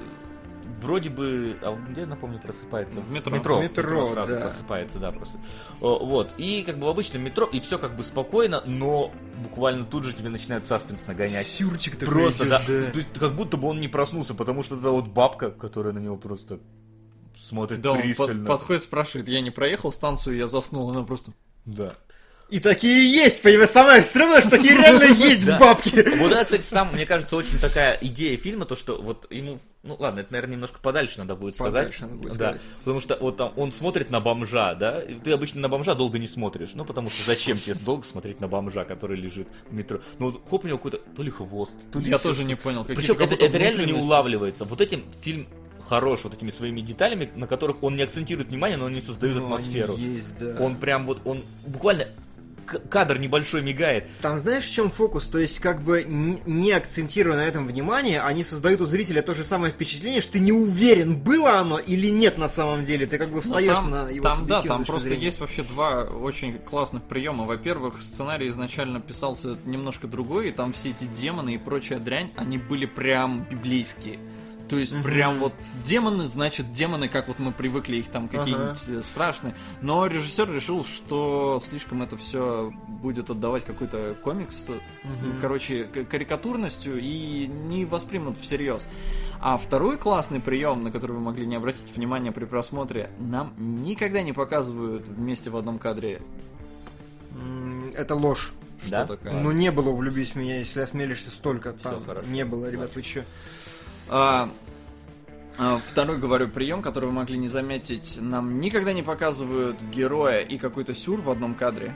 вроде бы, а он где, напомню, просыпается? В метро. метро. В метро, сразу да. просыпается, да, просто. Э, Вот. И как бы в обычном метро, и все как бы спокойно, но буквально тут же тебе начинают саспенс нагонять. Сюрчик такой Просто, идёт, да. То есть, как будто бы он не проснулся, потому что это вот бабка, которая на него просто смотрит Да, он под- пристально. подходит, спрашивает, я не проехал станцию, я заснул, она просто... Да. И такие есть, понимаешь, самое странное, что такие реально есть Да. бабки. Вот это, кстати, сам, мне кажется, очень такая идея фильма, то, что вот ему, ну ладно, это, наверное, немножко подальше надо будет сказать. Подальше надо будет да. сказать. Потому что вот там он смотрит на бомжа, да, и ты обычно на бомжа долго не смотришь, ну потому что зачем тебе долго смотреть на бомжа, который лежит в метро. Ну вот хоп, у него какой-то то ли хвост, то ли Я ещё тоже не понял, какие причем это, это реально не улавливается. Вот этим фильм хорош, вот этими своими деталями, на которых он не акцентирует внимание, но он не создает Ну, они атмосферу. есть, да. Он прям вот, он буквально к- кадр небольшой мигает. Там знаешь, в чем фокус? То есть, как бы н- не акцентируя на этом внимание, они создают у зрителя то же самое впечатление, что ты не уверен, было оно или нет на самом деле. Ты как бы Ну, встаешь Ну, там, на там, его да, субъективную там точку просто зрения. есть вообще два очень классных приема. Во-первых, сценарий изначально писался немножко другой, и там все эти демоны и прочая дрянь, они были прям библейские. То есть прям вот демоны, значит демоны, как вот мы привыкли их там какие-нибудь э, страшные. Но режиссер решил, что слишком это все будет отдавать какой-то комикс, э, короче, к- карикатурностью и не воспримут всерьез. А второй классный прием, на который вы могли не обратить внимания при просмотре, нам никогда не показывают вместе в одном кадре. М, Это ложь. Что такое? Ну не было «Влюбись в меня», если осмелишься столько там. хорошо. Не было, ребят, вы че? А, а, второй, говорю, прием, который вы могли не заметить, нам никогда не показывают героя и какой-то сюр в одном кадре.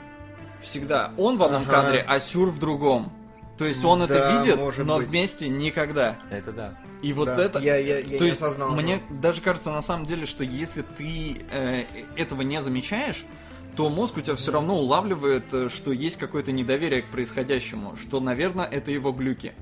Всегда он в одном Ага. кадре, а сюр в другом. То есть он это Да, видит, может но быть. вместе никогда. Это да. И вот Да, это... я- я- я то не есть осознал мне этого. даже кажется на самом деле, что если ты э, этого не замечаешь, то мозг у тебя все равно улавливает, э, что есть какое-то недоверие к происходящему, что, наверное, это его глюки.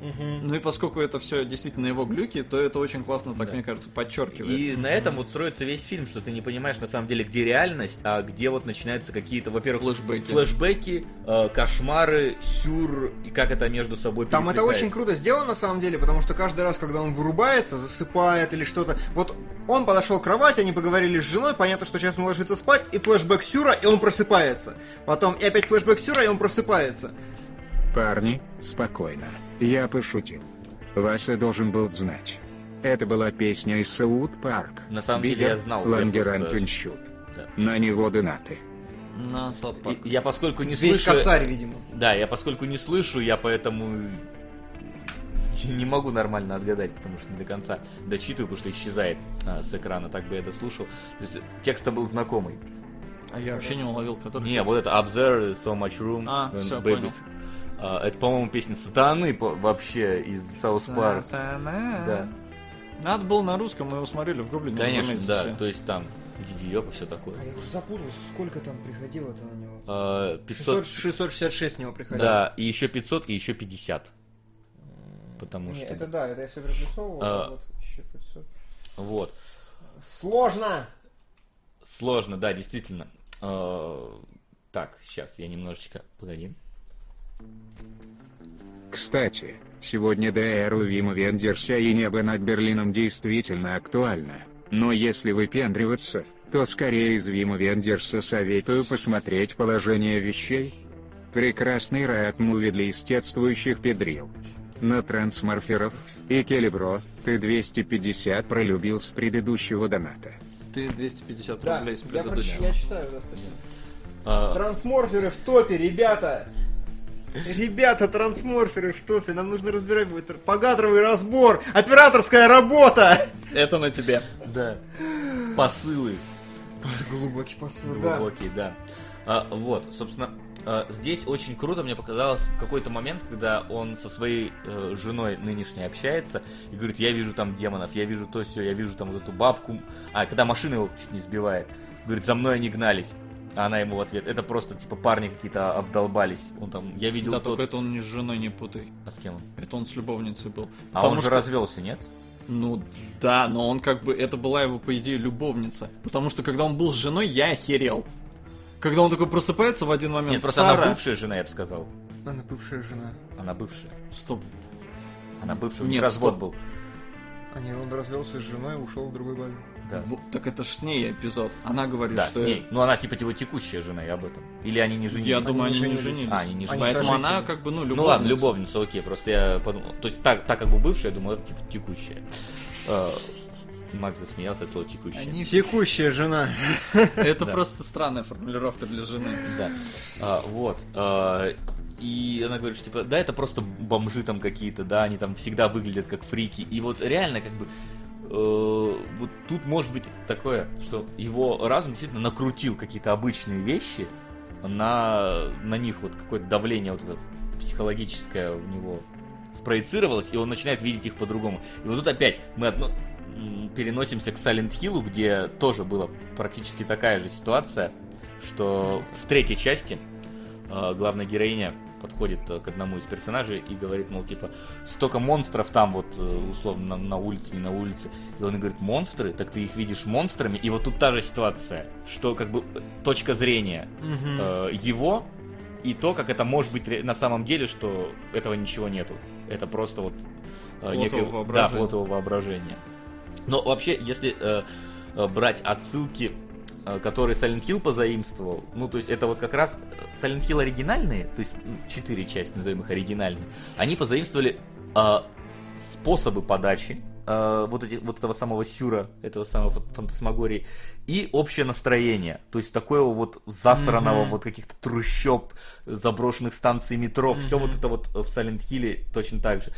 Ну и поскольку это все действительно его глюки, то это очень классно, так Да. мне кажется, подчеркивает. И на этом вот строится весь фильм, что ты не понимаешь на самом деле, где реальность, а где вот начинаются какие-то, во-первых, Флэшбэки. флешбеки, кошмары, сюр и как это между собой Там это перекликается. очень круто сделано на самом деле, потому что каждый раз, когда он вырубается, засыпает или что-то. Вот он подошел к кровати, они поговорили с женой, понятно, что сейчас он ложится спать, и флешбэк Сюра, и он просыпается. Потом и опять флешбэк Сюра, и он просыпается. Ну Парни, спокойно. Я пошутил. Вася должен был знать. Это была песня из Саут Парк. На самом деле я знал, я Лангеран просто- Тюнщут. Да. На него донаты. На South Park. И Я поскольку не Весь слышу... косарь, видимо. Да, я поскольку не слышу, я поэтому не могу нормально отгадать, потому что не до конца дочитываю, потому что исчезает а, с экрана, так бы я дослушал. То есть текст был знакомый. А я вообще не уловил, который... Не, текст. вот это Observe So Much Room. А, and всё, Babies». А, это, по-моему, песня Сатаны по- вообще из Саус Парк. Сатана. Да. Надо было на русском, мы его смотрели в Гоблине. Конечно, разумеется, да. все. То есть там Диди Ёп и все такое. А я уже запутался, сколько там приходило-то на него. А, 600, 500, 666 с него приходило. да, и еще 500, и еще 50. Потому Не, что... это да, это я все приплюсовывал. А. вот, еще 500. Вот. Сложно! Сложно, да, действительно. Э, Так, сейчас я немножечко... Погоди. Кстати, сегодня ДР у Вима Вендерса и небо над Берлином действительно актуально. Но если выпендриваться, то скорее из Вима Вендерса советую посмотреть положение вещей. Прекрасный райт муви для естествующих педрил. На трансморферов и Келебро ты 250 пролюбил с предыдущего доната. Ты 250 Да, рублей с я, прочитаю, предыдущего. я читаю, да, спасибо. Э, Трансморферы в топе, ребята! Ребята, трансморферы в топе, нам нужно разбирать будет тр- погадровый разбор, операторская работа! Это на тебе. Да. Посылы Глубокий посыл, да. глубокие, да. А, вот, собственно, а, здесь очень круто мне показалось в какой-то момент, когда он со своей э, женой нынешней общается и говорит, я вижу там демонов, я вижу то все, я вижу там вот эту бабку. А, когда машина его чуть не сбивает, говорит, за мной они гнались. А она ему в ответ, это просто типа парни какие-то обдолбались. Он там, я видел Да, тот... только это он не с женой не путай. А с кем он? Это он с любовницей был. А он же развелся, нет? Ну да, но он как бы... Это была его, по идее, любовница. Потому что когда он был с женой, я охерел. Когда он такой просыпается в один момент, Нет, просто Сара... она бывшая жена, я бы сказал. Она бывшая жена. Она бывшая. Стоп. Она бывшая, у них Нет, развод стоп. был. А не, он развелся с женой и ушел в другой бабе. Да. Вот, так это ж с ней эпизод. Она говорит, Да, с что... ней. Ну, она типа его текущая жена, и об этом. Или они не женились? Я думаю, они не не женились. женились. А, они не Они Поэтому сожители. она как бы, ну, любовница. Ну ладно, любовница, окей, просто я подумал. То есть так, так как бы бывшая, я думал, это типа текущая. Э, Макс засмеялся от слова текущая. Текущая жена. Это Да. просто странная формулировка для жены. Да. А, вот. а, и она говорит, что типа, да, это просто бомжи там какие-то, да, они там всегда выглядят как фрики. И вот реально, как бы, э, вот тут может быть такое, что его разум действительно накрутил какие-то обычные вещи, на, на них вот какое-то давление вот это психологическое у него спроецировалось, и он начинает видеть их по-другому. И вот тут опять мы одно, м, переносимся к Silent Hill, где тоже была практически такая же ситуация, что в третьей части э, главная героиня подходит э, к одному из персонажей и говорит, мол, типа, столько монстров там вот, э, условно, на, на улице, не на улице. И он говорит, монстры? Так ты их видишь монстрами? И вот тут та же ситуация, что как бы э, точка зрения э, его и то, как это может быть ре- на самом деле, что этого ничего нету. Это просто вот э, Плод некое- его да, воображения. плод его воображения. Но вообще, если э, э, брать отсылки, э, которые Silent Hill позаимствовал, ну, то есть это вот как раз э, Silent Hill оригинальные, то есть м, четыре части, назовем их оригинальные, они позаимствовали э, способы подачи э, вот, этих, вот этого самого сюра, этого самого фан- фантасмагории, и общее настроение, то есть такого вот засранного, вот каких-то трущоб, заброшенных станций метро, все вот это вот в Silent Hill точно так же.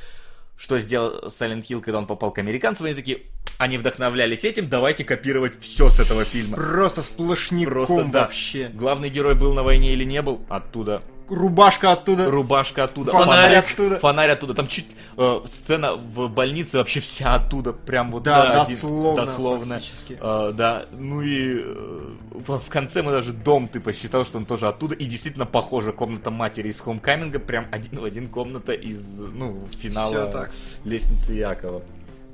Что сделал Silent Hill, когда он попал к американцам, они такие, они вдохновлялись этим, давайте копировать все с этого фильма. Просто сплошником Просто, да. вообще. Главный герой был на войне или не был, оттуда. Рубашка оттуда. Рубашка оттуда. Фонарь оттуда. Фонарь оттуда. Там чуть э, сцена в больнице вообще вся оттуда. Прям вот Да, один- дословно. дословно. фактически. Э, да, ну и э, в конце мы даже дом ты посчитал, что он тоже оттуда. И действительно похожа комната матери из Хомкаминга, прям один в один комната из, ну, финала Всё так. лестницы Якова.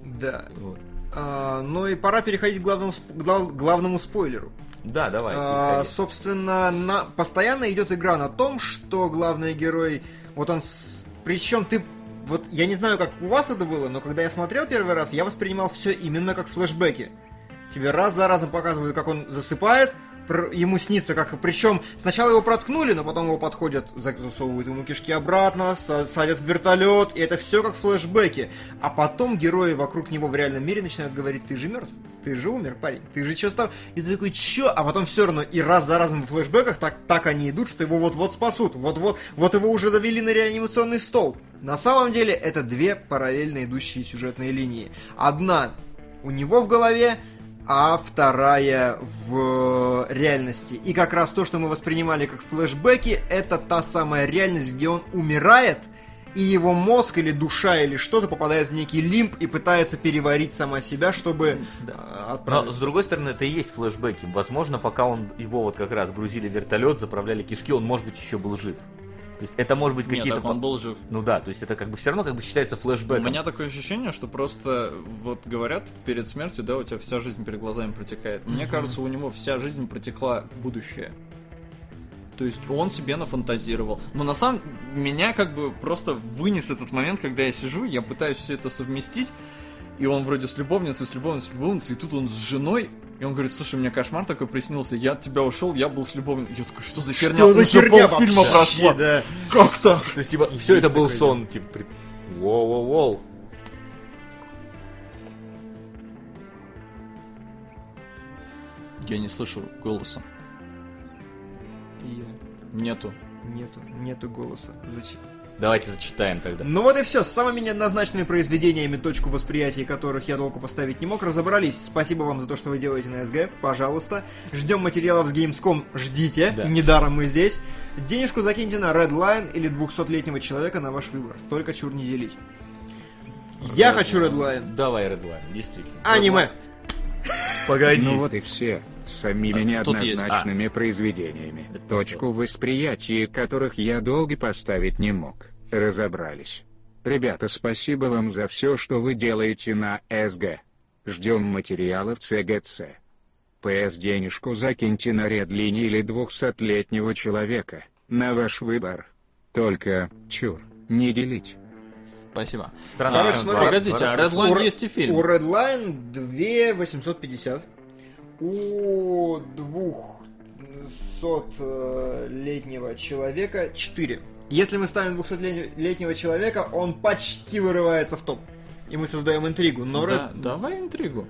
Да. Вот. А, ну и пора переходить к главному, сп- гла- главному спойлеру. Да, давай. А, переходи. собственно, на... постоянно идет игра на том, что главный герой, вот он, с- причем ты, вот я не знаю, как у вас это было, но когда я смотрел первый раз, я воспринимал все именно как флешбеки. Тебе раз за разом показывают, как он засыпает, пр- ему снится, как причем сначала его проткнули, но потом его подходят, за- засовывают ему кишки обратно, са- садят в вертолет, и это все как флешбеки. А потом герои вокруг него в реальном мире начинают говорить, ты же мертв, ты же умер, парень, ты же че стал? И ты такой, че? А потом все равно, и раз за разом в флешбеках так, так они идут, что его вот-вот спасут, вот-вот, вот его уже довели на реанимационный стол. На самом деле это две параллельно идущие сюжетные линии. Одна у него в голове, а вторая в э, реальности. И как раз то, что мы воспринимали как флешбеки, это та самая реальность, где он умирает, и его мозг или душа или что-то попадает в некий лимб и пытается переварить сама себя, чтобы э, Но, отправить. с другой стороны, это и есть флешбеки. Возможно, пока он его вот как раз грузили в вертолет, заправляли кишки, он, может быть, еще был жив. То есть это, может быть, Нет, какие-то... так он по- был жив. Ну да, то есть это как бы все равно как бы считается флешбеком. У меня такое ощущение, что просто вот говорят перед смертью, да, у тебя вся жизнь перед глазами протекает. Мне кажется, у него вся жизнь протекла будущее. То есть он себе нафантазировал. Но на самом меня как бы просто вынес этот момент, когда я сижу, я пытаюсь все это совместить, и он вроде с любовницей, с любовницей, с любовницей, и тут он с женой, и он говорит, слушай, у меня кошмар такой приснился, я от тебя ушел, я был с любовницей. Я такой, что за херня? Что за Уже херня полфильма вообще, прошло. да. Как так? То есть, типа, все это был сон, типа, при- воу-воу-воу. Я не слышу голоса. Нету. Нету, нету голоса. Зачем? Давайте зачитаем тогда. Ну вот и все, с самыми неоднозначными произведениями, точку восприятия которых я долго поставить не мог, разобрались. Спасибо вам за то, что вы делаете на СГ, пожалуйста. Ждем материалов с Gamescom, ждите, Да. недаром мы здесь. Денежку закиньте на Redline или 200-летнего человека на ваш выбор, только чур не делить. Я хочу Redline. Давай, Redline, действительно. Аниме. Погоди. А, Ну вот и все, с самими тут есть, неоднозначными произведениями, точку восприятия которых я долго поставить не мог, разобрались. Ребята, спасибо вам за все, что вы делаете на СГ. Ждем материалов ЦГЦ. ПС денежку закиньте на ряд линии или двухсотлетнего человека, на ваш выбор. Только, чур, не делить. Спасибо. Странно, Короче, что он смотри, два- Погодите, два- а Redline Ура- есть и У фильм. Redline 2850. У 200-летнего человека 4. Если мы ставим 200-летнего человека, он почти вырывается в топ. И мы создаем интригу. Но Да, Red- давай интригу.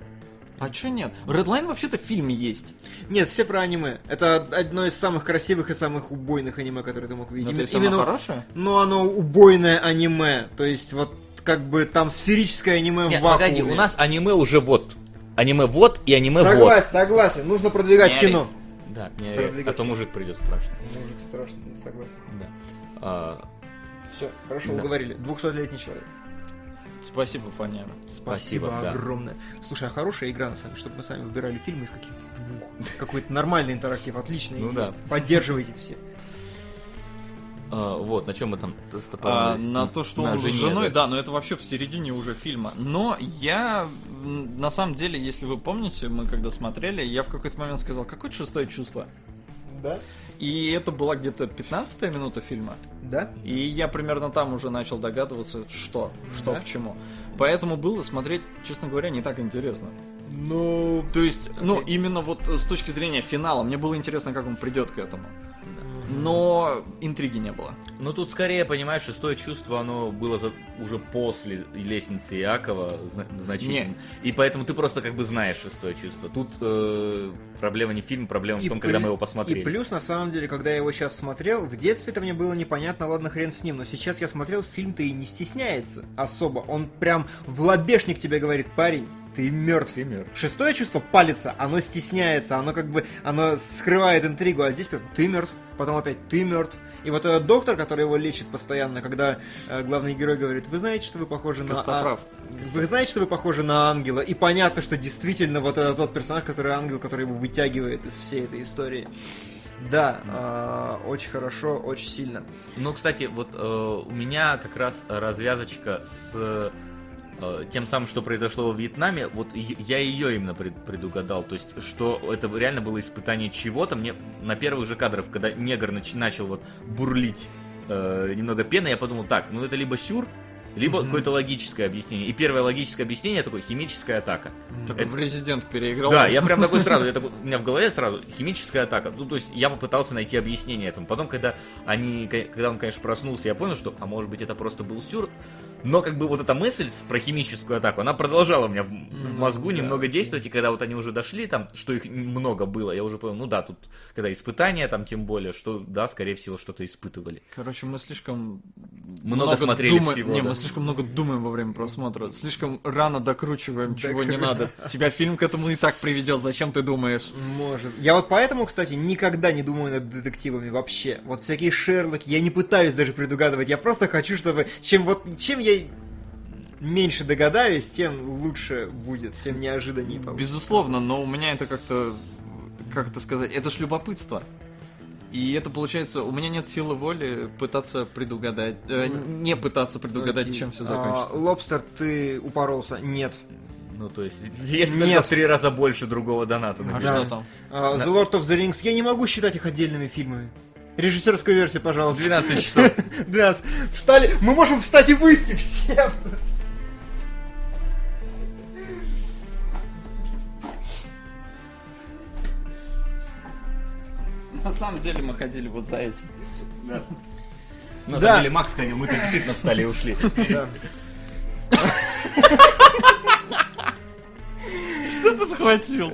А чё нет? Redline вообще-то в фильме есть. Нет, все про аниме. Это одно из самых красивых и самых убойных аниме, которые ты мог видеть. Но Ну, Именно- то есть оно именно- хорошее? Но оно убойное аниме. То есть вот как бы там сферическое аниме Нет, в вакууме. Э, погоди, у нас аниме уже вот. Аниме вот и аниме вот. Согласен, согласен. Нужно продвигать Не кино. Да, не ори, а то мужик придет страшно. Мужик страшный, согласен. Да. А, Все, хорошо, Да. уговорили. 200-летний человек. Спасибо, Фаня. Спасибо, да. огромное. Слушай, а хорошая игра, на самом деле, чтобы мы сами выбирали фильмы из каких-то двух. Какой-то нормальный интерактив, отличный. Ну да. Поддерживайте все. а, вот, на чем мы там т- А, стопорнулись? на то, что На он с жене, женой, да, но это вообще в середине уже фильма. Но я, м, на самом деле, если вы помните, мы когда смотрели, я в какой-то момент сказал, какое шестое чувство? Да? И это была где-то 15 минута фильма. Да? И я примерно там уже начал догадываться, что, что Да. к чему. Поэтому было смотреть, честно говоря, не так интересно. Ну... То есть, ну, именно вот э, с точки зрения финала, мне было интересно, как он придет к этому. Но интриги не было. Ну тут скорее, понимаешь, шестое чувство, оно было за- уже после лестницы Иакова зна- значительно. И поэтому ты просто как бы знаешь шестое чувство. Тут э, проблема не в фильме, проблема в том, когда плю- мы его посмотрели. И плюс, на самом деле, когда я его сейчас смотрел, в детстве-то мне было непонятно, ладно, хрен с ним, но сейчас я смотрел, фильм-то и не стесняется особо. Он прям в лобешник тебе говорит, парень, ты мертв. Ты мертв. Шестое чувство палится, оно стесняется, оно как бы, оно скрывает интригу, а здесь прям ты мертв, потом опять ты мертв. И вот этот доктор, который его лечит постоянно, когда э, главный герой говорит, вы знаете, что вы похожи на... Костоправ. Ну, а- Вы знаете, что вы похожи на ангела? И понятно, что действительно вот этот тот персонаж, который ангел, который его вытягивает из всей этой истории. Да, э, очень хорошо, очень сильно. Ну, кстати, вот э, у меня как раз развязочка с э, тем самым, что произошло во Вьетнаме, вот е- я ее именно пред- предугадал. То есть, что это реально было испытание чего-то. Мне на первых же кадрах, когда негр нач- начал вот бурлить э, немного пены, я подумал, так, ну это либо сюр, либо какое-то логическое объяснение. И первое логическое объяснение такое химическая атака. Такой в резидент переиграл. Да, я прям такой сразу, я такой, у меня в голове сразу химическая атака. Ну, то есть я попытался найти объяснение этому. Потом, когда они, ко- когда он, конечно, проснулся, я понял, что, а может быть, это просто был сюр. Но как бы вот эта мысль с- про химическую атаку, она продолжала у меня в, Ну в мозгу немного действовать, и когда вот они уже дошли, там, что их много было, я уже понял, ну да, тут, когда испытания, там, тем более, что, да, скорее всего, что-то испытывали. Короче, мы слишком Много смотрели дума- всего, Не, да. мы слишком много думаем во время просмотра. Слишком рано докручиваем, чего не надо. Тебя фильм к этому и так приведет. Зачем ты думаешь? Может. Я вот поэтому, кстати, никогда не думаю над детективами вообще. Вот всякие Шерлоки, я не пытаюсь даже предугадывать. Я просто хочу, чтобы... Чем вот... Чем я меньше догадаюсь, тем лучше будет, тем неожиданнее получится. Безусловно, но у меня это как-то... Как это сказать? Это ж любопытство. И это получается, у меня нет силы воли пытаться предугадать, э, не пытаться предугадать, чем все закончится. Ну, А, лобстер, ты упоролся? Нет. Ну, то есть, есть Нет. только в три раза больше другого доната. ну, А например. Да. что там? А, Да. The Lord of the Rings, я не могу считать их отдельными фильмами. Режиссерскую версию, пожалуйста. 12 часов. Да, с- встали. Мы можем встать и выйти все. На самом деле мы ходили вот за этим. На Да. самом деле, Ну, Макс ходил, мы-то действительно встали и ушли. Что ты захватил?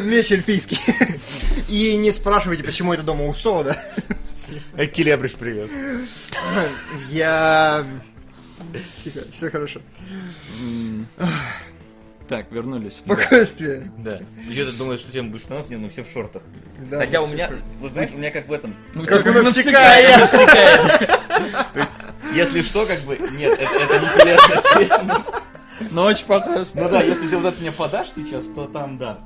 Меч эльфийский. И не спрашивайте, почему это дома у Солода. Келебриш привет. Я... Тихо, все хорошо. Так, вернулись. Спокойствие. Да. Еще ты думаешь, что всем без штанов, не, ну все в шортах. Да, Хотя у всё меня, хорошо. вот знаешь, у меня как в этом. Ну, Как типа, у навсекая. Если что, как бы, нет, это, это не телесная схема. Ночь покажешь. Ну да, если ты вот это мне подашь сейчас, то там да.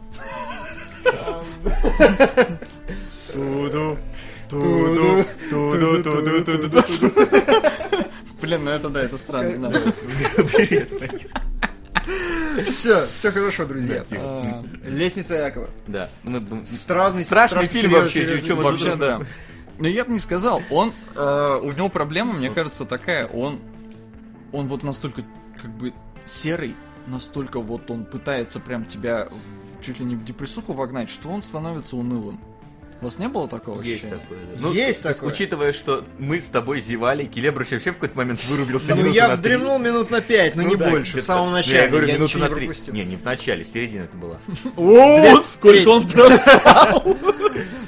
Туду. Туду, туду, туду, туду. Блин, ну это да, это странно. надо. Все, все хорошо, друзья. А, Лестница Якова. Да. Мы б- Страшный, Страшный фильм вообще, серьезный. о чем мы тут Вообще, да. Но я бы не сказал, он. э, у него проблема, мне кажется, такая. Он. Он вот настолько, как бы, серый, настолько вот он пытается прям тебя в- чуть ли не в депрессуху вогнать, что он становится унылым. У вас не было такого Есть ощущения? такое, да. Есть Ну, то есть, такое. Учитывая, что мы с тобой зевали, Келебрыш вообще в какой-то момент вырубился Ну минуты я на три. вздремнул минут на пять, но Ну не да, больше. В где-то. самом Ну, начале. Я говорю, я минуты ничего на не три. пропустил. Не, не в начале, середина это была. О, сколько он просто.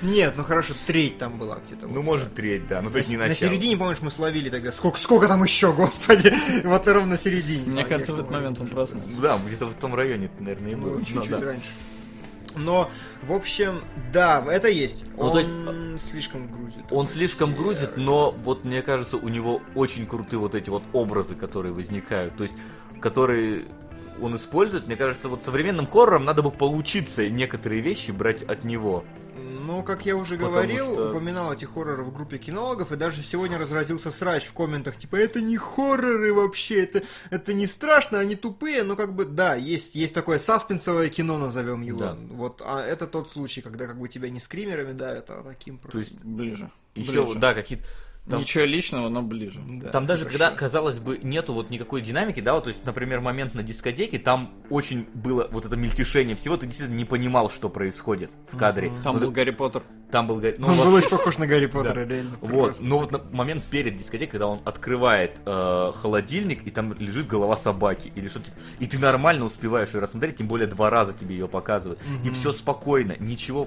Нет, ну хорошо, треть там была где-то. Ну, может, треть, да. Ну, то есть не На начало. середине, помнишь, мы словили тогда. Сколько, сколько там еще, господи? Вот ровно на середине. Мне А, кажется, я в этот говорю, момент он уже проснулся. Ну Да, где-то в том районе, наверное, и было было. Ну, чуть-чуть да. раньше. Но, в общем, да, это есть. Ну, он то есть, слишком грузит. Он слишком грузит, но вот мне кажется, у него очень крутые вот эти вот образы, которые возникают, то есть, которые он использует. Мне кажется, вот современным хоррором надо бы поучиться и некоторые вещи брать от него. Ну, как я уже Потому говорил, что- упоминал эти хорроры в группе кинологов, и даже сегодня разразился срач в комментах, типа, это не хорроры вообще, это, это не страшно, они тупые, но как бы, да, есть, есть такое саспенсовое кино, назовем его. Да. Вот, а это тот случай, когда как бы тебя не скримерами давят, а таким То есть, Ближе. еще, Ближе. да, какие-то... Там- Ничего личного, но ближе. там даже, когда, казалось бы, нету вот никакой динамики, да, вот, то есть, например, момент на дискотеке, там очень было вот это мельтешение всего, ты действительно не понимал, что происходит в кадре. Там Вот был Гарри Поттер. там был... га- ну, Он вот- был очень похож на Гарри Поттера, Да. реально. Вот, прекрасно. но вот на момент перед дискотекой, когда он открывает э, холодильник, и там лежит голова собаки, или что-то типа, и ты нормально успеваешь ее рассмотреть, тем более два раза тебе ее показывают, и все спокойно, ничего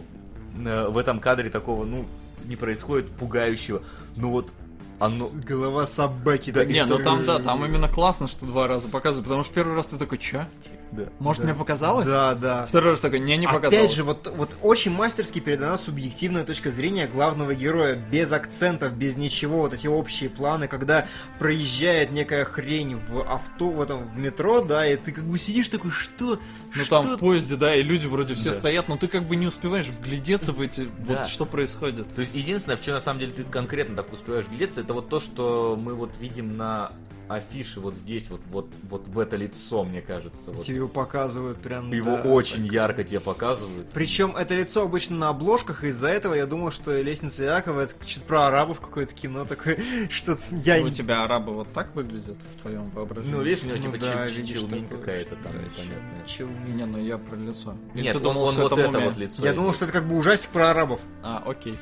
э, в этом кадре такого, ну, не происходит пугающего, ну вот А ну- Голова собаки. Да, так не, Не, ну там Который да, там именно классно, что два раза показывают, потому что первый раз ты такой, чё? Да. Может, мне показалось? Да, да. Второй раз такой, не, не показалось. Опять же, вот, вот очень мастерски передана субъективная точка зрения главного героя, без акцентов, без ничего, вот эти общие планы, когда проезжает некая хрень в авто, в этом, в метро, да, и ты как бы сидишь такой, что? Ну что? там в поезде, да, и люди вроде все Да. стоят, но ты как бы не успеваешь вглядеться в эти, Да. вот что происходит. То есть единственное, в чем на самом деле ты конкретно так успеваешь глядеться, это вот то, что мы вот видим на афише вот здесь, вот, вот, вот в это лицо, мне кажется. Вот. Тебе его показывают прям, Его Типа, да. очень ярко тебе показывают. Причем это лицо обычно на обложках, и из-за этого я думал, что «Лестница Якова» это что-то про арабов какое-то кино такое, что-то я... У тебя арабы вот так выглядят в твоем воображении? Ну, типа, видишь, у него Ну типа да, чил- видишь, челмень такое, какая-то там да, непонятная. Челмень. Не, ну я про лицо. Или Нет, ты он, думал, он что вот это мумия? вот лицо. Я думал, идет. что это как бы ужастик про арабов. А, окей.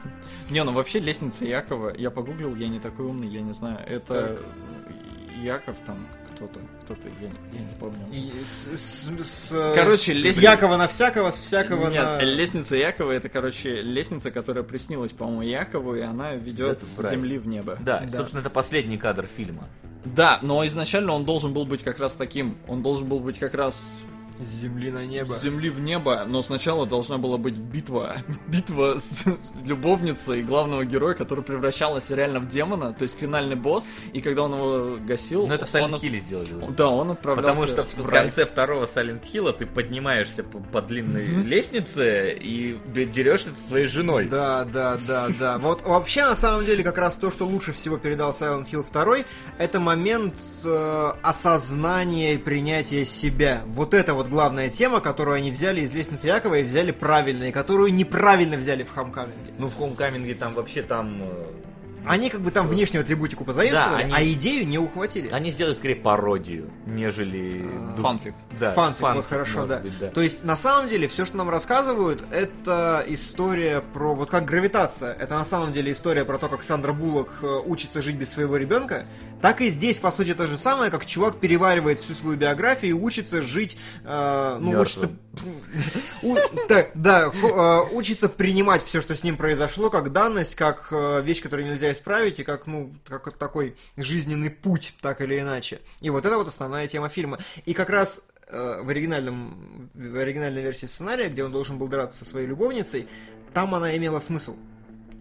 Не, ну вообще лестница Якова, я погуглил, я не такой умный, я не знаю. Это Яков там кто-то, кто-то, я не- я не помню. И с- с- с- Короче, с лестница- Якова на всякого, с всякого Нет, на... лестница Якова это, короче, лестница, которая приснилась, по-моему, Якову, и она ведет Это с правильно. земли в небо. Да, собственно, это последний кадр фильма. Да, но изначально он должен был быть как раз таким. Он должен был быть как раз С земли на небо. с земли в небо, но сначала должна была быть битва. Битва с любовницей главного героя, которая превращалась реально в демона, то есть финальный босс, и когда он его гасил... Но Ну, это в Silent он- Hill сделали. уже. Да, он отправлялся Потому что в, в рай. конце второго Silent Hill ты поднимаешься по, по длинной лестнице и бе- дерешься со своей женой. Да, да, да, да. Вот вообще, на самом деле, как раз то, что лучше всего передал Silent Hill 2, это момент э, осознания и принятия себя. Вот это вот главная тема, которую они взяли из «Лестницы Якова» и взяли правильно, и которую неправильно взяли в «Хамкаминге». Ну, в Хоумкаминге там вообще там... э, Они как бы там внешнюю атрибутику позаимствовали, Да, они- а идею не ухватили. Они сделали скорее пародию, нежели... ду- Фанфик. Да, А, Фанфик, вот фанфик, хорошо, может да. быть, да. То есть, на самом деле, все, что нам рассказывают, это история про... Вот как гравитация. Это на самом деле история про то, как Сандра Буллок э, учится жить без своего ребенка. Так и здесь, по сути, то же самое, как чувак переваривает всю свою биографию и учится жить... э, ну, Мёртвым. учится... У- так, Да, хо- э, учится принимать все, что с ним произошло, как данность, как э, вещь, которую нельзя исправить, и как, ну, как такой жизненный путь, так или иначе. И вот это вот основная тема фильма. И как раз э, в, оригинальном, в оригинальной версии сценария, где он должен был драться со своей любовницей, там она имела смысл.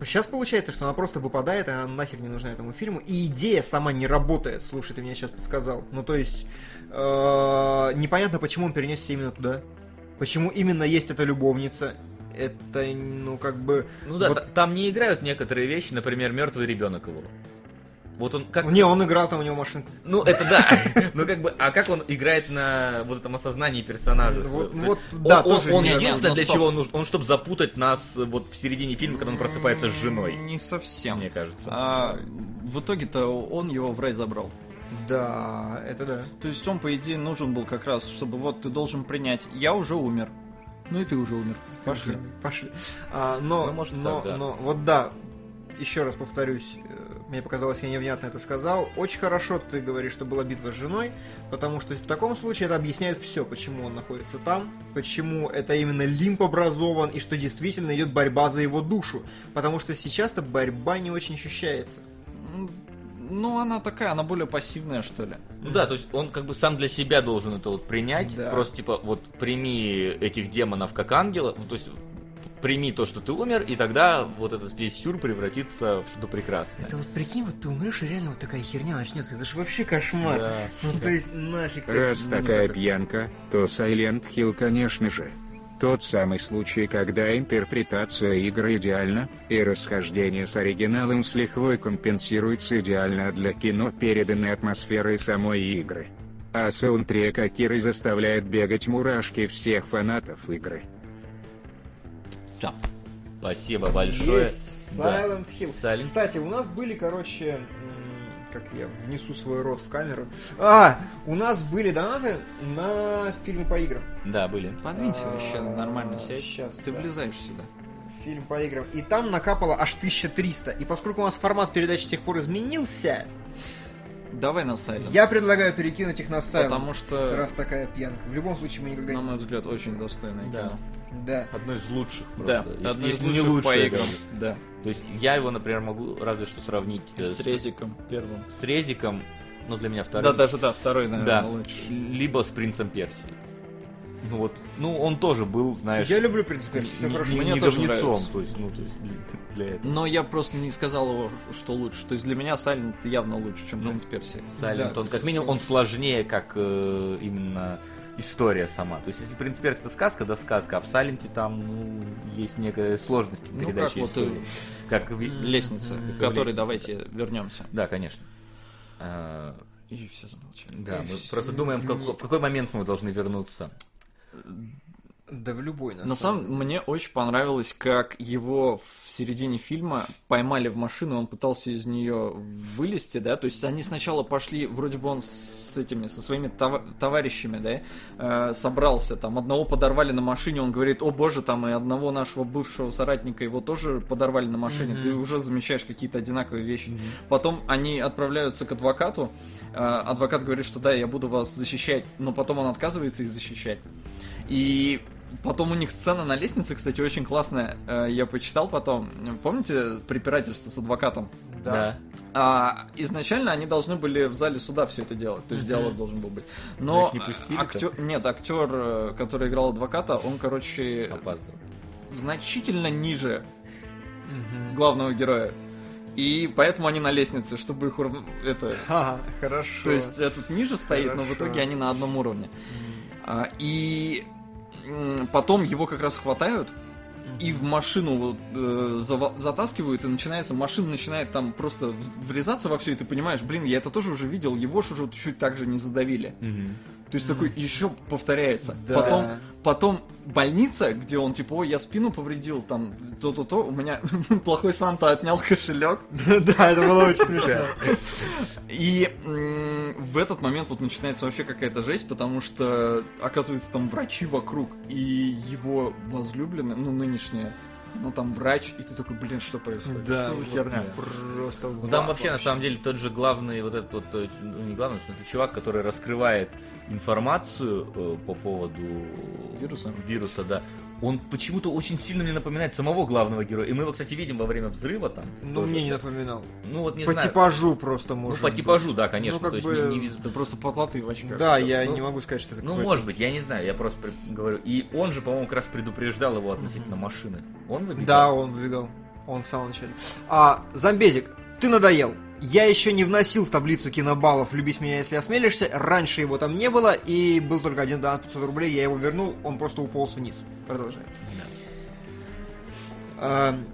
Сейчас получается, что она просто выпадает, и она нахер не нужна этому фильму. И идея сама не работает, слушай, ты мне сейчас подсказал. Ну, то есть, э, непонятно, почему он перенесся именно туда. Почему именно есть эта любовница. Это, ну, как бы... Ну да, вот- та- там не играют некоторые вещи, например, мертвый ребенок его. Вот он как... Не, он играл, там у него машинка. Ну, это да. Ну, как бы, а как он играет на вот этом осознании персонажа? своего? Вот, А, То есть вот, он, да, он- тоже он не- единственное, но для стоп. чего он нужен, он чтобы запутать нас э, вот в середине фильма, когда он просыпается с женой, Не совсем. мне кажется. А, в итоге-то он его в рай забрал. Да, это да. То есть он, по идее, нужен был как раз, чтобы вот ты должен принять, я уже умер. Ну и ты уже умер. Пошли. Пошли. А, но, Ну, может, но, так, да. но, вот да, еще раз повторюсь, э, мне показалось, я невнятно это сказал. Очень хорошо ты говоришь, что была битва с женой, потому что в таком случае это объясняет все, почему он находится там, почему это именно лимп образован, и что действительно идет борьба за его душу. Потому что сейчас-то борьба не очень ощущается. М, Ну, она такая, она более пассивная, что ли. Ну да, то есть он как бы сам для себя должен это вот принять. Да. Просто типа вот прими этих демонов как ангелов, то есть прими то, что ты умер, и тогда вот этот весь сюр превратится в что-то прекрасное. вот прикинь, вот ты умрешь, и реально вот такая херня начнется. Это же вообще кошмар. Да. Ну то есть нафиг. Раз Ну, такая так- пьянка, то Silent Hill, конечно же. Тот самый случай, когда интерпретация игры идеальна, и расхождение с оригиналом с лихвой компенсируется идеально для кино переданной атмосферой самой игры. А саундтрек Акиры заставляет бегать мурашки всех фанатов игры. Всё. Спасибо большое. Есть Да. Silent Hill. Silent- Кстати, у нас были, короче, м, как я внесу свой рот в камеру. А, у нас были донаты на фильмы по играм. Да, были. Подвинься А, вообще нормально сядь. щас, ты да. влезаешь сюда. Фильм по играм. И там накапало аж 1300. И поскольку у нас формат передач с тех пор изменился, Давай на сайт. я предлагаю перекинуть их на Silent. Потому что, Раз такая пьянка. В любом случае мы никогда на не... мой взгляд, очень достойное Да. кино. Да. Одно из лучших Да, просто. если, одно из если не лучших по лучшее, играм. даже. Да. То есть я его, например, могу разве что сравнить э, С резиком первым. с резиком, ну для меня вторым. Да, даже да, второй, наверное, Да. лучше. Либо с принцем Персии. Ну вот, ну он тоже был, знаешь, Я люблю принцип все не- хорошо. не- Мне не тоже говнецом, нравится. то есть, ну, то есть для- для этого. Но я просто не сказал его, что лучше. То есть для меня Сайлент явно лучше, Ну. чем Принц Персии. Silent, Да. он как минимум он сложнее, как э, именно история сама. То есть, если «Принц Персии» это сказка, да сказка, а в Сайленте там ну, есть некая сложность в Ну, передаче как вот, истории. как ви- Лестница, Как к которой лестница. давайте вернемся. Да, конечно. А, И все замолчали. Да, мы просто думаем, в какой, в какой момент мы должны вернуться. Да в любой На самом мне очень понравилось, как его в середине фильма поймали в машину, он пытался из нее вылезти, да, то есть они сначала пошли, вроде бы он с этими, со своими това- товарищами, да, э, собрался, там одного подорвали на машине, он говорит, о боже, там и одного нашего бывшего соратника его тоже подорвали на машине, ты уже замечаешь какие-то одинаковые вещи. Потом они отправляются к адвокату, э, адвокат говорит, что да, я буду вас защищать, но потом он отказывается их защищать. И потом у них сцена на лестнице, кстати, очень классная. Э, Я почитал потом. Помните препирательство с адвокатом? Да. А, изначально они должны были в зале суда все это делать, то есть диалог должен был быть. Но Но их не пустили-то? актер, нет, актер, э, который играл адвоката, он, короче, Опаздывал. значительно ниже главного героя. И поэтому они на лестнице, чтобы их уров- это Ага, хорошо. то есть этот ниже стоит, но в Хорошо. итоге они на одном уровне. А, и м, потом его как раз хватают и в машину вот, э, зава- затаскивают, и начинается, машина начинает там просто в- врезаться во все, и ты понимаешь, блин, я это тоже уже видел, его ж уже чуть так же не задавили. То есть такой еще повторяется. Да. Потом, потом больница, где он типа, ой, я спину повредил, там то-то-то, у меня плохой Санта отнял кошелек, Да, это было очень смешно. и м, в этот момент вот начинается вообще какая-то жесть, потому что оказывается там врачи вокруг, и его возлюбленная, ну нынешняя, ну там врач, и ты такой, блин, что происходит? типа, Да, что за вот херня? Просто Ну, там вообще, на самом деле, тот же главный, вот этот вот, э, ну, не главный, в смысле, чувак, который раскрывает информацию э, по поводу... Вируса? Вируса, да. Он почему-то очень сильно мне напоминает самого главного героя. И мы его, кстати, видим во время взрыва там. Ну, тоже. мне не напоминал. Ну, вот не По знаю. типажу просто, Ну, может по быть. типажу, да, конечно. Ну, как то есть, бы- не- не визу- Да просто потлатый в очках. Да, я Ну, не могу сказать, что это Ну, какой-то- может быть, я не знаю, я просто при- говорю. И он же, по-моему, как раз предупреждал его относительно машины. Он выбегал? Да, он выбегал. Он в самом начале. А, Замбезик, ты надоел. Я еще не вносил в таблицу кинобаллов «Любить меня, если осмелишься». Раньше его там не было, и был только один донат 500 рублей. Я его вернул, он просто уполз вниз. Продолжаем. Эм.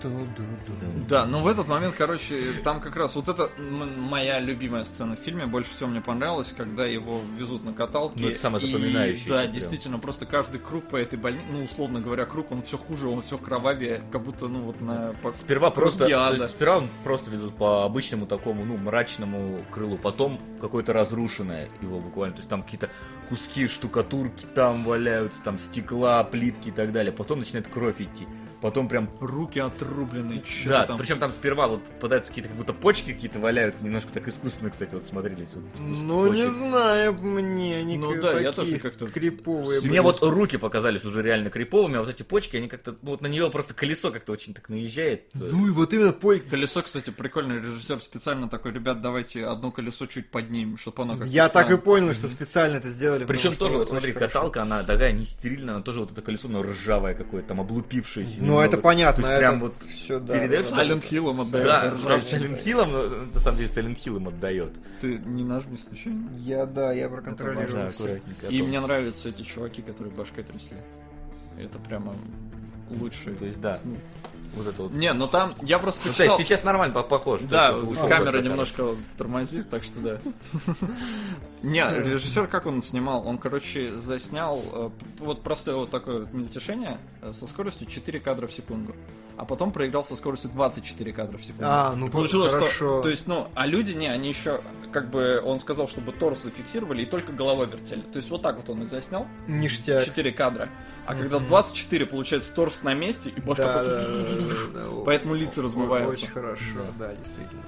Ту-ду-ду. Да, но в этот момент, короче, там как раз вот это м- моя любимая сцена в фильме. Больше всего мне понравилось, когда его везут на каталке. Ну, это самое И, запоминающееся Да, прям. действительно, просто каждый круг по этой больнице, ну, условно говоря, круг, он все хуже, он все кровавее, как будто, ну, вот на... по- Сперва просто, Круги то ада. есть сперва он просто ведут по обычному такому, ну, мрачному крылу, потом какое-то разрушенное его буквально, то есть там какие-то куски штукатурки там валяются, там стекла, плитки и так далее, потом начинает кровь идти, потом прям Руки отрублены, чё да, там. причем там сперва вот попадаются какие-то как будто почки какие-то валяются, немножко так искусственно, кстати, вот смотрелись. вот кусок Ну, не почек. знаю, мне они Ну к- да, я такие тоже как-то- криповые. Мне были. вот руки показались уже реально криповыми, а вот эти почки, они как-то, ну вот на нее просто колесо как-то очень так наезжает. Э, Ну и вот именно пой... Колесо, кстати, прикольный режиссер специально такой, ребят, давайте одно колесо чуть поднимем, чтобы оно как-то Я так и странно». понял, что специально это сделали. потому Причем ну, что тоже, вот очень смотри, хорошо. каталка, она такая не стерильная, она тоже вот это колесо, но ржавое какое-то, там облупившееся. Ну, немного. это понятно. То есть это прям вот все, да. передаешь да, да. Silent Hill'ом отдает. да, Ржавчина. сразу Silent Hill'ом, но, на самом деле Silent Hill'ом отдает. Ты не нажми случайно. Я, да, я Важно, проконтролировал все. аккуратненько. И А то- мне нравятся эти чуваки, которые башкой трясли. Это прямо лучшие. То есть, да. Ну. Вот это вот. Не, ну там я просто Ну, кстати, почитал- сейчас нормально по- похож. Да, только вот ушел камера просто, немножко тормозит, так что да. Не, режиссер как он снимал? Он, короче, заснял э, п- вот простое вот такое вот мельтешение э, со скоростью 4 кадра в секунду. а потом проиграл со скоростью 24 кадра в секунду. А, ну, Получилось, что- хорошо. то есть, ну, а люди, не, они еще, как бы, он сказал, чтобы торс зафиксировали и только головой вертели. То есть, вот так вот он их заснял, Ништяк. 4 кадра. А когда 24, получается, торс на месте и башка... Да, просто- да, да, да. Поэтому лица О- размываются. Очень хорошо, да, действительно.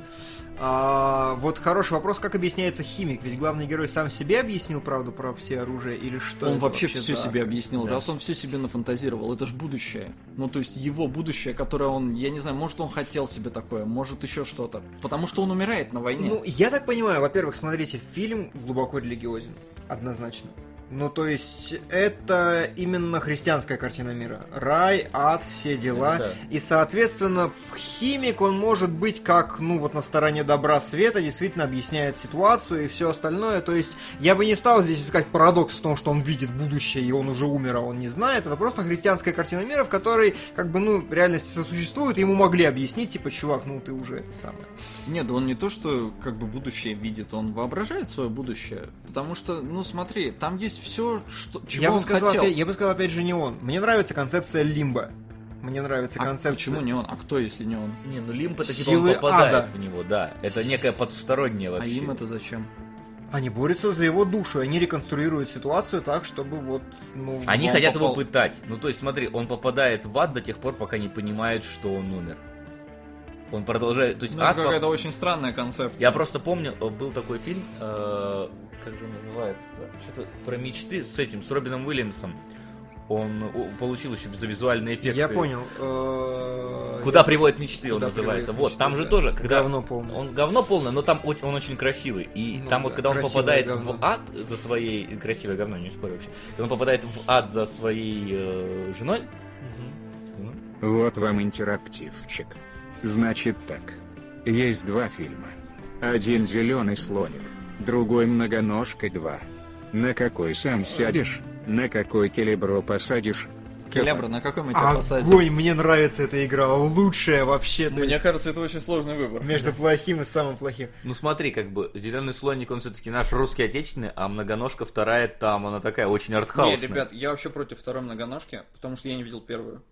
А, вот хороший вопрос, как объясняется химик? Ведь главный герой сам себе объяснил правду про все оружие или что? Он это вообще, все за- себе объяснил, раз он все себе нафантазировал, это же будущее. Ну, то есть его будущее, которое он, я не знаю, может он хотел себе такое, может еще что-то. Потому что он умирает на войне. Ну, я так понимаю, во-первых, смотрите, фильм глубоко религиозен, однозначно. Ну, то есть, это именно христианская картина мира. Рай, ад, все дела. Да. И, соответственно, химик, он может быть как, ну, вот на стороне добра света, действительно объясняет ситуацию и все остальное. То есть, я бы не стал здесь искать парадокс в том, что он видит будущее, и он уже умер, а он не знает. Это просто христианская картина мира, в которой, как бы, ну, реальность сосуществует, и ему могли объяснить, типа, чувак, ну, ты уже это самое. Нет, да он не то, что как бы будущее видит, он воображает свое будущее. Потому что, ну смотри, там есть все, что, чего я он бы сказал, хотел. опять, я бы сказал, опять же, не он. Мне нравится концепция лимба. Мне нравится А концепция... почему не он? А кто, если не он? Не, ну лимб это типа Силы он попадает ада. в него, да. Это некое потустороннее вообще. А им это зачем? Они борются за его душу, они реконструируют ситуацию так, чтобы вот... Ну, Они Он хотят его попал- пытать. Ну, то есть, смотри, он попадает в ад до тех пор, пока не понимает, что он умер. Он продолжает... То есть, Ну, ад это по- какая-то очень странная концепция. Я просто помню, э, был такой фильм, э, как же он называется-то? Что-то про мечты с этим, с Робином Уильямсом. Он о, получил еще за визуальные эффекты. Я понял. э, Куда я- приводят мечты, он Куда называется. приводят Вот, мечты, там же да. тоже, когда... Говно полное. Он говно полное, но там оч- он очень красивый. И Ну там вот, да, когда он красивое попадает говно. в ад за своей... Красивое говно, не спорю вообще. Когда он попадает в ад за своей э, женой... Ну, Вот вам интерактивчик. Значит так. Есть два фильма. Один «Зеленый слоник», другой «Многоножка 2». На какой сам сядешь, на какой келебро посадишь. Келебра, на какой мы тебя посадим? Огонь, мне нравится эта игра, лучшая вообще. то Мне есть, кажется, это очень сложный выбор. Между плохим и самым плохим. Ну смотри, как бы зеленый слоник, он все-таки наш русский отечественный, а многоножка вторая там, она такая очень Не, артхаусная. ребят, я вообще против второй многоножки, потому что я не видел первую.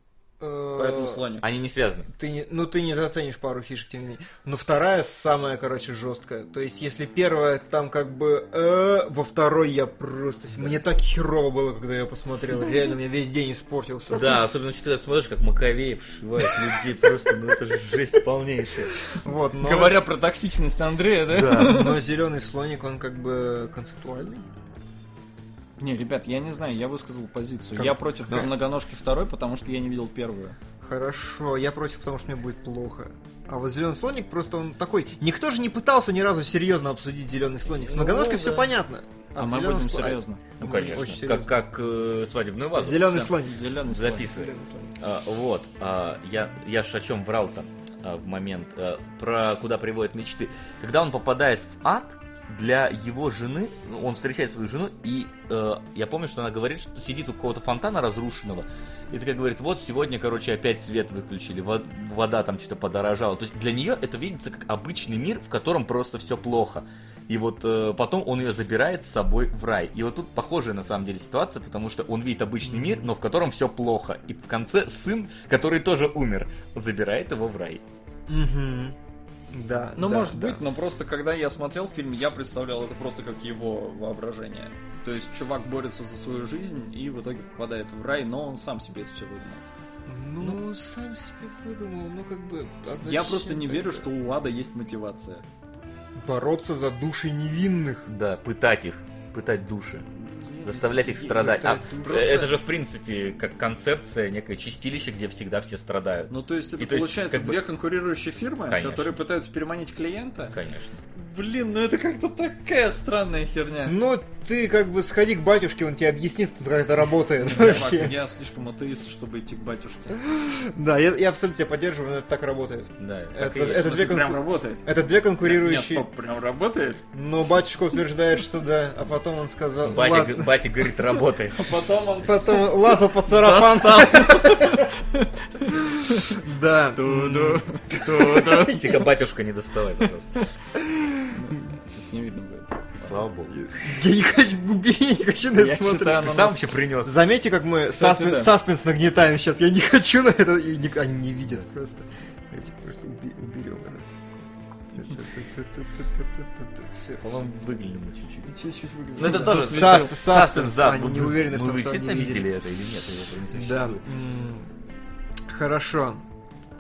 Поэтому Поэтому слоник. Они не связаны. ты не, ну ты не заценишь пару фишек тем не менее. Но вторая самая, короче, жесткая. То есть, если первая там как бы э, во второй я просто. Мне так херово было, когда я посмотрел. Реально, у меня весь день испортился. Да, особенно что ты смотришь, как Маковеев шивает людей просто, ну это же жесть полнейшая. Вот, но, Говоря про токсичность Андрея, да? но зеленый слоник, он как бы концептуальный. Не, ребят, я не знаю, я высказал позицию. Как? Я против Да. многоножки второй, потому что я не видел первую. Хорошо, я против, потому что мне будет плохо. А вот зеленый слоник просто он такой. Никто же не пытался ни разу серьезно обсудить зеленый слоник. С многоножкой все понятно. А, в мы «Зелёном будем сло- а серьезно. Ну Мы конечно, очень серьезно. как, как э, свадебную вазу. Зеленый Всё. слоник. Зеленый слоник. Записывай. А, вот, а, я, я ж о чем врал-то а, в момент, а, про куда приводят мечты. Когда он попадает в ад, для его жены, ну, он встречает свою жену, и э, я помню, что она говорит, что сидит у какого-то фонтана разрушенного, и такая говорит, вот сегодня, короче, опять свет выключили, во- вода там что-то подорожала. То есть для нее это видится как обычный мир, в котором просто все плохо. И вот э, потом он ее забирает с собой в рай. И вот тут похожая на самом деле ситуация, потому что он видит обычный мир, но в котором все плохо. И в конце сын, который тоже умер, забирает его в рай. Мгм. Да. Ну, да, может да. быть, но просто когда я смотрел фильм, я представлял это просто как его воображение. То есть чувак борется за свою жизнь и в итоге попадает в рай, но он сам себе это все выдумал. Ну, сам себе выдумал, ну как бы. а я зачем просто не тогда? верю, что у Лада есть мотивация. Бороться за души невинных. Да, пытать их, пытать души, заставлять их страдать. А, пытать души. э, это же, в принципе, как концепция, некое чистилище, где всегда все страдают. Ну, то есть это И то есть, получается как бы- две конкурирующие фирмы, Конечно. которые пытаются переманить клиента. Конечно. Блин, ну это как-то такая странная херня. Ну, ты как бы сходи к батюшке, он тебе объяснит, как это работает Чувак, вообще. я слишком атеист, чтобы идти к батюшке. Да, я, я абсолютно тебя поддерживаю, но это так работает. Да, так Это, и есть. это В две, смысле, прям конку- работает. это две конкурирующие. Нет, стоп, прям работает. но Ну, батюшка утверждает, что да, а потом он сказал. Батя, «Ладно». г- батя говорит, работает. Потом он... Потом лазал под сарафан. Да. Тихо, батюшка, не доставай, пожалуйста. Не видно будет. С Слава богу. Я не хочу, убери, не хочу на это Я считаю, смотреть. оно Ты нас- сам вообще принес. Заметьте, как мы саспен- да. саспенс нагнетаем сейчас. Я не хочу на это, и ни- они не видят просто. Давайте просто уби- уберем это. Всё. По-моему, выглядим чуть-чуть. Чуть-чуть выглядит. Ну это тоже Сас- специф- саспенс, саспенс, да. Они Ну, не уверены в ну, том, вы что они действительно не видели. видели это или нет? Его не Да. существует. М, Хорошо.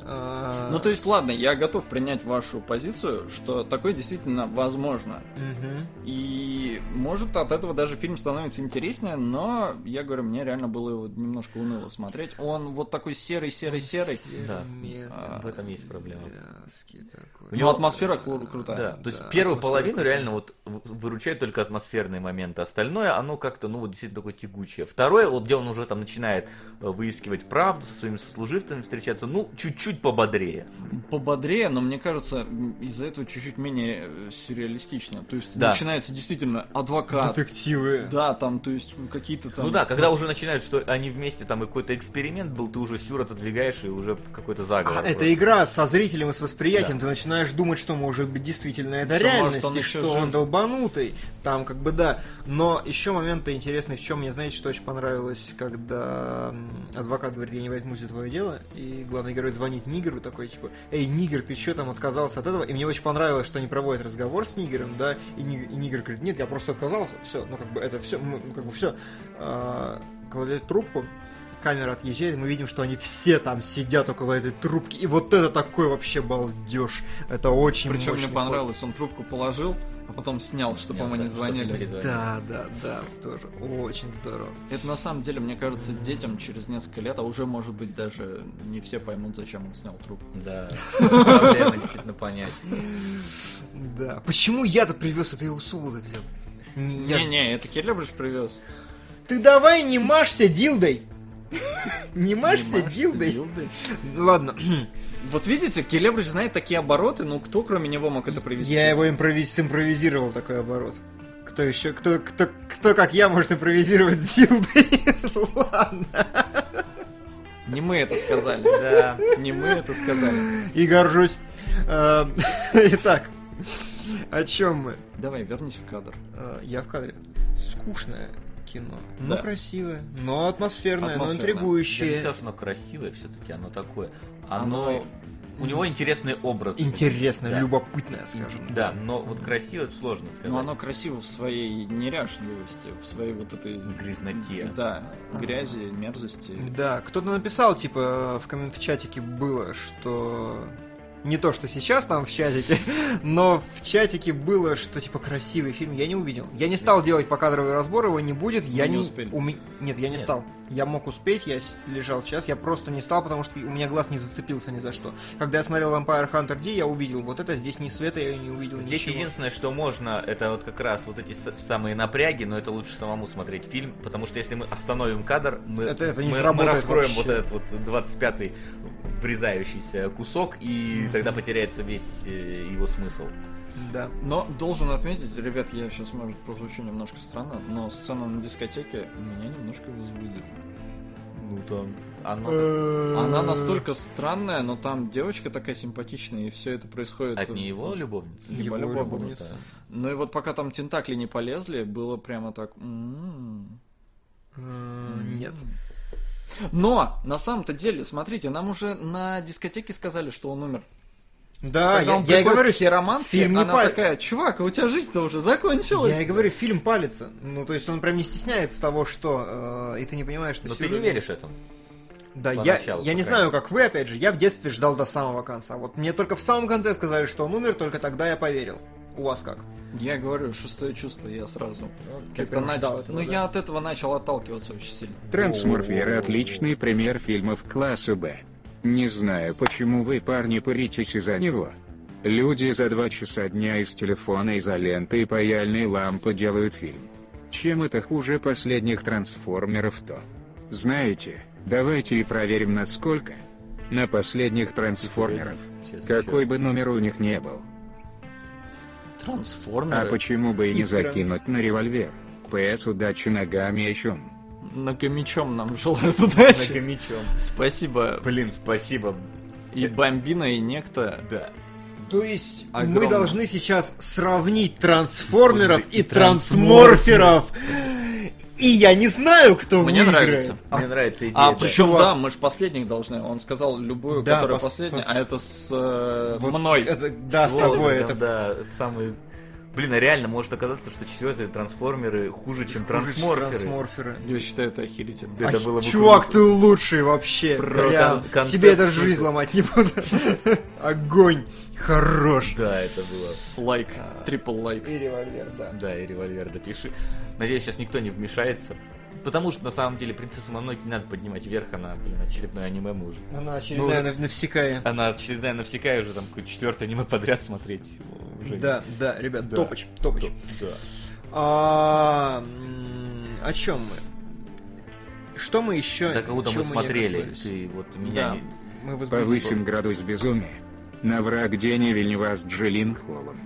А, Ну, то есть, ладно, я готов принять вашу позицию, что такое действительно возможно. мгм. И, может, от этого даже фильм становится интереснее, но, я говорю, мне реально было его немножко уныло смотреть. Он вот такой серый-серый-серый. Да. Мед- А, В этом есть проблема. Мяски такой. У него атмосфера кру- крутая. Да, то есть типа, да, первую атмосфера половину крутая. реально вот в- выручает только атмосферные моменты, остальное оно как-то, ну вот действительно такое тягучее. Второе, вот где он уже там начинает э, выискивать правду, со своими служивцами встречаться, ну чуть-чуть пободрее. Пободрее, но мне кажется, м, из-за этого чуть-чуть менее э, сюрреалистично. То есть Да. начинается действительно адвокат. Детективы. Да, там, то есть ну, какие-то там... Ну да, когда уже начинают, что они вместе там и какой-то эксперимент был, ты уже сюр отодвигаешь и уже какой-то заговор. А, просто. это игра со зрителем и с восприятием. Ты начинаешь думать, что может быть действительно это Что, реальность, может, он и еще что он жив. долбанутый. Там как бы да. Но еще момент интересный, в чем мне, знаете, что очень понравилось, когда м, адвокат говорит, я не возьмусь за твое дело, и главный герой звонит Нигеру такой, типа, эй, Нигер, ты что там отказался от этого? И мне очень понравилось, что они проводят разговор с Нигером, да, и, Ни- и Нигер говорит, нет, я просто отказался, все, ну как бы это все, ну как бы все. кладет трубку, камера отъезжает, и мы видим, что они все там сидят около этой трубки. И вот это такой вообще балдеж. Это очень Причем мне мощный понравилось, он трубку положил, а потом снял, чтобы Нет, ему не да, чтобы не звонили. перезвонили. ход. Да, да, да, тоже очень здорово. Это на самом деле, мне кажется, детям через несколько лет, а уже, может быть, даже не все поймут, зачем он снял трубку. Да, проблема действительно понять. Да. Почему я-то привез это и у Сулы взял? Не, я- Не-не, это Келебрич привез. Ты давай не машься дилдой! Не машься Понимаешь, дилдой! дилдой. Ладно, Вот видите, Келебрич знает такие обороты, ну кто кроме него мог это привести? я его импровиз- симпровизировал такой оборот. Кто еще? Кто, кто, кто как я может импровизировать с дилдой? Ладно. Не мы это сказали, да. Не мы это сказали. и горжусь. Э, Итак, о чем мы? Давай, вернись в кадр. Ну, Э, Я в кадре. Скучное кино. Да. Но красивое, но атмосферное, но Атмосферное. Я не интригующее. сказал, что оно красивое все-таки, оно такое. Оно- Оно... У него интересный образ. Интересно, Да. любопытное, скажем. Да, но вот красиво это сложно сказать. Но оно красиво в своей неряшливости, в своей вот этой... грязноте. Да, грязи, мерзости. Да, кто-то написал, типа, в, коммен- в чатике было, что... Не то, что сейчас там в чатике, но в чатике было, что, типа, красивый фильм. Я не увидел. Я не стал делать покадровый разбор, его не будет. Я не не... успели. у ме- Нет, я не Нет. стал. Я мог успеть, я с- лежал час, я просто не стал, потому что у меня глаз не зацепился ни за что. Когда я смотрел Vampire Hunter D, я увидел вот это, здесь не света, я не увидел Здесь ничего. единственное, что можно, это вот как раз вот эти с- самые напряги, но это лучше самому смотреть фильм, потому что если мы остановим кадр, мы, Это- это не мы- мы сработает раскроем вообще. вот этот вот 25-й врезающийся кусок, и тогда потеряется весь э, его смысл. Да. Но должен отметить, ребят, я сейчас, может, прозвучу немножко странно, но сцена на дискотеке меня немножко возбудила. Ну там, оно Она Она настолько странная, но там девочка такая симпатичная, и все это происходит... от не его любовница? Его любовница. любовница. Ну и вот пока там тентакли не полезли, было прямо так... «М-м-м». Э, Нет. Но, на самом-то деле, смотрите, нам уже на дискотеке сказали, что он умер. Да, Когда А, я, он я и приходит говорю, к хиромантке, фильм не она паль- такая, чувак, а у тебя жизнь-то уже закончилась. Я и говорю, фильм палится. Ну, то есть он прям не стесняется того, что... э, и ты не понимаешь, что... Но ты сюжет- не веришь этому. Да, я, поначалу, я по не крайней знаю, как вы, опять же, я в детстве ждал до самого конца. А Вот мне только в самом конце сказали, что он умер, только тогда я поверил. У вас как? Я говорю, шестое чувство, я сразу ты как-то прям ждал начал. этого, Ну, да? я от этого начал отталкиваться очень сильно. Трансморферы – отличный пример фильмов класса Б. Не знаю, почему вы, парни, паритесь из-за него. Люди за два часа дня из телефона изоленты и паяльной лампы делают фильм. Чем это хуже последних трансформеров-то? Знаете, давайте и проверим насколько. На последних трансформеров. Сейчас Какой бы номер у них не был. А Трансформеры. почему бы и не Искра. закинуть на револьвер? П.С. Удачи ногами еще. Ногомечом нам желают удачи. Ногомечом. Спасибо. Блин, спасибо. И Бомбина, и Некто. Да. То есть мы Огромное. должны сейчас сравнить трансформеров Ой, и и трансморферов. И я не знаю, кто Мне выиграет. нравится. Мне нравится идея. А да. причем, Чувак. да, мы же последних должны. Он сказал любую, Да, которая пос- последняя, пос- а это с э, Вот мной. это- да, с Вот, тобой да, это... Да, это самый... Блин, а реально может оказаться, что четвертые трансформеры хуже, хуже, чем чем трансморферы. трансморферы. Я считаю, это охерительно. Это Ах, было бы чувак, круто. ты лучший вообще. Просто Прям. концепт Тебе даже круто. жизнь ломать не буду. Огонь. Хорош. Да, это было. Лайк, трипл лайк. И револьвер, да. Да, и револьвер допиши. Надеюсь, сейчас никто не вмешается. Потому что, на самом деле, принцессу Мононоке не надо поднимать вверх, она, блин, очередное аниме мы уже. Она очередная Ну, нав- навсекая. Она очередная навсекая уже там какое-то четвертое аниме подряд смотреть. Уже Да, да, ребят, Да. топоч, топоч. Да. А, м, О чем мы? Что мы еще? Да кого-то а мы чего не смотрели. коснулись? Ты вот меня... Да. не- Мы возбудились. Повысим градус безумия. На враг Дени Вильнева с Джилин Холлом.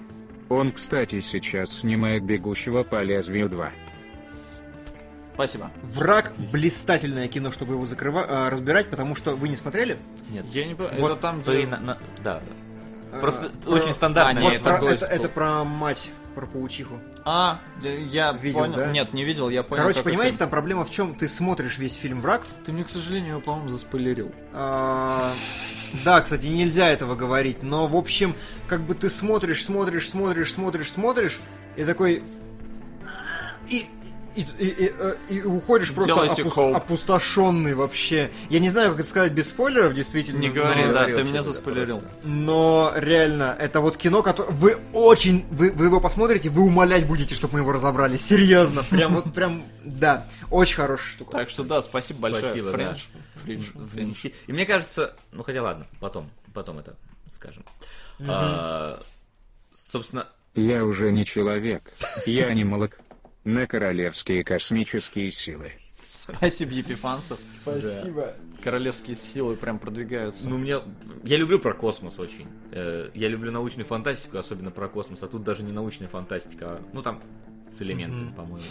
Он, кстати, сейчас снимает «Бегущего по лезвию 2». Спасибо. Враг блистательное кино, чтобы его закрыва- а, разбирать, потому что вы не смотрели? Нет. Я не понимаю, Вот это там, То и где... на- на- Да, да. А, Просто про- очень стандартно. А, вот нет, про- другое это, что- это про мать, про паучиху. А, да, я Видел, понял. да? Нет, не видел, я понял. Короче, какой понимаете, фильм. там проблема в чем? Ты смотришь весь фильм «Враг», Ты мне, к сожалению, его, по-моему, заспойлерил. А, Да, кстати, нельзя этого говорить, но, в общем, как бы ты смотришь, смотришь, смотришь, смотришь, смотришь, и такой... И, и, и- и, э, и уходишь просто Делайте опус- коуп. опустошенный вообще. Я не знаю, как это сказать без спойлеров, действительно. Не говори, но, да, говорил ты всегда меня заспойлерил. но реально, это вот кино, которое... Вы очень... Вы, вы его посмотрите, вы умолять будете, чтобы мы его разобрали. Серьезно, прям вот прям... Да, очень хорошая штука. Так что да, спасибо большое. Спасибо, да. Френч. Френч. Френч. внести. И мне кажется, ну хотя ладно, потом, потом это скажем. А, Собственно, Я уже не человек. Я не молок. На королевские космические силы. Спасибо, Епифанцев. Спасибо. Королевские силы прям продвигаются. ну мне, я люблю про космос очень. Э, Я люблю научную фантастику, особенно про космос. А тут даже не научная фантастика, а, ну там с элементами, по-моему.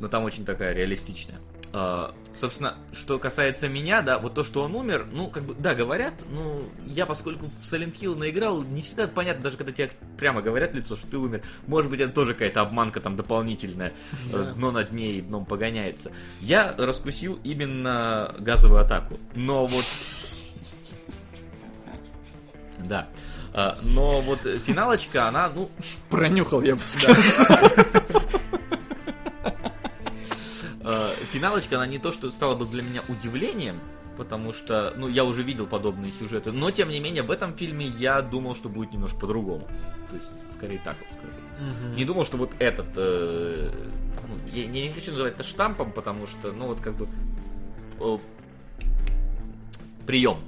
Но там очень такая реалистичная. А, Собственно, что касается меня, да, вот то, что он умер, ну, как бы, да, говорят, ну, я, поскольку в Silent Hill наиграл, не всегда понятно, даже когда тебе прямо говорят в лицо, что ты умер, может быть, это тоже какая-то обманка там дополнительная, э, дно над ней, дном погоняется. Я раскусил именно газовую атаку, но вот... Да. А, Но вот э, финалочка, она, ну, Пронюхал, я бы сказал. Э, Финалочка, она не то, что стала бы для меня удивлением, потому что, ну, я уже видел подобные сюжеты, но, тем не менее, в этом фильме я думал, что будет немножко по-другому. То есть, скорее так вот скажу. Не думал, что вот этот... э, ну, я, я не хочу называть это штампом, потому что, ну, вот как бы... прием.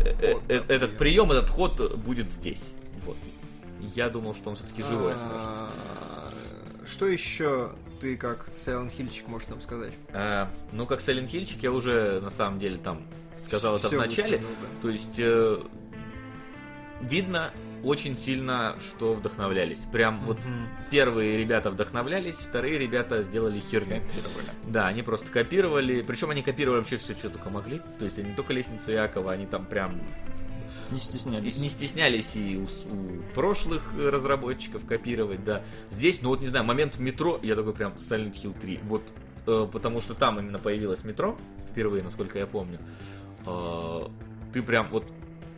э, этот прием, этот ход э, будет здесь. Вот. Я думал, что он все-таки А, живой окажется. А, Что еще ты как Сайлент Хильчик можешь нам сказать? Э, ну, как Silent Hillчик, я уже, на самом деле, там сказал это в Всё начале. высказал, да. То есть э, видно очень сильно, что вдохновлялись. Прям вот первые ребята вдохновлялись, вторые ребята сделали херню. Да, они просто копировали. Причем они копировали вообще все, что только могли. То есть они не только лестницу Якова, они там прям Не не стеснялись. не стеснялись и у, с- у прошлых э, разработчиков копировать, да. Здесь, ну вот не знаю, момент в метро, я такой прям Silent Hill 3. Вот э, потому что там именно появилось метро, впервые, насколько я помню. Э, ты прям вот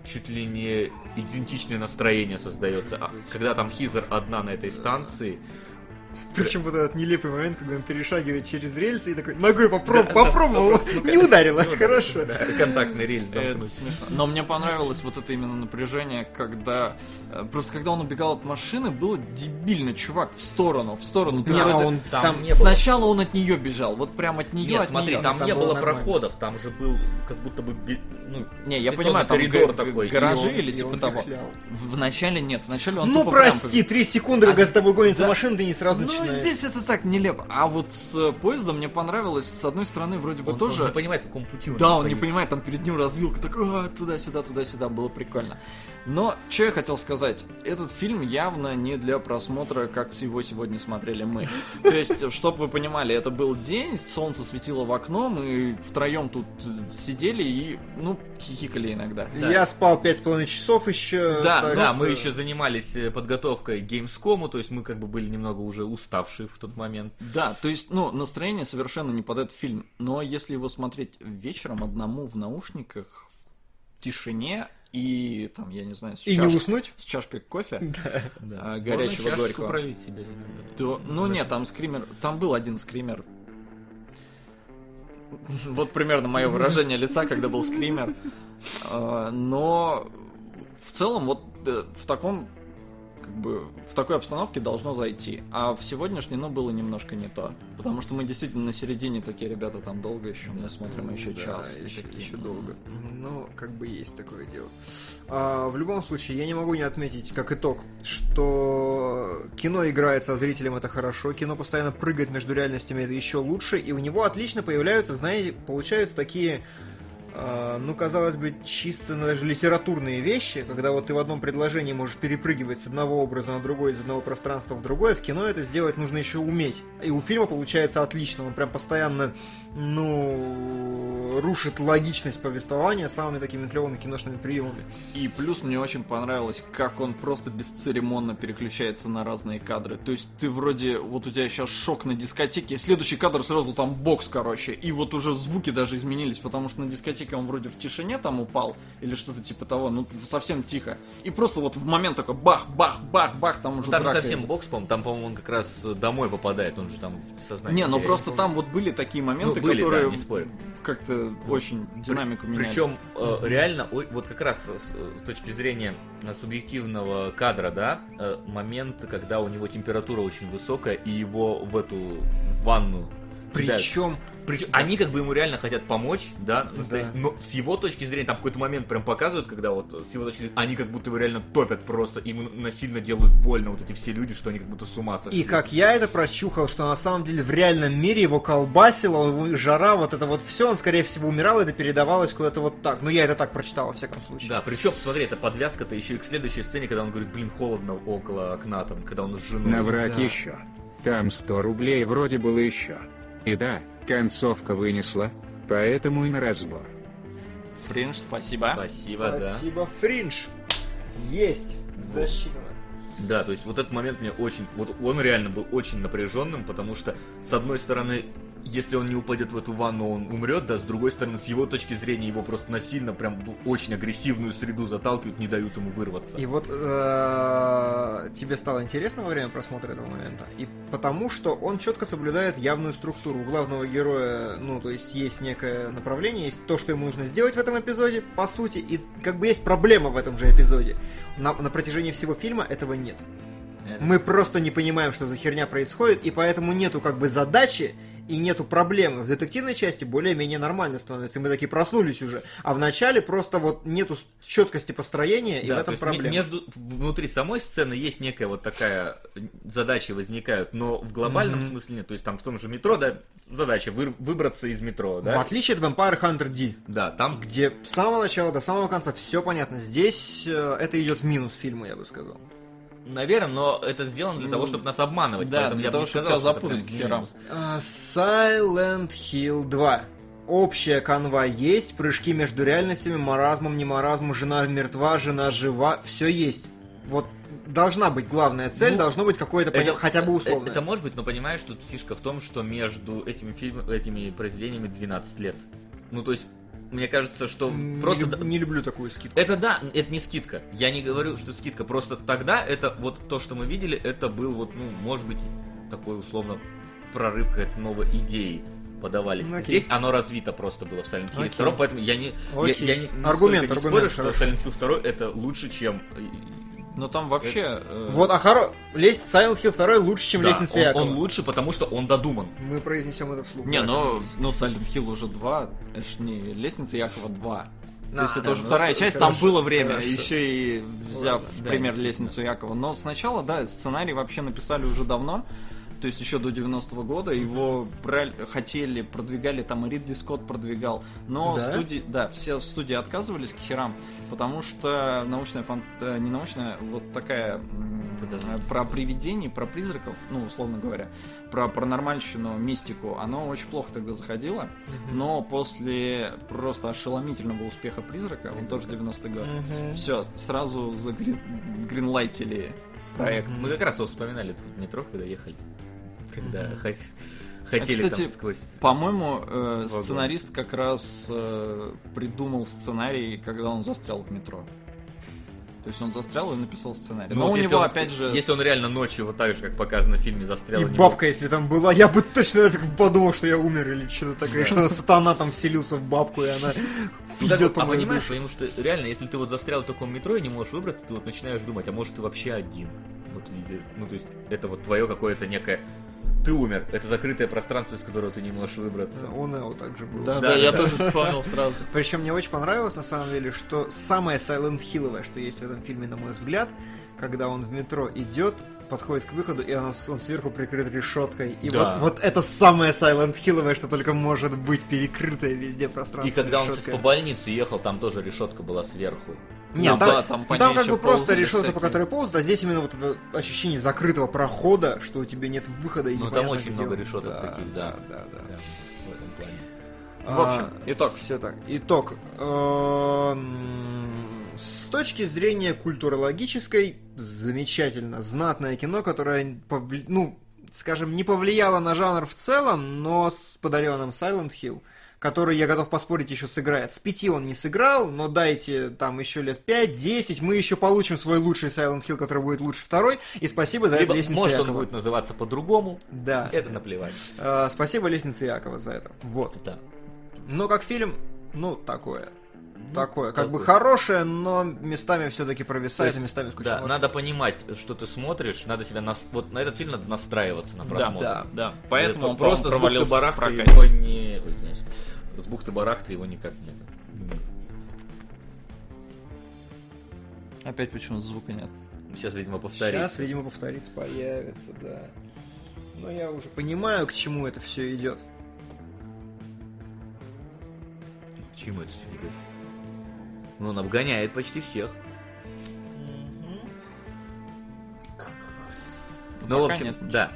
чуть ли не идентичное настроение создается. А когда там Хизер одна на этой станции, Причем вот этот нелепый момент, когда он перешагивает через рельсы и такой ногой попроб- попробовал, не ударила, хорошо. Ну, да, контактный рельс Это замкнуть. смешно. Но мне понравилось вот это именно напряжение, когда... э, Просто когда он убегал от машины, было дебильно, чувак, в сторону, в сторону. Ты Не, а вроде- он там там не было. Сначала он от нее бежал, вот прям от нее, Нет, от смотри, неё. там, Там не было было нормально. проходов, там же был как будто бы бе- ну, Не, я бетонный понимаю, там коридор га- такой. гаражи И он- или и типа он того. пихлял. В в начале нет, вначале он Ну тупо прям прости, три секунды, А А когда с тобой гонится машина, ты не сразу Ну, начинаешь. здесь это так нелепо. А вот с э, поездом мне понравилось, с одной стороны, вроде бы он, тоже... он не понимает, по какому пути он да, он поедет. не понимает, там перед ним развилка, так «А, туда-сюда, туда-сюда, было прикольно. Но, что я хотел сказать, этот фильм явно не для просмотра, как его сегодня смотрели мы. То есть, чтобы вы понимали, это был день, солнце светило в окно, мы втроем тут э, сидели и, ну, хихикали иногда. Я спал пять с половиной часов еще. Да, так да, что- мы еще занимались э, подготовкой к Gamescom, то есть мы как бы были немного уже уставшие в тот момент. Да, то есть, ну, настроение совершенно не под этот фильм. Но если его смотреть вечером одному в наушниках, в тишине и там, я не знаю, с, И не чаш- уснуть? с чашкой кофе, Да. а, горячего Можно чашечку горького. пролить себе. иногда. то, ну нет, там скример, там был один скример. Вот примерно мое выражение лица, когда был скример. А, Но в целом вот э, в таком как бы в такой обстановке должно зайти. А в сегодняшней, ну, было немножко не то. Потому что мы действительно на середине такие ребята там долго еще, мы смотрим еще Да, час. и еще, такие, еще ну, долго. Но как бы есть такое дело. А, в любом случае, я не могу не отметить, как итог, что кино играет со зрителем, это хорошо, кино постоянно прыгает между реальностями, это еще лучше, и у него отлично появляются, знаете, получаются такие, а, ну, казалось бы, чисто ну, даже литературные вещи, когда вот ты в одном предложении можешь перепрыгивать с одного образа на другой, из одного пространства в другое, в кино это сделать нужно еще уметь. И у фильма получается отлично, он прям постоянно ну, рушит логичность повествования самыми такими клевыми киношными приемами. И плюс мне очень понравилось, как он просто бесцеремонно переключается на разные кадры. То есть ты вроде, вот у тебя сейчас шок на дискотеке, и следующий кадр сразу там бокс, короче. И вот уже звуки даже изменились, потому что на дискотеке он вроде в тишине там упал, или что-то типа того, ну совсем тихо. И просто вот в момент такой бах, бах, бах, бах, там уже Там не драка совсем бокс, по-моему, там, по-моему, он как раз домой попадает, он же там в сознании. Не, ну теряет. просто там вот были такие моменты, Ну, были, да, которые не спорю. как-то очень динамику меняли. Причем э, реально, ой, вот как раз э, с, с точки зрения э, субъективного кадра, да, э, момент, когда у него температура очень высокая, и его в эту ванну кидают. Причем Причем они как бы ему реально хотят помочь, да, настоящ- но с его точки зрения, там в какой-то момент прям показывают, когда вот э, с его точки зрения, они как будто его реально топят просто, ему насильно делают больно вот эти все люди, что они как будто с ума сошли. И как я это прочухал, что на самом деле в реальном мире его колбасило, его жара, вот это вот все, он, скорее всего, умирал, и это передавалось куда-то вот так. Ну, я это так прочитал, во всяком случае. Да, причем, смотри, эта подвязка-то еще и к следующей сцене, когда он говорит, блин, холодно около окна, там, когда он с женой. Наврать еще. Там 100 рублей вроде было еще. И да, концовка вынесла, поэтому и на разбор. Фринж, спасибо. Спасибо, да. Фриндж. Есть. Засчитано. Да, то есть вот этот момент мне очень... Вот он реально был очень напряженным, потому что, с одной стороны, если он не упадет в эту ванну, он умрет, да, с другой стороны, с его точки зрения, его просто насильно прям в очень агрессивную среду заталкивают, не дают ему вырваться. И вот э, тебе стало интересно во время просмотра этого момента? И потому что он четко соблюдает явную структуру. У главного героя, ну, то есть есть некое направление, есть то, что ему нужно сделать в этом эпизоде, по сути, и как бы есть проблема в этом же эпизоде. На, на протяжении всего фильма этого нет. Это- Мы просто не понимаем, что за херня происходит, и поэтому нету как бы задачи и нету проблемы. В детективной части более-менее нормально становится, и мы такие проснулись уже. А в начале просто вот нету четкости построения, и Да, в этом то есть ме- проблема. Между, в- внутри самой сцены есть некая вот такая задача возникают, но в глобальном смысле нет. То есть там в том же метро, да, задача выр- выбраться из метро, В да? отличие от Vampire Hunter D, Да, там где с самого начала до самого конца все понятно. Здесь э, это идет в минус фильма, я бы сказал. Наверное, но это сделано для того, чтобы нас обманывать. Да, поэтому для я бы того, не чтобы сказал, тебя что это запутать прям к херам. минус. А, Silent Hill 2. Общая канва есть, прыжки между реальностями, маразмом, не маразмом, жена мертва, жена жива, все есть. Вот должна быть главная цель, Ну, должно быть какое-то поня- хотя бы условное. э, Это может быть, но понимаешь, тут фишка в том, что между этими фильмами, этими произведениями 12 лет. Ну, то есть, мне кажется, что М, просто... не, люб- д- не люблю такую скидку. Это да, это не скидка. Я не говорю, что скидка. Просто тогда это вот то, что мы видели, это был вот, ну, может быть, такой условно прорыв какой-то новой идеи подавались. Ну, окей. Здесь оно развито просто было в Silent Hill Окей. 2, поэтому я не, я, Окей. я не, нисколько Аргумент, не аргумент, спорю, что Silent Hill 2 это лучше, чем... э, Но там вообще... э, Вот, а хоро... лезть Silent Hill 2 лучше, чем да, лестница он- Якова. он лучше, потому что он додуман. Мы произнесем это вслух. Не, ну, ну Silent Hill уже 2, это ж не Лестница Якова 2. Да, То есть это да, уже ну, вторая это часть, там хорошо, было время, хорошо. еще и взяв в да, пример действительно. Лестницу Якова. Но сначала, да, сценарий вообще написали уже давно, то есть еще до 90-го года, его брали, хотели, продвигали, там и Ридли Скотт продвигал, но Да? студии, да, все студии отказывались к херам, потому что научная, фан- э, не научная, вот такая м, это даже э, не про привидений, про призраков, ну, условно говоря, про паранормальщину, мистику, оно очень плохо тогда заходило, но после просто ошеломительного успеха призрака, он тоже 90-й год, все, сразу загринлайтили проект. Мы как раз его вспоминали тут в метро, когда ехали. Когда хот- А, хотели кстати, там сквозь... По-моему, э, сценарист как раз э, придумал сценарий, когда он застрял в метро. То есть он застрял и написал сценарий. Ну, Но вот у если него, он- опять же, Если он реально ночью, вот так же, как показано в фильме, застрял... И у него- бабка, если там была, я бы точно подумал, что я умер или что-то такое, что сатана там вселился в бабку, и она Ну, так идет вот, по а моей понимаешь, душе. потому что реально, если ты вот застрял в таком метро и не можешь выбраться, ты вот начинаешь думать, а может ты вообще один? Вот везде. Ну, то есть, это вот твое какое-то некое... Ты умер. Это закрытое пространство, из которого ты не можешь выбраться. У Нео также было. Да, да, я тоже вспомнил сразу. Причем мне очень понравилось, на самом деле, что самое Silent Хилловое, что есть в этом фильме, на мой взгляд, когда он в метро идет, подходит к выходу, и она с- он сверху прикрыт решеткой. И Да. вот, вот это самое Silent Хилловое, что только может быть перекрытое везде пространство. И когда он кстати, решеткой. по больнице ехал, там тоже решетка была сверху. Нет, Ну там, да, там там по ней как еще бы просто ползали решетка, по всякие. которой полз, а здесь именно вот это ощущение закрытого прохода, что у тебя нет выхода и Ну, там непонятно, очень где много он. решеток таких, да. Да, да, да. Прям в этом плане. В общем, итог. Все А, так. Итог. Эм, С точки зрения культурологической, замечательно. Знатное кино, которое, повли- ну, скажем, не повлияло на жанр в целом, но с- подарило нам Silent Hill, который, я готов поспорить, еще сыграет. С пяти он не сыграл, но дайте там еще лет 5-10, мы еще получим свой лучший Silent Hill, который будет лучше второй, и спасибо за Либо, это лестница может, он Якова». будет называться по-другому, Да. это наплевать. Э, спасибо лестнице Якова за это. Вот. Да. Но как фильм, ну, такое. Такое. Как бы Ну, такое. хорошее, но местами все-таки провисает, То а есть, местами Да, скучновато. надо понимать, что ты смотришь, надо себя нас... вот на этот фильм надо настраиваться на просмотр. да, да. Поэтому Это он просто просто провалился с в бухты барахты прокате. его не. Ой, извиняюсь. С бухты барахты его никак нет. Опять почему-то звука нет. Сейчас, видимо, повторить. Сейчас, видимо, повторить появится, да. Но я уже понимаю, к чему это все идет. К чему это все идет? Ну, он обгоняет почти всех. Ну, в пока общем, нет да.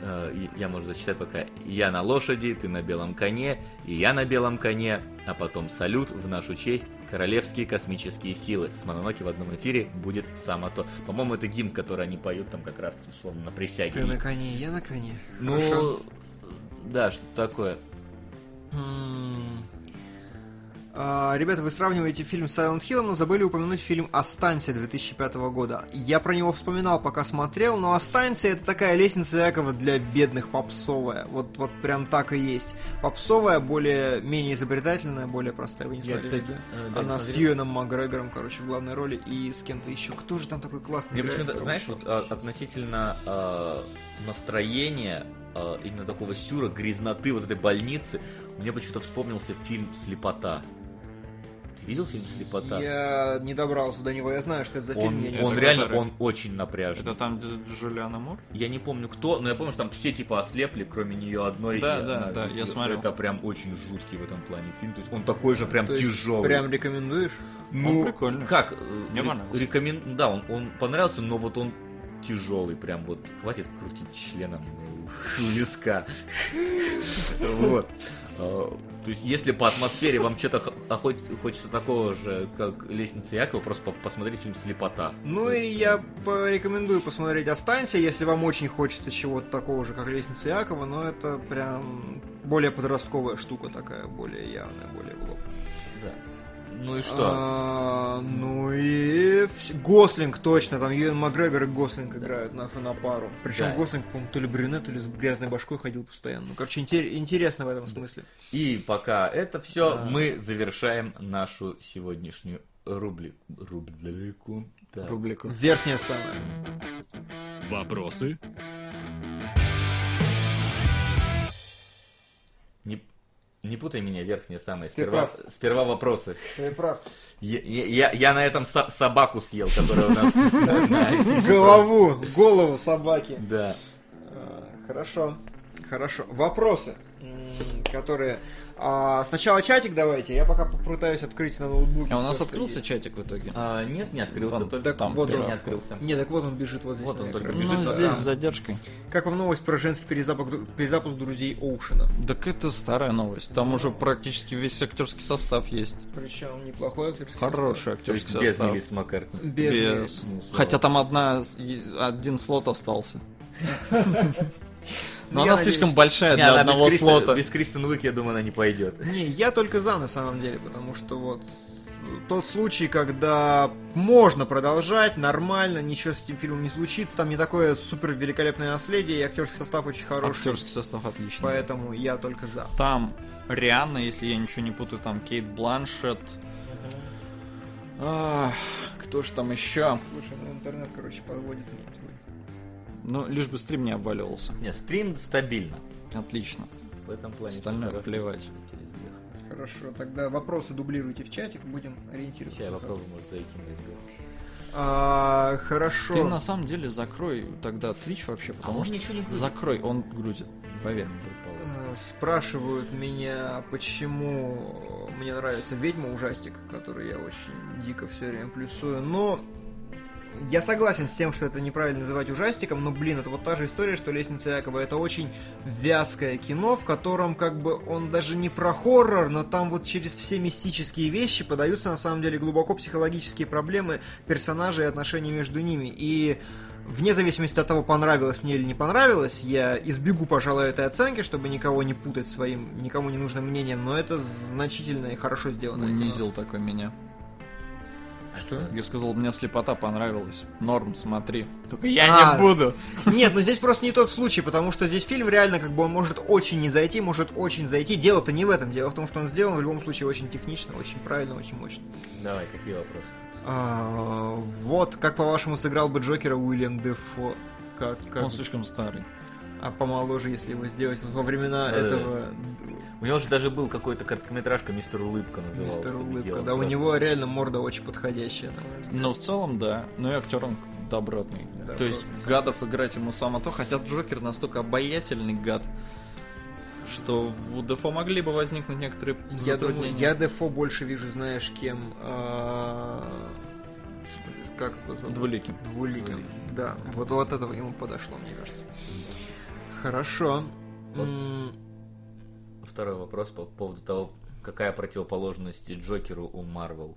Э, и- Я, может, зачитать пока. Я на лошади, ты на белом коне, и я на белом коне, а потом салют в нашу честь. Королевские космические силы. С Мононоки в одном эфире будет само то. По-моему, это гимн, который они поют там как раз, условно, на присяге. Ты И- на коне, я на коне. Хорошо. Ну, да, что-то такое. А, Ребята, вы сравниваете фильм с Silent Hill, но забыли упомянуть фильм «Останься» 2005 года. Я про него вспоминал, пока смотрел, но «Останься» — это такая лестница Якова для бедных попсовая. Вот, вот прям так и есть. Попсовая, более, менее изобретательная, более простая. Вы не Я, смотрели? А кстати, э, да, не Она с смотрел. Юэном Макгрегором, короче, в главной роли и с кем-то еще. Кто же там такой классный? Мне играет, почему-то, которого- знаешь, вот а, относительно а, настроения а, именно такого сюра, грязноты вот этой больницы, мне почему-то вспомнился фильм «Слепота». Ты видел фильм «Слепота»? Я не добрался до него, я знаю, что это за фильм. я Он, не Это он знаю. реально, который- он очень напряжен. Это там где Джулиана Мур? Я не помню кто, но я помню, что там все типа ослепли, кроме нее одной. Да, И да, она- да, я это смотрел. Это прям очень жуткий в этом плане фильм. То есть он такой же прям То есть тяжелый. Прям рекомендуешь? Ну, Он прикольный. Как? э, Мне ре- понравился. Рекомен... Да, он, он понравился, но вот он тяжелый, прям вот хватит крутить членом э, у виска. Вот. Э, То есть, если по атмосфере вам что-то х- охо- хочется такого же, как «Лестница Якова», просто по- посмотрите фильм «Слепота». Ну и я порекомендую посмотреть «Останься», если вам очень хочется чего-то такого же, как «Лестница Якова», но это прям более подростковая штука такая, более явная, более глубокая. Да. Ну и что? А, ну и вс- Гослинг точно, там Юэн Макгрегор и Гослинг играют на, на пару. Причем Да. Гослинг, по-моему, то ли брюнет, то ли с грязной башкой ходил постоянно. Ну, короче, интер- интересно в этом смысле. И пока это все, Да. мы завершаем нашу сегодняшнюю рубрику. Рублику. Да. Рублику. Верхняя самая. Вопросы? Не, не путай меня, верхнее самое. Ты Сперва, сперва вопросы. Ты прав. Я, я- я на этом со- собаку съел, которая у нас... на- Голову, голову собаки. Да. А, Хорошо. Хорошо. Вопросы, м, которые А, сначала чатик давайте, я пока попытаюсь открыть на ноутбуке. А у нас всё, что открылся есть. чатик в итоге? А, нет, не открылся. Вон, только там, вот Только он. не открылся. Не, так вот он бежит вот здесь. Вот на он экране. только бежит. ну, да. здесь с задержкой. Как вам новость про женский перезапуск, перезапуск друзей Оушена? Так это старая новость. Там уже практически весь актерский состав есть. Причем неплохой актерский Хороший То есть актерский без состав. Мелис Маккартни. состав. Без. Без. Ну, слава Хотя там одна, с- и- один слот остался. Но Я она надеюсь. слишком большая Не, для она одного без Кристен- слота. Без Кристен Уик, я думаю, она не пойдет. Не, я только за на самом деле, потому что вот тот случай, когда можно продолжать, нормально, ничего с этим фильмом не случится, там не такое супер великолепное наследие, и актерский состав очень хороший. Актерский состав отличный. Поэтому я только за. Там Рианна, если я ничего не путаю, там Кейт Бланшет. Ах, Кто ж там еще? Слушай, ну интернет, короче, подводит меня. Ну, лишь бы стрим не обваливался. Не, стрим стабильно. Отлично. В этом плане. Остальное всё хорошо. плевать. Через две. Хорошо, тогда вопросы дублируйте в чатик, будем ориентироваться. Сейчас я попробую, может, зайти на разговор. А, хорошо. Ты на самом деле закрой тогда Twitch вообще, потому что... А ничего не Закрой, он грузит, поверь мне. Э, Спрашивают меня, почему э, мне нравится ведьма ужастик, который я очень дико все время плюсую. Но я согласен с тем, что это неправильно называть ужастиком, но, блин, это вот та же история, что «Лестница Якова». Это очень вязкое кино, в котором как бы он даже не про хоррор, но там вот через все мистические вещи подаются на самом деле глубоко психологические проблемы персонажей и отношений между ними. И вне зависимости от того, понравилось мне или не понравилось, я избегу, пожалуй, этой оценки, чтобы никого не путать своим никому не нужным мнением, но это значительно и хорошо сделано. Унизил такой меня. Что? Я сказал, мне слепота понравилась. Норм, смотри. Только я не буду. Нет, но здесь просто не тот случай, потому что здесь фильм реально как бы он может очень не зайти, может очень зайти. Дело-то не в этом. Дело в том, что он сделан в любом случае очень технично, очень правильно, очень мощно. Давай, какие вопросы? тут? А, вот как по-вашему сыграл бы Джокера Уильям Дефо. Как, как- Он слишком старый. А помоложе, если его сделать вот во времена Да-да-да. этого У него же даже был какой-то короткометражка «Мистер Улыбка» назывался. мистера где Улыбка. он Да, у просто- него реально морда очень подходящая. на мой взгляд. Но в целом, да. Но и актер он добротный. То есть гадов играть ему само то, хотя Джокер настолько обаятельный гад, что у Дефо могли бы возникнуть некоторые Я думаю, затруднения. я Дефо больше вижу, знаешь, кем... а, господи, Как его зовут? Двуликим. Двуликим. Да, вот вот этого ему подошло, мне кажется. Хорошо. М, Второй вопрос по поводу того, какая противоположность Джокеру у Марвел.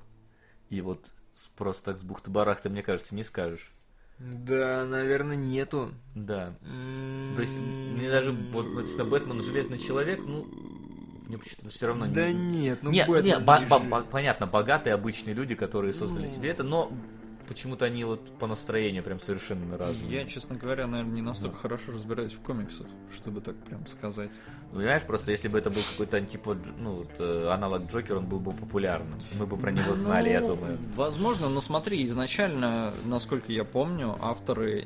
И вот с- просто так с бухты-барахты, мне кажется, не скажешь. Да, наверное, нету. Да. М, То есть, мне даже вот написано «Бэтмен. Железный человек», ну, мне почему-то все равно Да нет, ну не, Бэтмен не, не ба- ба- же. ба- понятно, богатые обычные люди, которые создали Ну. себе это, но почему-то они вот по настроению прям совершенно разные. Я, честно говоря, наверное, не настолько хорошо разбираюсь в комиксах, чтобы так прям сказать. Ну, Понимаешь, просто если бы это был какой-то типа дж- ну, вот, э, аналог Джокера, он был бы популярным. Мы бы про него знали, я Ну, думаю. Возможно, но смотри, изначально, насколько я помню, авторы...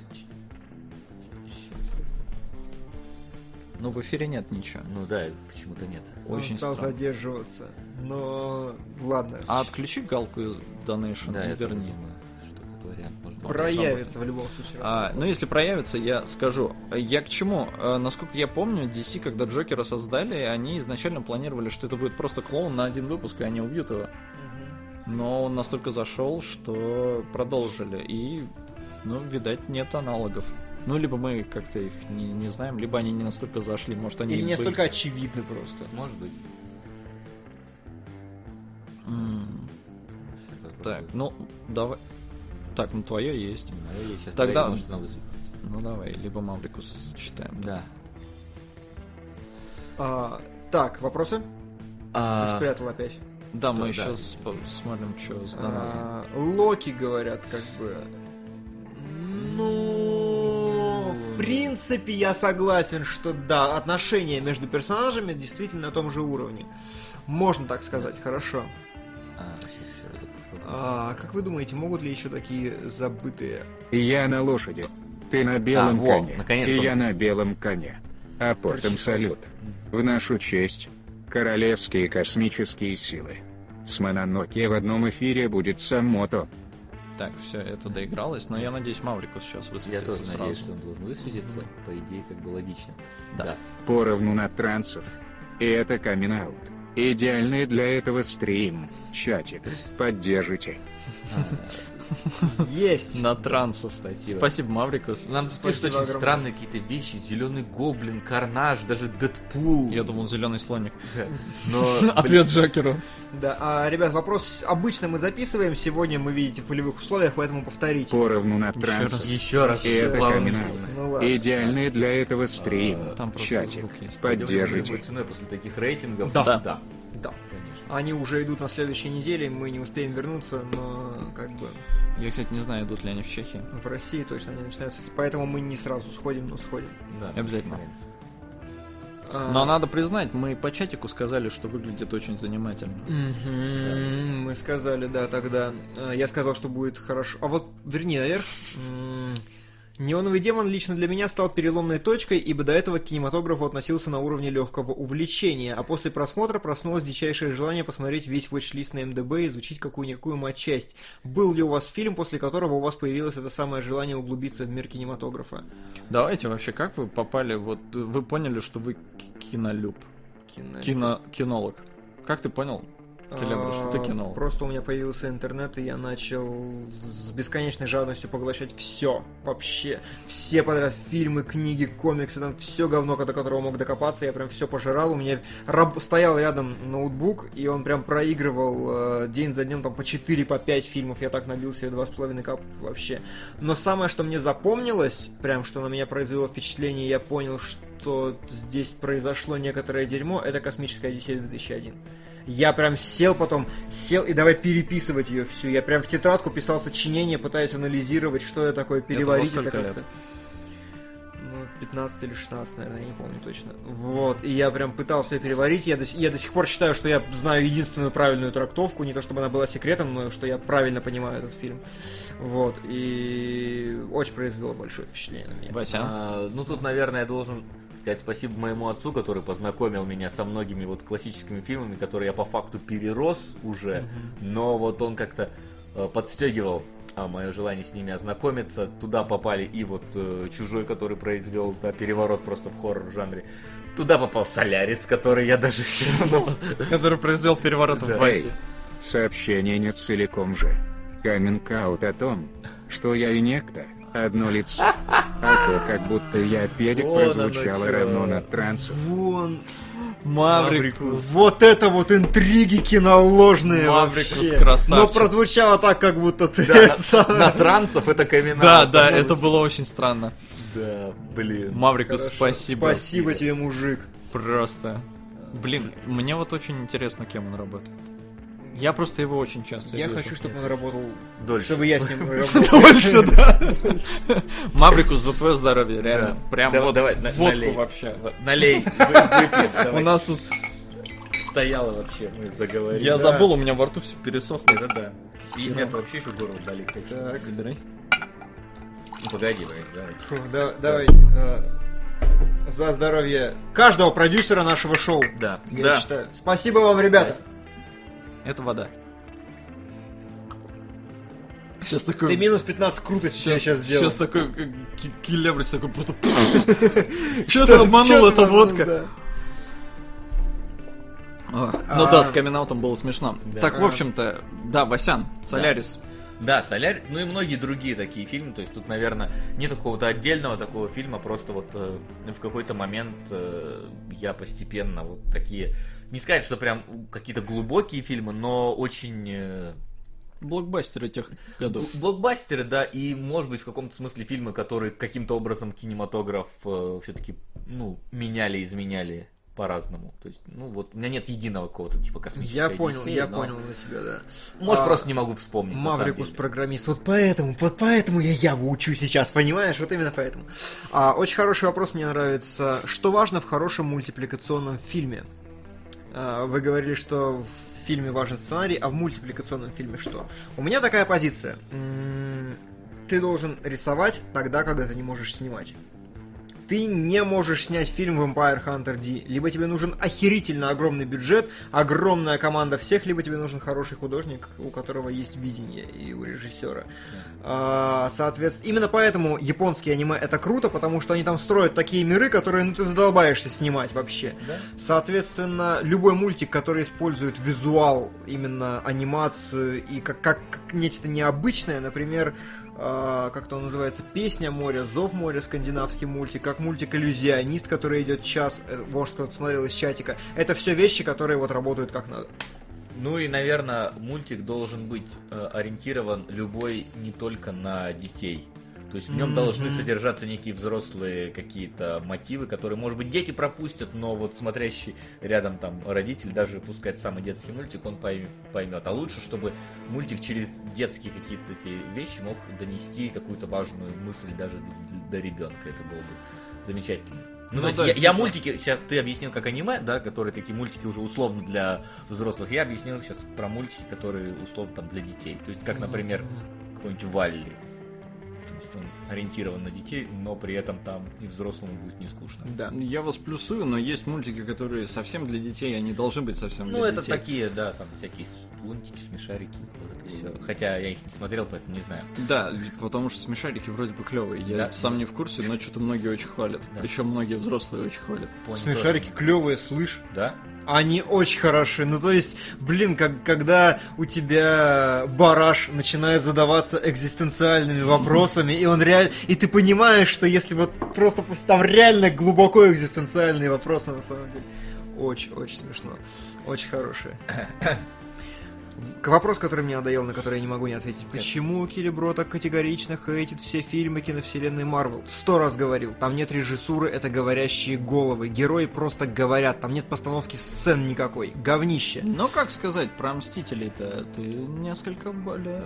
Ну, в эфире нет ничего. Ну да, почему-то нет. Он Очень стал странно. задерживаться. Но ладно. А отключи галку донейшн Да, и я тоже верни. думаю, что как вариант может быть. Проявится в любом случае. А, ну, если проявится, я скажу. Я к чему? Э, Насколько я помню, DC, когда Джокера создали, они изначально планировали, что это будет просто клоун на один выпуск, и они убьют его. Но он настолько зашел, что продолжили. И, ну, видать, нет аналогов. Ну, либо мы как-то их не, не знаем, либо они не настолько зашли. Может, они... Или не были- столько очевидно просто. Может быть. М, Так, ну, давай... Так, ну, твое есть. Тогда- Тогда... Может, она высветит. Ну, давай, либо Маврикус сочетаем. Да. А, так, вопросы? Ты А, спрятал опять. Да, Что, мы да. сейчас смотрим, что с донатами. А, Локи, говорят, как бы. Ну, в принципе, я согласен, что да, отношения между персонажами действительно на том же уровне. Можно так сказать, хорошо. а, щас, щас, вот попробую. А, как вы думаете, могут ли еще такие забытые? И я на лошади. Ты на белом А, во, коне. наконец-то. И я на белом коне. А потом салют. В нашу честь. Королевские космические силы. С Мононоке в одном эфире будет сам Мото. Так, все, это доигралось, но я надеюсь, Маврикус сейчас Я высветится тоже сразу. надеюсь, что он должен высветиться. По идее, как бы логично. Да. Да. Поровну на трансов. И это камин-аут. Идеальный для этого стрим. Чатик, поддержите. Есть. На трансов. Спасибо. Спасибо, Маврикус. Нам тут пишут очень странные какие-то вещи. Зеленый гоблин, карнаж, даже Дэдпул. Я думал, зеленый слоник. Но, Ответ Джокеру. Да, а, ребят, вопрос обычно мы записываем, сегодня мы видите в полевых условиях, поэтому повторите. Поровну на блин, транс. Еще раз. И это Ладно. комбинация. Ну ладно. Идеальный для этого стрим. Там просто Чатик, звук есть. поддержите. Любой ценой после таких рейтингов. Да. да. Да. Конечно. Они уже идут на следующей неделе, мы не успеем вернуться, но как бы Я, кстати, не знаю, идут ли они в Чехии. в России точно они начинаются, поэтому мы не сразу сходим, но сходим. Да. Обязательно. А, Но надо признать, мы по чатику сказали, что выглядит очень занимательно. мгм, Мы сказали, да, тогда. А, Я сказал, что будет хорошо. А вот верни наверх. М, Неоновый демон лично для меня стал переломной точкой, ибо до этого к кинематографу относился на уровне легкого увлечения, а после просмотра проснулось дичайшее желание посмотреть весь watch-лист на МДБ и изучить какую-никакую матчасть. Был ли у вас фильм, после которого у вас появилось это самое желание углубиться в мир кинематографа? Давайте вообще, как вы попали, вот э, вы поняли, что вы к- кинолюб, Кино... кино, кинолог. Как ты понял? Келебра, что ты А, кинул? Просто у меня появился интернет, и я начал с бесконечной жадностью поглощать все вообще. Все подряд фильмы, книги, комиксы, там все говно, до которого мог докопаться, я прям все пожирал. У меня раб- стоял рядом ноутбук, и он прям проигрывал э, день за днем там по 4, по 5 фильмов. Я так набил себе 2,5 кап вообще. Но самое, что мне запомнилось, прям что на меня произвело впечатление, я понял, что здесь произошло некоторое дерьмо, это «Космическая Одиссея 2001». Я прям сел потом, сел и давай переписывать ее всю. Я прям в тетрадку писал сочинение, пытаясь анализировать, что я такое, переварить это, сколько как-то. лет? Ну, 15 или 16, наверное, я не помню точно. Вот, и я прям пытался ее переварить. Я до, с- я до сих пор считаю, что я знаю единственную правильную трактовку. Не то чтобы она была секретом, но что я правильно понимаю этот фильм. Вот, и очень произвело большое впечатление на меня. Вася? А, ну тут, наверное, я должен сказать спасибо моему отцу, который познакомил меня со многими вот классическими фильмами, которые я по факту перерос уже, но вот он как-то э, подстегивал а, мое желание с ними ознакомиться. Туда попали и вот э, «Чужой», который произвел да, переворот просто в хоррор-жанре. Туда попал «Солярис», который я даже все равно... Который произвел переворот Да. Эй, сообщение не целиком же. Каминг-аут о том, что я и некто, одно лицо. А то, как будто я педик, Вон оно прозвучало чё. равно на трансу. Вон, Маврикус. вот это вот интриги киноложные Маврикус вообще. Но красавчик. прозвучало так, как будто ты сам- На трансов это камин Да, А, да, это было очень странно. Да, блин. Маврикус, Хорошо. спасибо. Спасибо тебе, мужик. Просто. Блин, мне вот очень интересно, кем он работает. Я просто его очень часто Я вижу. хочу, чтобы он работал, Дольше. чтобы я с ним работал. Дольше, да. Маврикус, за твое здоровье, реально. Да. Прям Давай- вот давай, на- водку налей. вообще. Налей, вы- выпьем, У давай. нас тут... стояло вообще, ну, мы заговорили. Я забыл, у меня во рту все пересохло. Это да. И нет, вообще еще горло болит. так что- Так, Забирай. Ну, погоди, давай, давай. фу, да- давай. э, За здоровье каждого продюсера нашего шоу. Да. Я Да. считаю. Спасибо вам, ребята. Это вода. Сейчас Ты такой... минус 15 крутость сейчас, сейчас сделал. Сейчас такой э, ки- келебрич такой просто... Че ты обманул, Чё ты эта обманул, водка? да. А, Ну да, с камин было смешно. Так, в общем-то, да, Васян, Солярис. Да, Соляр, ну и многие другие такие фильмы. То есть тут, наверное, нет какого-то отдельного такого фильма, просто вот э, в какой-то момент э, я постепенно вот такие. Не сказать, что прям какие-то глубокие фильмы, но очень э, Блокбастеры тех годов. Бл- Блокбастеры, да, и, может быть, в каком-то смысле фильмы, которые каким-то образом кинематограф все-таки, ну, меняли, изменяли по-разному. То есть, ну, вот у меня нет единого какого-то типа космического. Я понял, я понял на тебя, да. Может, А, просто не могу вспомнить. на самом Маврикус деле. программист. Вот поэтому, вот поэтому я Яву учу сейчас, понимаешь? Вот именно поэтому. А, очень хороший вопрос мне нравится. Что важно в хорошем мультипликационном фильме? А, вы говорили, что в фильме важен сценарий, а в мультипликационном фильме что? У меня такая позиция. М, Ты должен рисовать тогда, когда ты не можешь снимать. Ты ты не можешь снять фильм Vampire Hunter D. Либо тебе нужен охерительно огромный бюджет, огромная команда всех, либо тебе нужен хороший художник, у которого есть видение и у режиссера. А, соответственно, именно поэтому японские аниме это круто, потому что они там строят такие миры, которые ну ты задолбаешься снимать вообще. Соответственно, любой мультик, который использует визуал, именно анимацию и как, как, как нечто необычное, например, э, как-то он называется «Песня моря», «Зов моря», скандинавский мультик, как мультик «Иллюзионист», который идет час, э, может, кто-то смотрел из чатика. Это все вещи, которые вот работают как надо. Ну и, наверное, мультик должен быть э, ориентирован любой не только на детей. То есть в нем должны содержаться некие взрослые какие-то мотивы, которые, может быть, дети пропустят, но вот смотрящий рядом там родитель, даже пускай это самый детский мультик, он пойм- поймет. А лучше, чтобы мультик через детские какие-то эти вещи мог донести какую-то важную мысль даже д- до ребенка. Это было бы замечательно. Ну Ну, то есть да, я, я типа- мультики, сейчас ты объяснил как аниме, да, которые такие мультики уже условно для взрослых. Я объяснил сейчас про мультики, которые условно там для детей. То есть как, например, какой-нибудь Валли. То есть он ориентирован на детей, но при этом там и взрослому будет не скучно. Да. Я вас плюсую, но есть мультики, которые совсем для детей, они должны быть совсем для Ну, это детей. такие, да, там всякие лунтики, смешарики, вот это все. Хотя я их не смотрел, поэтому не знаю. Да, потому что смешарики вроде бы клевые. Я Да. сам не в курсе, но что-то многие очень хвалят. Да. Еще многие взрослые очень хвалят. Пони Смешарики клевые, слышь. тоже. Да? Они очень хороши. Ну, то есть, блин, как, когда у тебя бараш начинает задаваться экзистенциальными вопросами, и он реально... И ты понимаешь, что если вот просто пусть там реально глубоко экзистенциальные вопросы, на самом деле. Очень-очень смешно. Очень хорошие. К вопрос, который мне надоел, на который я не могу не ответить. Почему Килибро так категорично хейтит все фильмы киновселенной Марвел? Сто раз говорил. Там нет режиссуры, это говорящие головы. Герои просто говорят. Там нет постановки сцен никакой. Говнище. Ну, как сказать, про Мстителей-то ты несколько более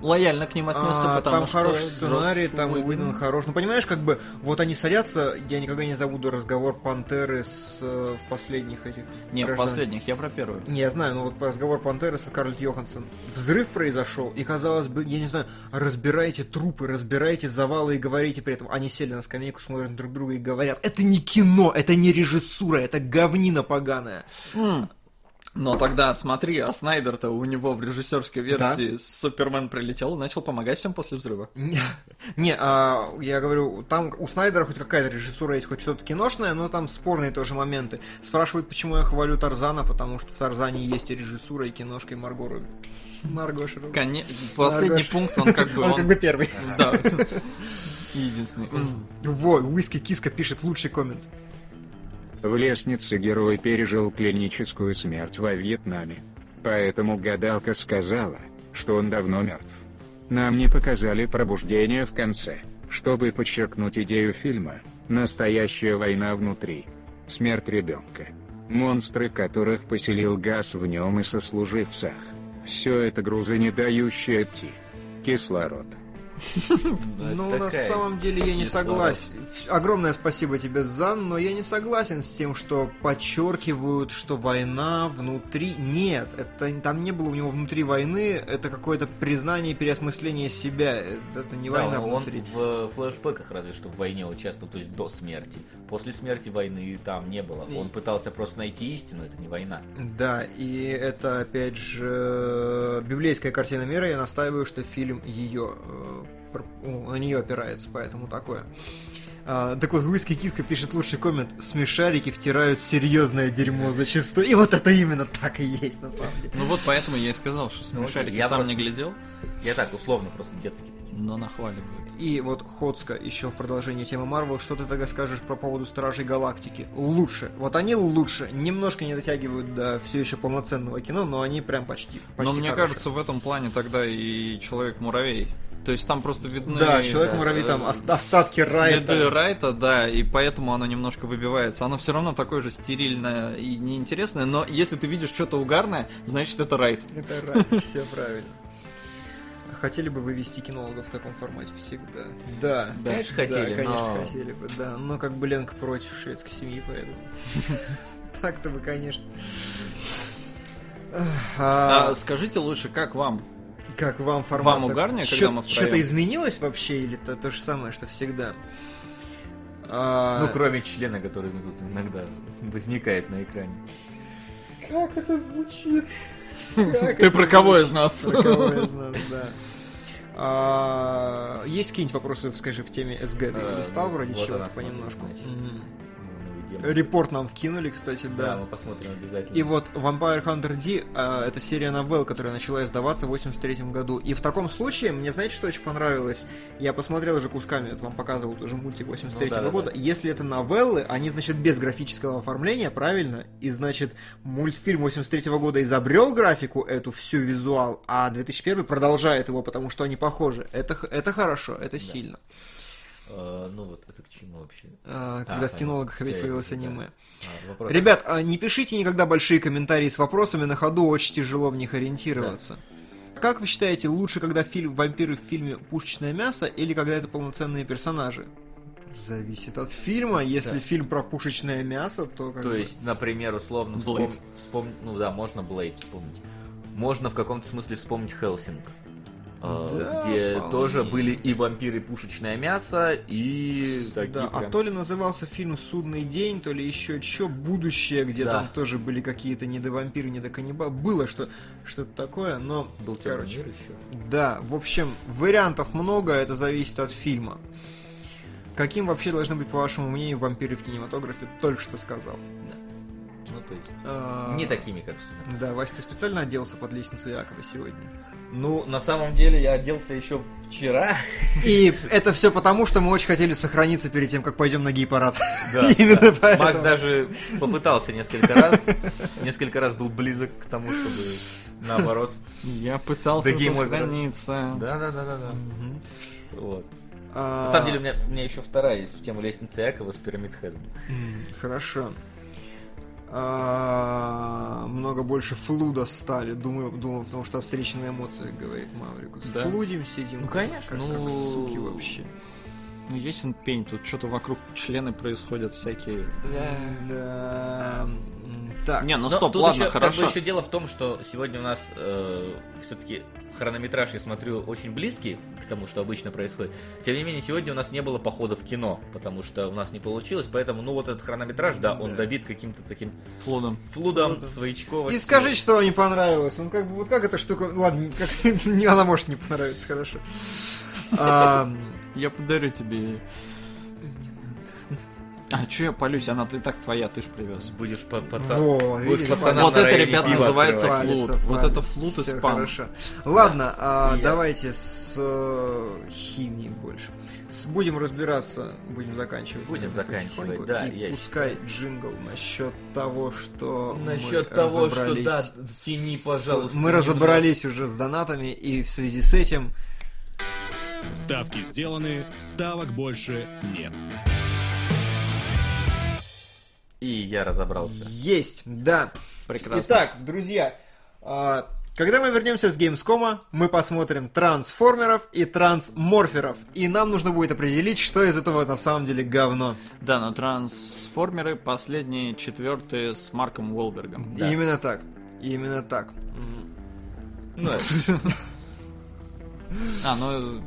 лояльно к ним отнесся, А, Ну, потому там что... хороший сценарий, Джосс там Уидон- Уидон хорош. Ну, понимаешь, как бы, вот они садятся, я никогда не забуду разговор Пантеры с, э, в последних этих... Не, в «Граждан». последних, я про первую. Не, я знаю, но вот по разговор Пантеры с Скарлетт Йоханссон. Взрыв произошел, и казалось бы, я не знаю, разбирайте трупы, разбирайте завалы и говорите при этом. Они сели на скамейку, смотрят на друг друга и говорят, это не кино, это не режиссура, это говнина поганая. М. Но тогда смотри, а Снайдер-то у него в режиссерской версии Супермен прилетел и начал помогать всем после взрыва. Не, не, а, я говорю, там у Снайдера хоть какая-то режиссура есть, хоть что-то киношное, но там спорные тоже моменты. Спрашивают, почему я хвалю Тарзана, потому что в Тарзане есть и режиссура, и киношка, и Марго Руби. Маргоша Руби. Коне- Последний Маргош. пункт, он как бы... Он он- как бы первый. Да. Единственный. Во, Уиски Киска пишет лучший коммент. В лестнице герой пережил клиническую смерть во Вьетнаме. Поэтому гадалка сказала, что он давно мертв. Нам не показали пробуждение в конце, чтобы подчеркнуть идею фильма «Настоящая война внутри». Смерть ребенка. Монстры, которых поселил газ в нем и сослуживцах. Все это грузы, не дающие идти. Кислород. Ну, на самом деле я не согласен. Ф- Огромное спасибо тебе, Зан, но я не согласен с тем, что подчеркивают, что война внутри. Нет, это н- там не было у него внутри войны, это какое-то признание и переосмысление себя. э, Это не Да, война он, он внутри. в флешбеках разве что в войне участвовал, то есть до смерти. После смерти войны там не было. Он пытался просто найти истину, это не война. Да, и это опять же э, библейская картина мира. Я настаиваю, что фильм ее э, пр- ну, на нее опирается, поэтому такое. А, так вот, Уиски Китка пишет лучший коммент. Смешарики втирают серьезное дерьмо зачастую. И вот это именно так и есть на самом деле. Ну вот поэтому я и сказал, что Ну, смешарики Ну, я сам просто- не глядел, Я так, условно, просто детский такие. но нахваливают. И вот Хоцка еще в продолжении темы Марвел, что ты тогда скажешь по поводу Стражей Галактики? Лучше. Вот они лучше. Немножко не дотягивают до все еще полноценного кино, но они прям почти. Но почти мне хорошие. кажется, в этом плане тогда и Человек-муравей. То есть там просто видны... Да, Человек-муравей, э, там э, ост- остатки с- Райта. Следы Райта, да, и поэтому оно немножко выбивается. Оно все равно такое же стерильное и неинтересное, но если ты видишь что-то угарное, значит это Райт. Это рай, все правильно. Хотели бы вывести кинологов в таком формате всегда. Да. Да, конечно, хотели, да, конечно, но... хотели бы, да. Но как бы Ленка против шведской семьи, поэтому... Так-то бы, конечно. А, А, скажите лучше, как вам? как вам формат? вам угарнее, когда мы втроем? Что-то изменилось вообще или то, то же самое, что всегда? А, Ну, кроме члена, который ну, тут иногда возникает на экране. Как это звучит? Как Ты это про кого звучит? из нас? Про кого из нас, да. А, Есть какие-нибудь вопросы, скажи, в теме СГ? Ты Э, листал ну, вроде вот чего-то она смотрит, понемножку? значит. Мгм. Ну, идем. Репорт нам вкинули, кстати, Да, да. мы посмотрим обязательно. И вот Vampire Hunter D э, это серия новелл, которая начала издаваться в 83 году. И в таком случае, мне знаете, что очень понравилось? Я посмотрел уже кусками, вот вам показывал уже мультик 83 Ну да, да, года. Если это новеллы, они, значит, без графического оформления, правильно? И, значит, мультфильм 83 года изобрел графику эту всю визуал, а 2001 продолжает его, потому что они похожи. Это, х- это хорошо, это сильно. Э, ну вот, это к чему вообще? Э, А, когда в понятно. кинологах Всё, опять я появилось понял, да. аниме. А, вопрос. Ребят, а не пишите никогда большие комментарии с вопросами на ходу, очень тяжело в них ориентироваться. Как вы считаете, лучше, когда фильм вампиры в фильме пушечное мясо или когда это полноценные персонажи? Зависит от фильма. Если Да. фильм про пушечное мясо, то как То бы- есть, например, условно вспом... Блэйд. вспом- Ну да, можно Блейд вспомнить. Можно в каком-то смысле вспомнить Хелсинг. э, Да, где вполне. тоже были и вампиры и пушечное мясо, и такие да, а прям- то ли назывался фильм «Судный день», то ли еще что «Будущее», где Да. там тоже были какие-то недовампиры, недоканнибал. Было что- что-то такое, но... был темный короче, мир еще. Да, в общем, вариантов много, это зависит от фильма. Каким вообще должны быть, по вашему мнению, вампиры в кинематографе, только что сказал. Ну то есть, А, не такими, как всегда. Да, Вась, ты специально оделся под лестницу Якова сегодня. Ну, на самом деле, я оделся еще вчера. И это все потому, что мы очень хотели сохраниться перед тем, как пойдем на гей-парад. Да, Именно да. поэтому. Макс даже попытался несколько раз, несколько раз был близок к тому, чтобы наоборот. Я пытался Да, Game Over. сохраниться. Да, да, да, да, да. Вот. А, На самом деле у меня, у меня еще вторая есть в тему лестницы Якова с пирамидхедом. м, Хорошо. А, Много больше флуда стали, думаю, думаю, потому что встреча на эмоциях, говорит Маврикус. Да. Флудим сидим. Ну, как- конечно, как- ну, Как суки вообще. Ну, ясен пень, тут что-то вокруг члены происходят всякие. Да. М, Так. Не, ну Но стоп, А, тут ладно, еще, хорошо. Как бы еще дело в том, что сегодня у нас все-таки хронометраж, я смотрю, очень близкий к тому, что обычно происходит. Тем не менее, сегодня у нас не было похода в кино, потому что у нас не получилось, поэтому, ну, вот этот хронометраж, да, он добит каким-то таким Флодом. флудом, Флудом. своячковым. И скажите, что вам не понравилось. Ну, как бы, вот как эта штука... Ладно, как... не- она может не понравиться, хорошо. А, Я подарю тебе ее. А че я палюсь? Она ты так твоя, ты ж привез. Будешь по- пацан. во, Будешь видишь, пацана Вот на это, районе ребят, пива называется срывать. палец, флут. палец, Вот палец. это флут и Всё спам. хорошо. Ладно, а, И я. давайте с э, химией больше. С- будем разбираться, будем заканчивать. Будем наверное, заканчивать, потихоньку. да, И я пускай джингл насчет того, что мы Насчет того, что разобрались да, с- тяни, пожалуйста. Мы разобрались уже с донатами, и в связи с этим Ставки сделаны, ставок больше нет. И я разобрался. есть, да. Прекрасно. Итак, друзья, а, когда мы вернемся с Gamescom, мы посмотрим трансформеров и трансморферов. И нам нужно будет определить, что из этого на самом деле говно. Да, но трансформеры последние четвертые с Марком Уолбергом. Да. Именно так. Именно так. М. А, ну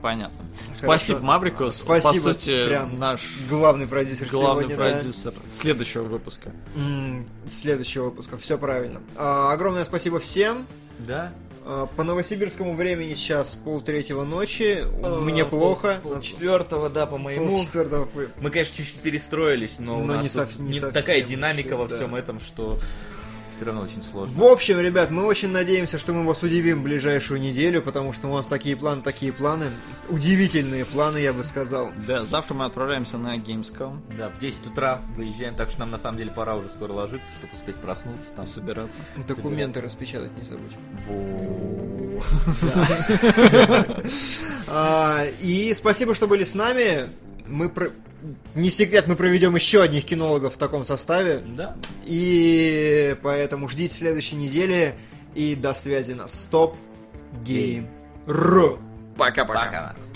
понятно. Спасибо, Маврикус. А, Спасибо, По сути, прям наш Главный продюсер главный сегодня. да. продюсер следующего выпуска. М, Следующего выпуска. Все правильно. А, огромное спасибо всем. Да? А, по новосибирскому времени сейчас полтретьего ночи. Э, Мне плохо. Четвертого, да, по моему. Полчетвертого вы- Мы, конечно, чуть-чуть перестроились, но, у Но нас не тут сов- не не совсем такая динамика во да. всем этом, что все равно очень сложно. В общем, ребят, мы очень надеемся, что мы вас удивим в ближайшую неделю, потому что у нас такие планы, такие планы. Удивительные планы, я бы сказал. Да, завтра мы отправляемся на Gamescom Да, в 10 утра выезжаем, так что нам на самом деле пора уже скоро ложиться, чтобы успеть проснуться там. и собираться. Документы распечатать не забудь. Во. А, и спасибо, что были с нами. Мы про- не секрет, мы проведем еще одних кинологов в таком составе. Да. И поэтому ждите следующей недели. И до связи на Стоп Гейм Ру. Пока-пока. Пока.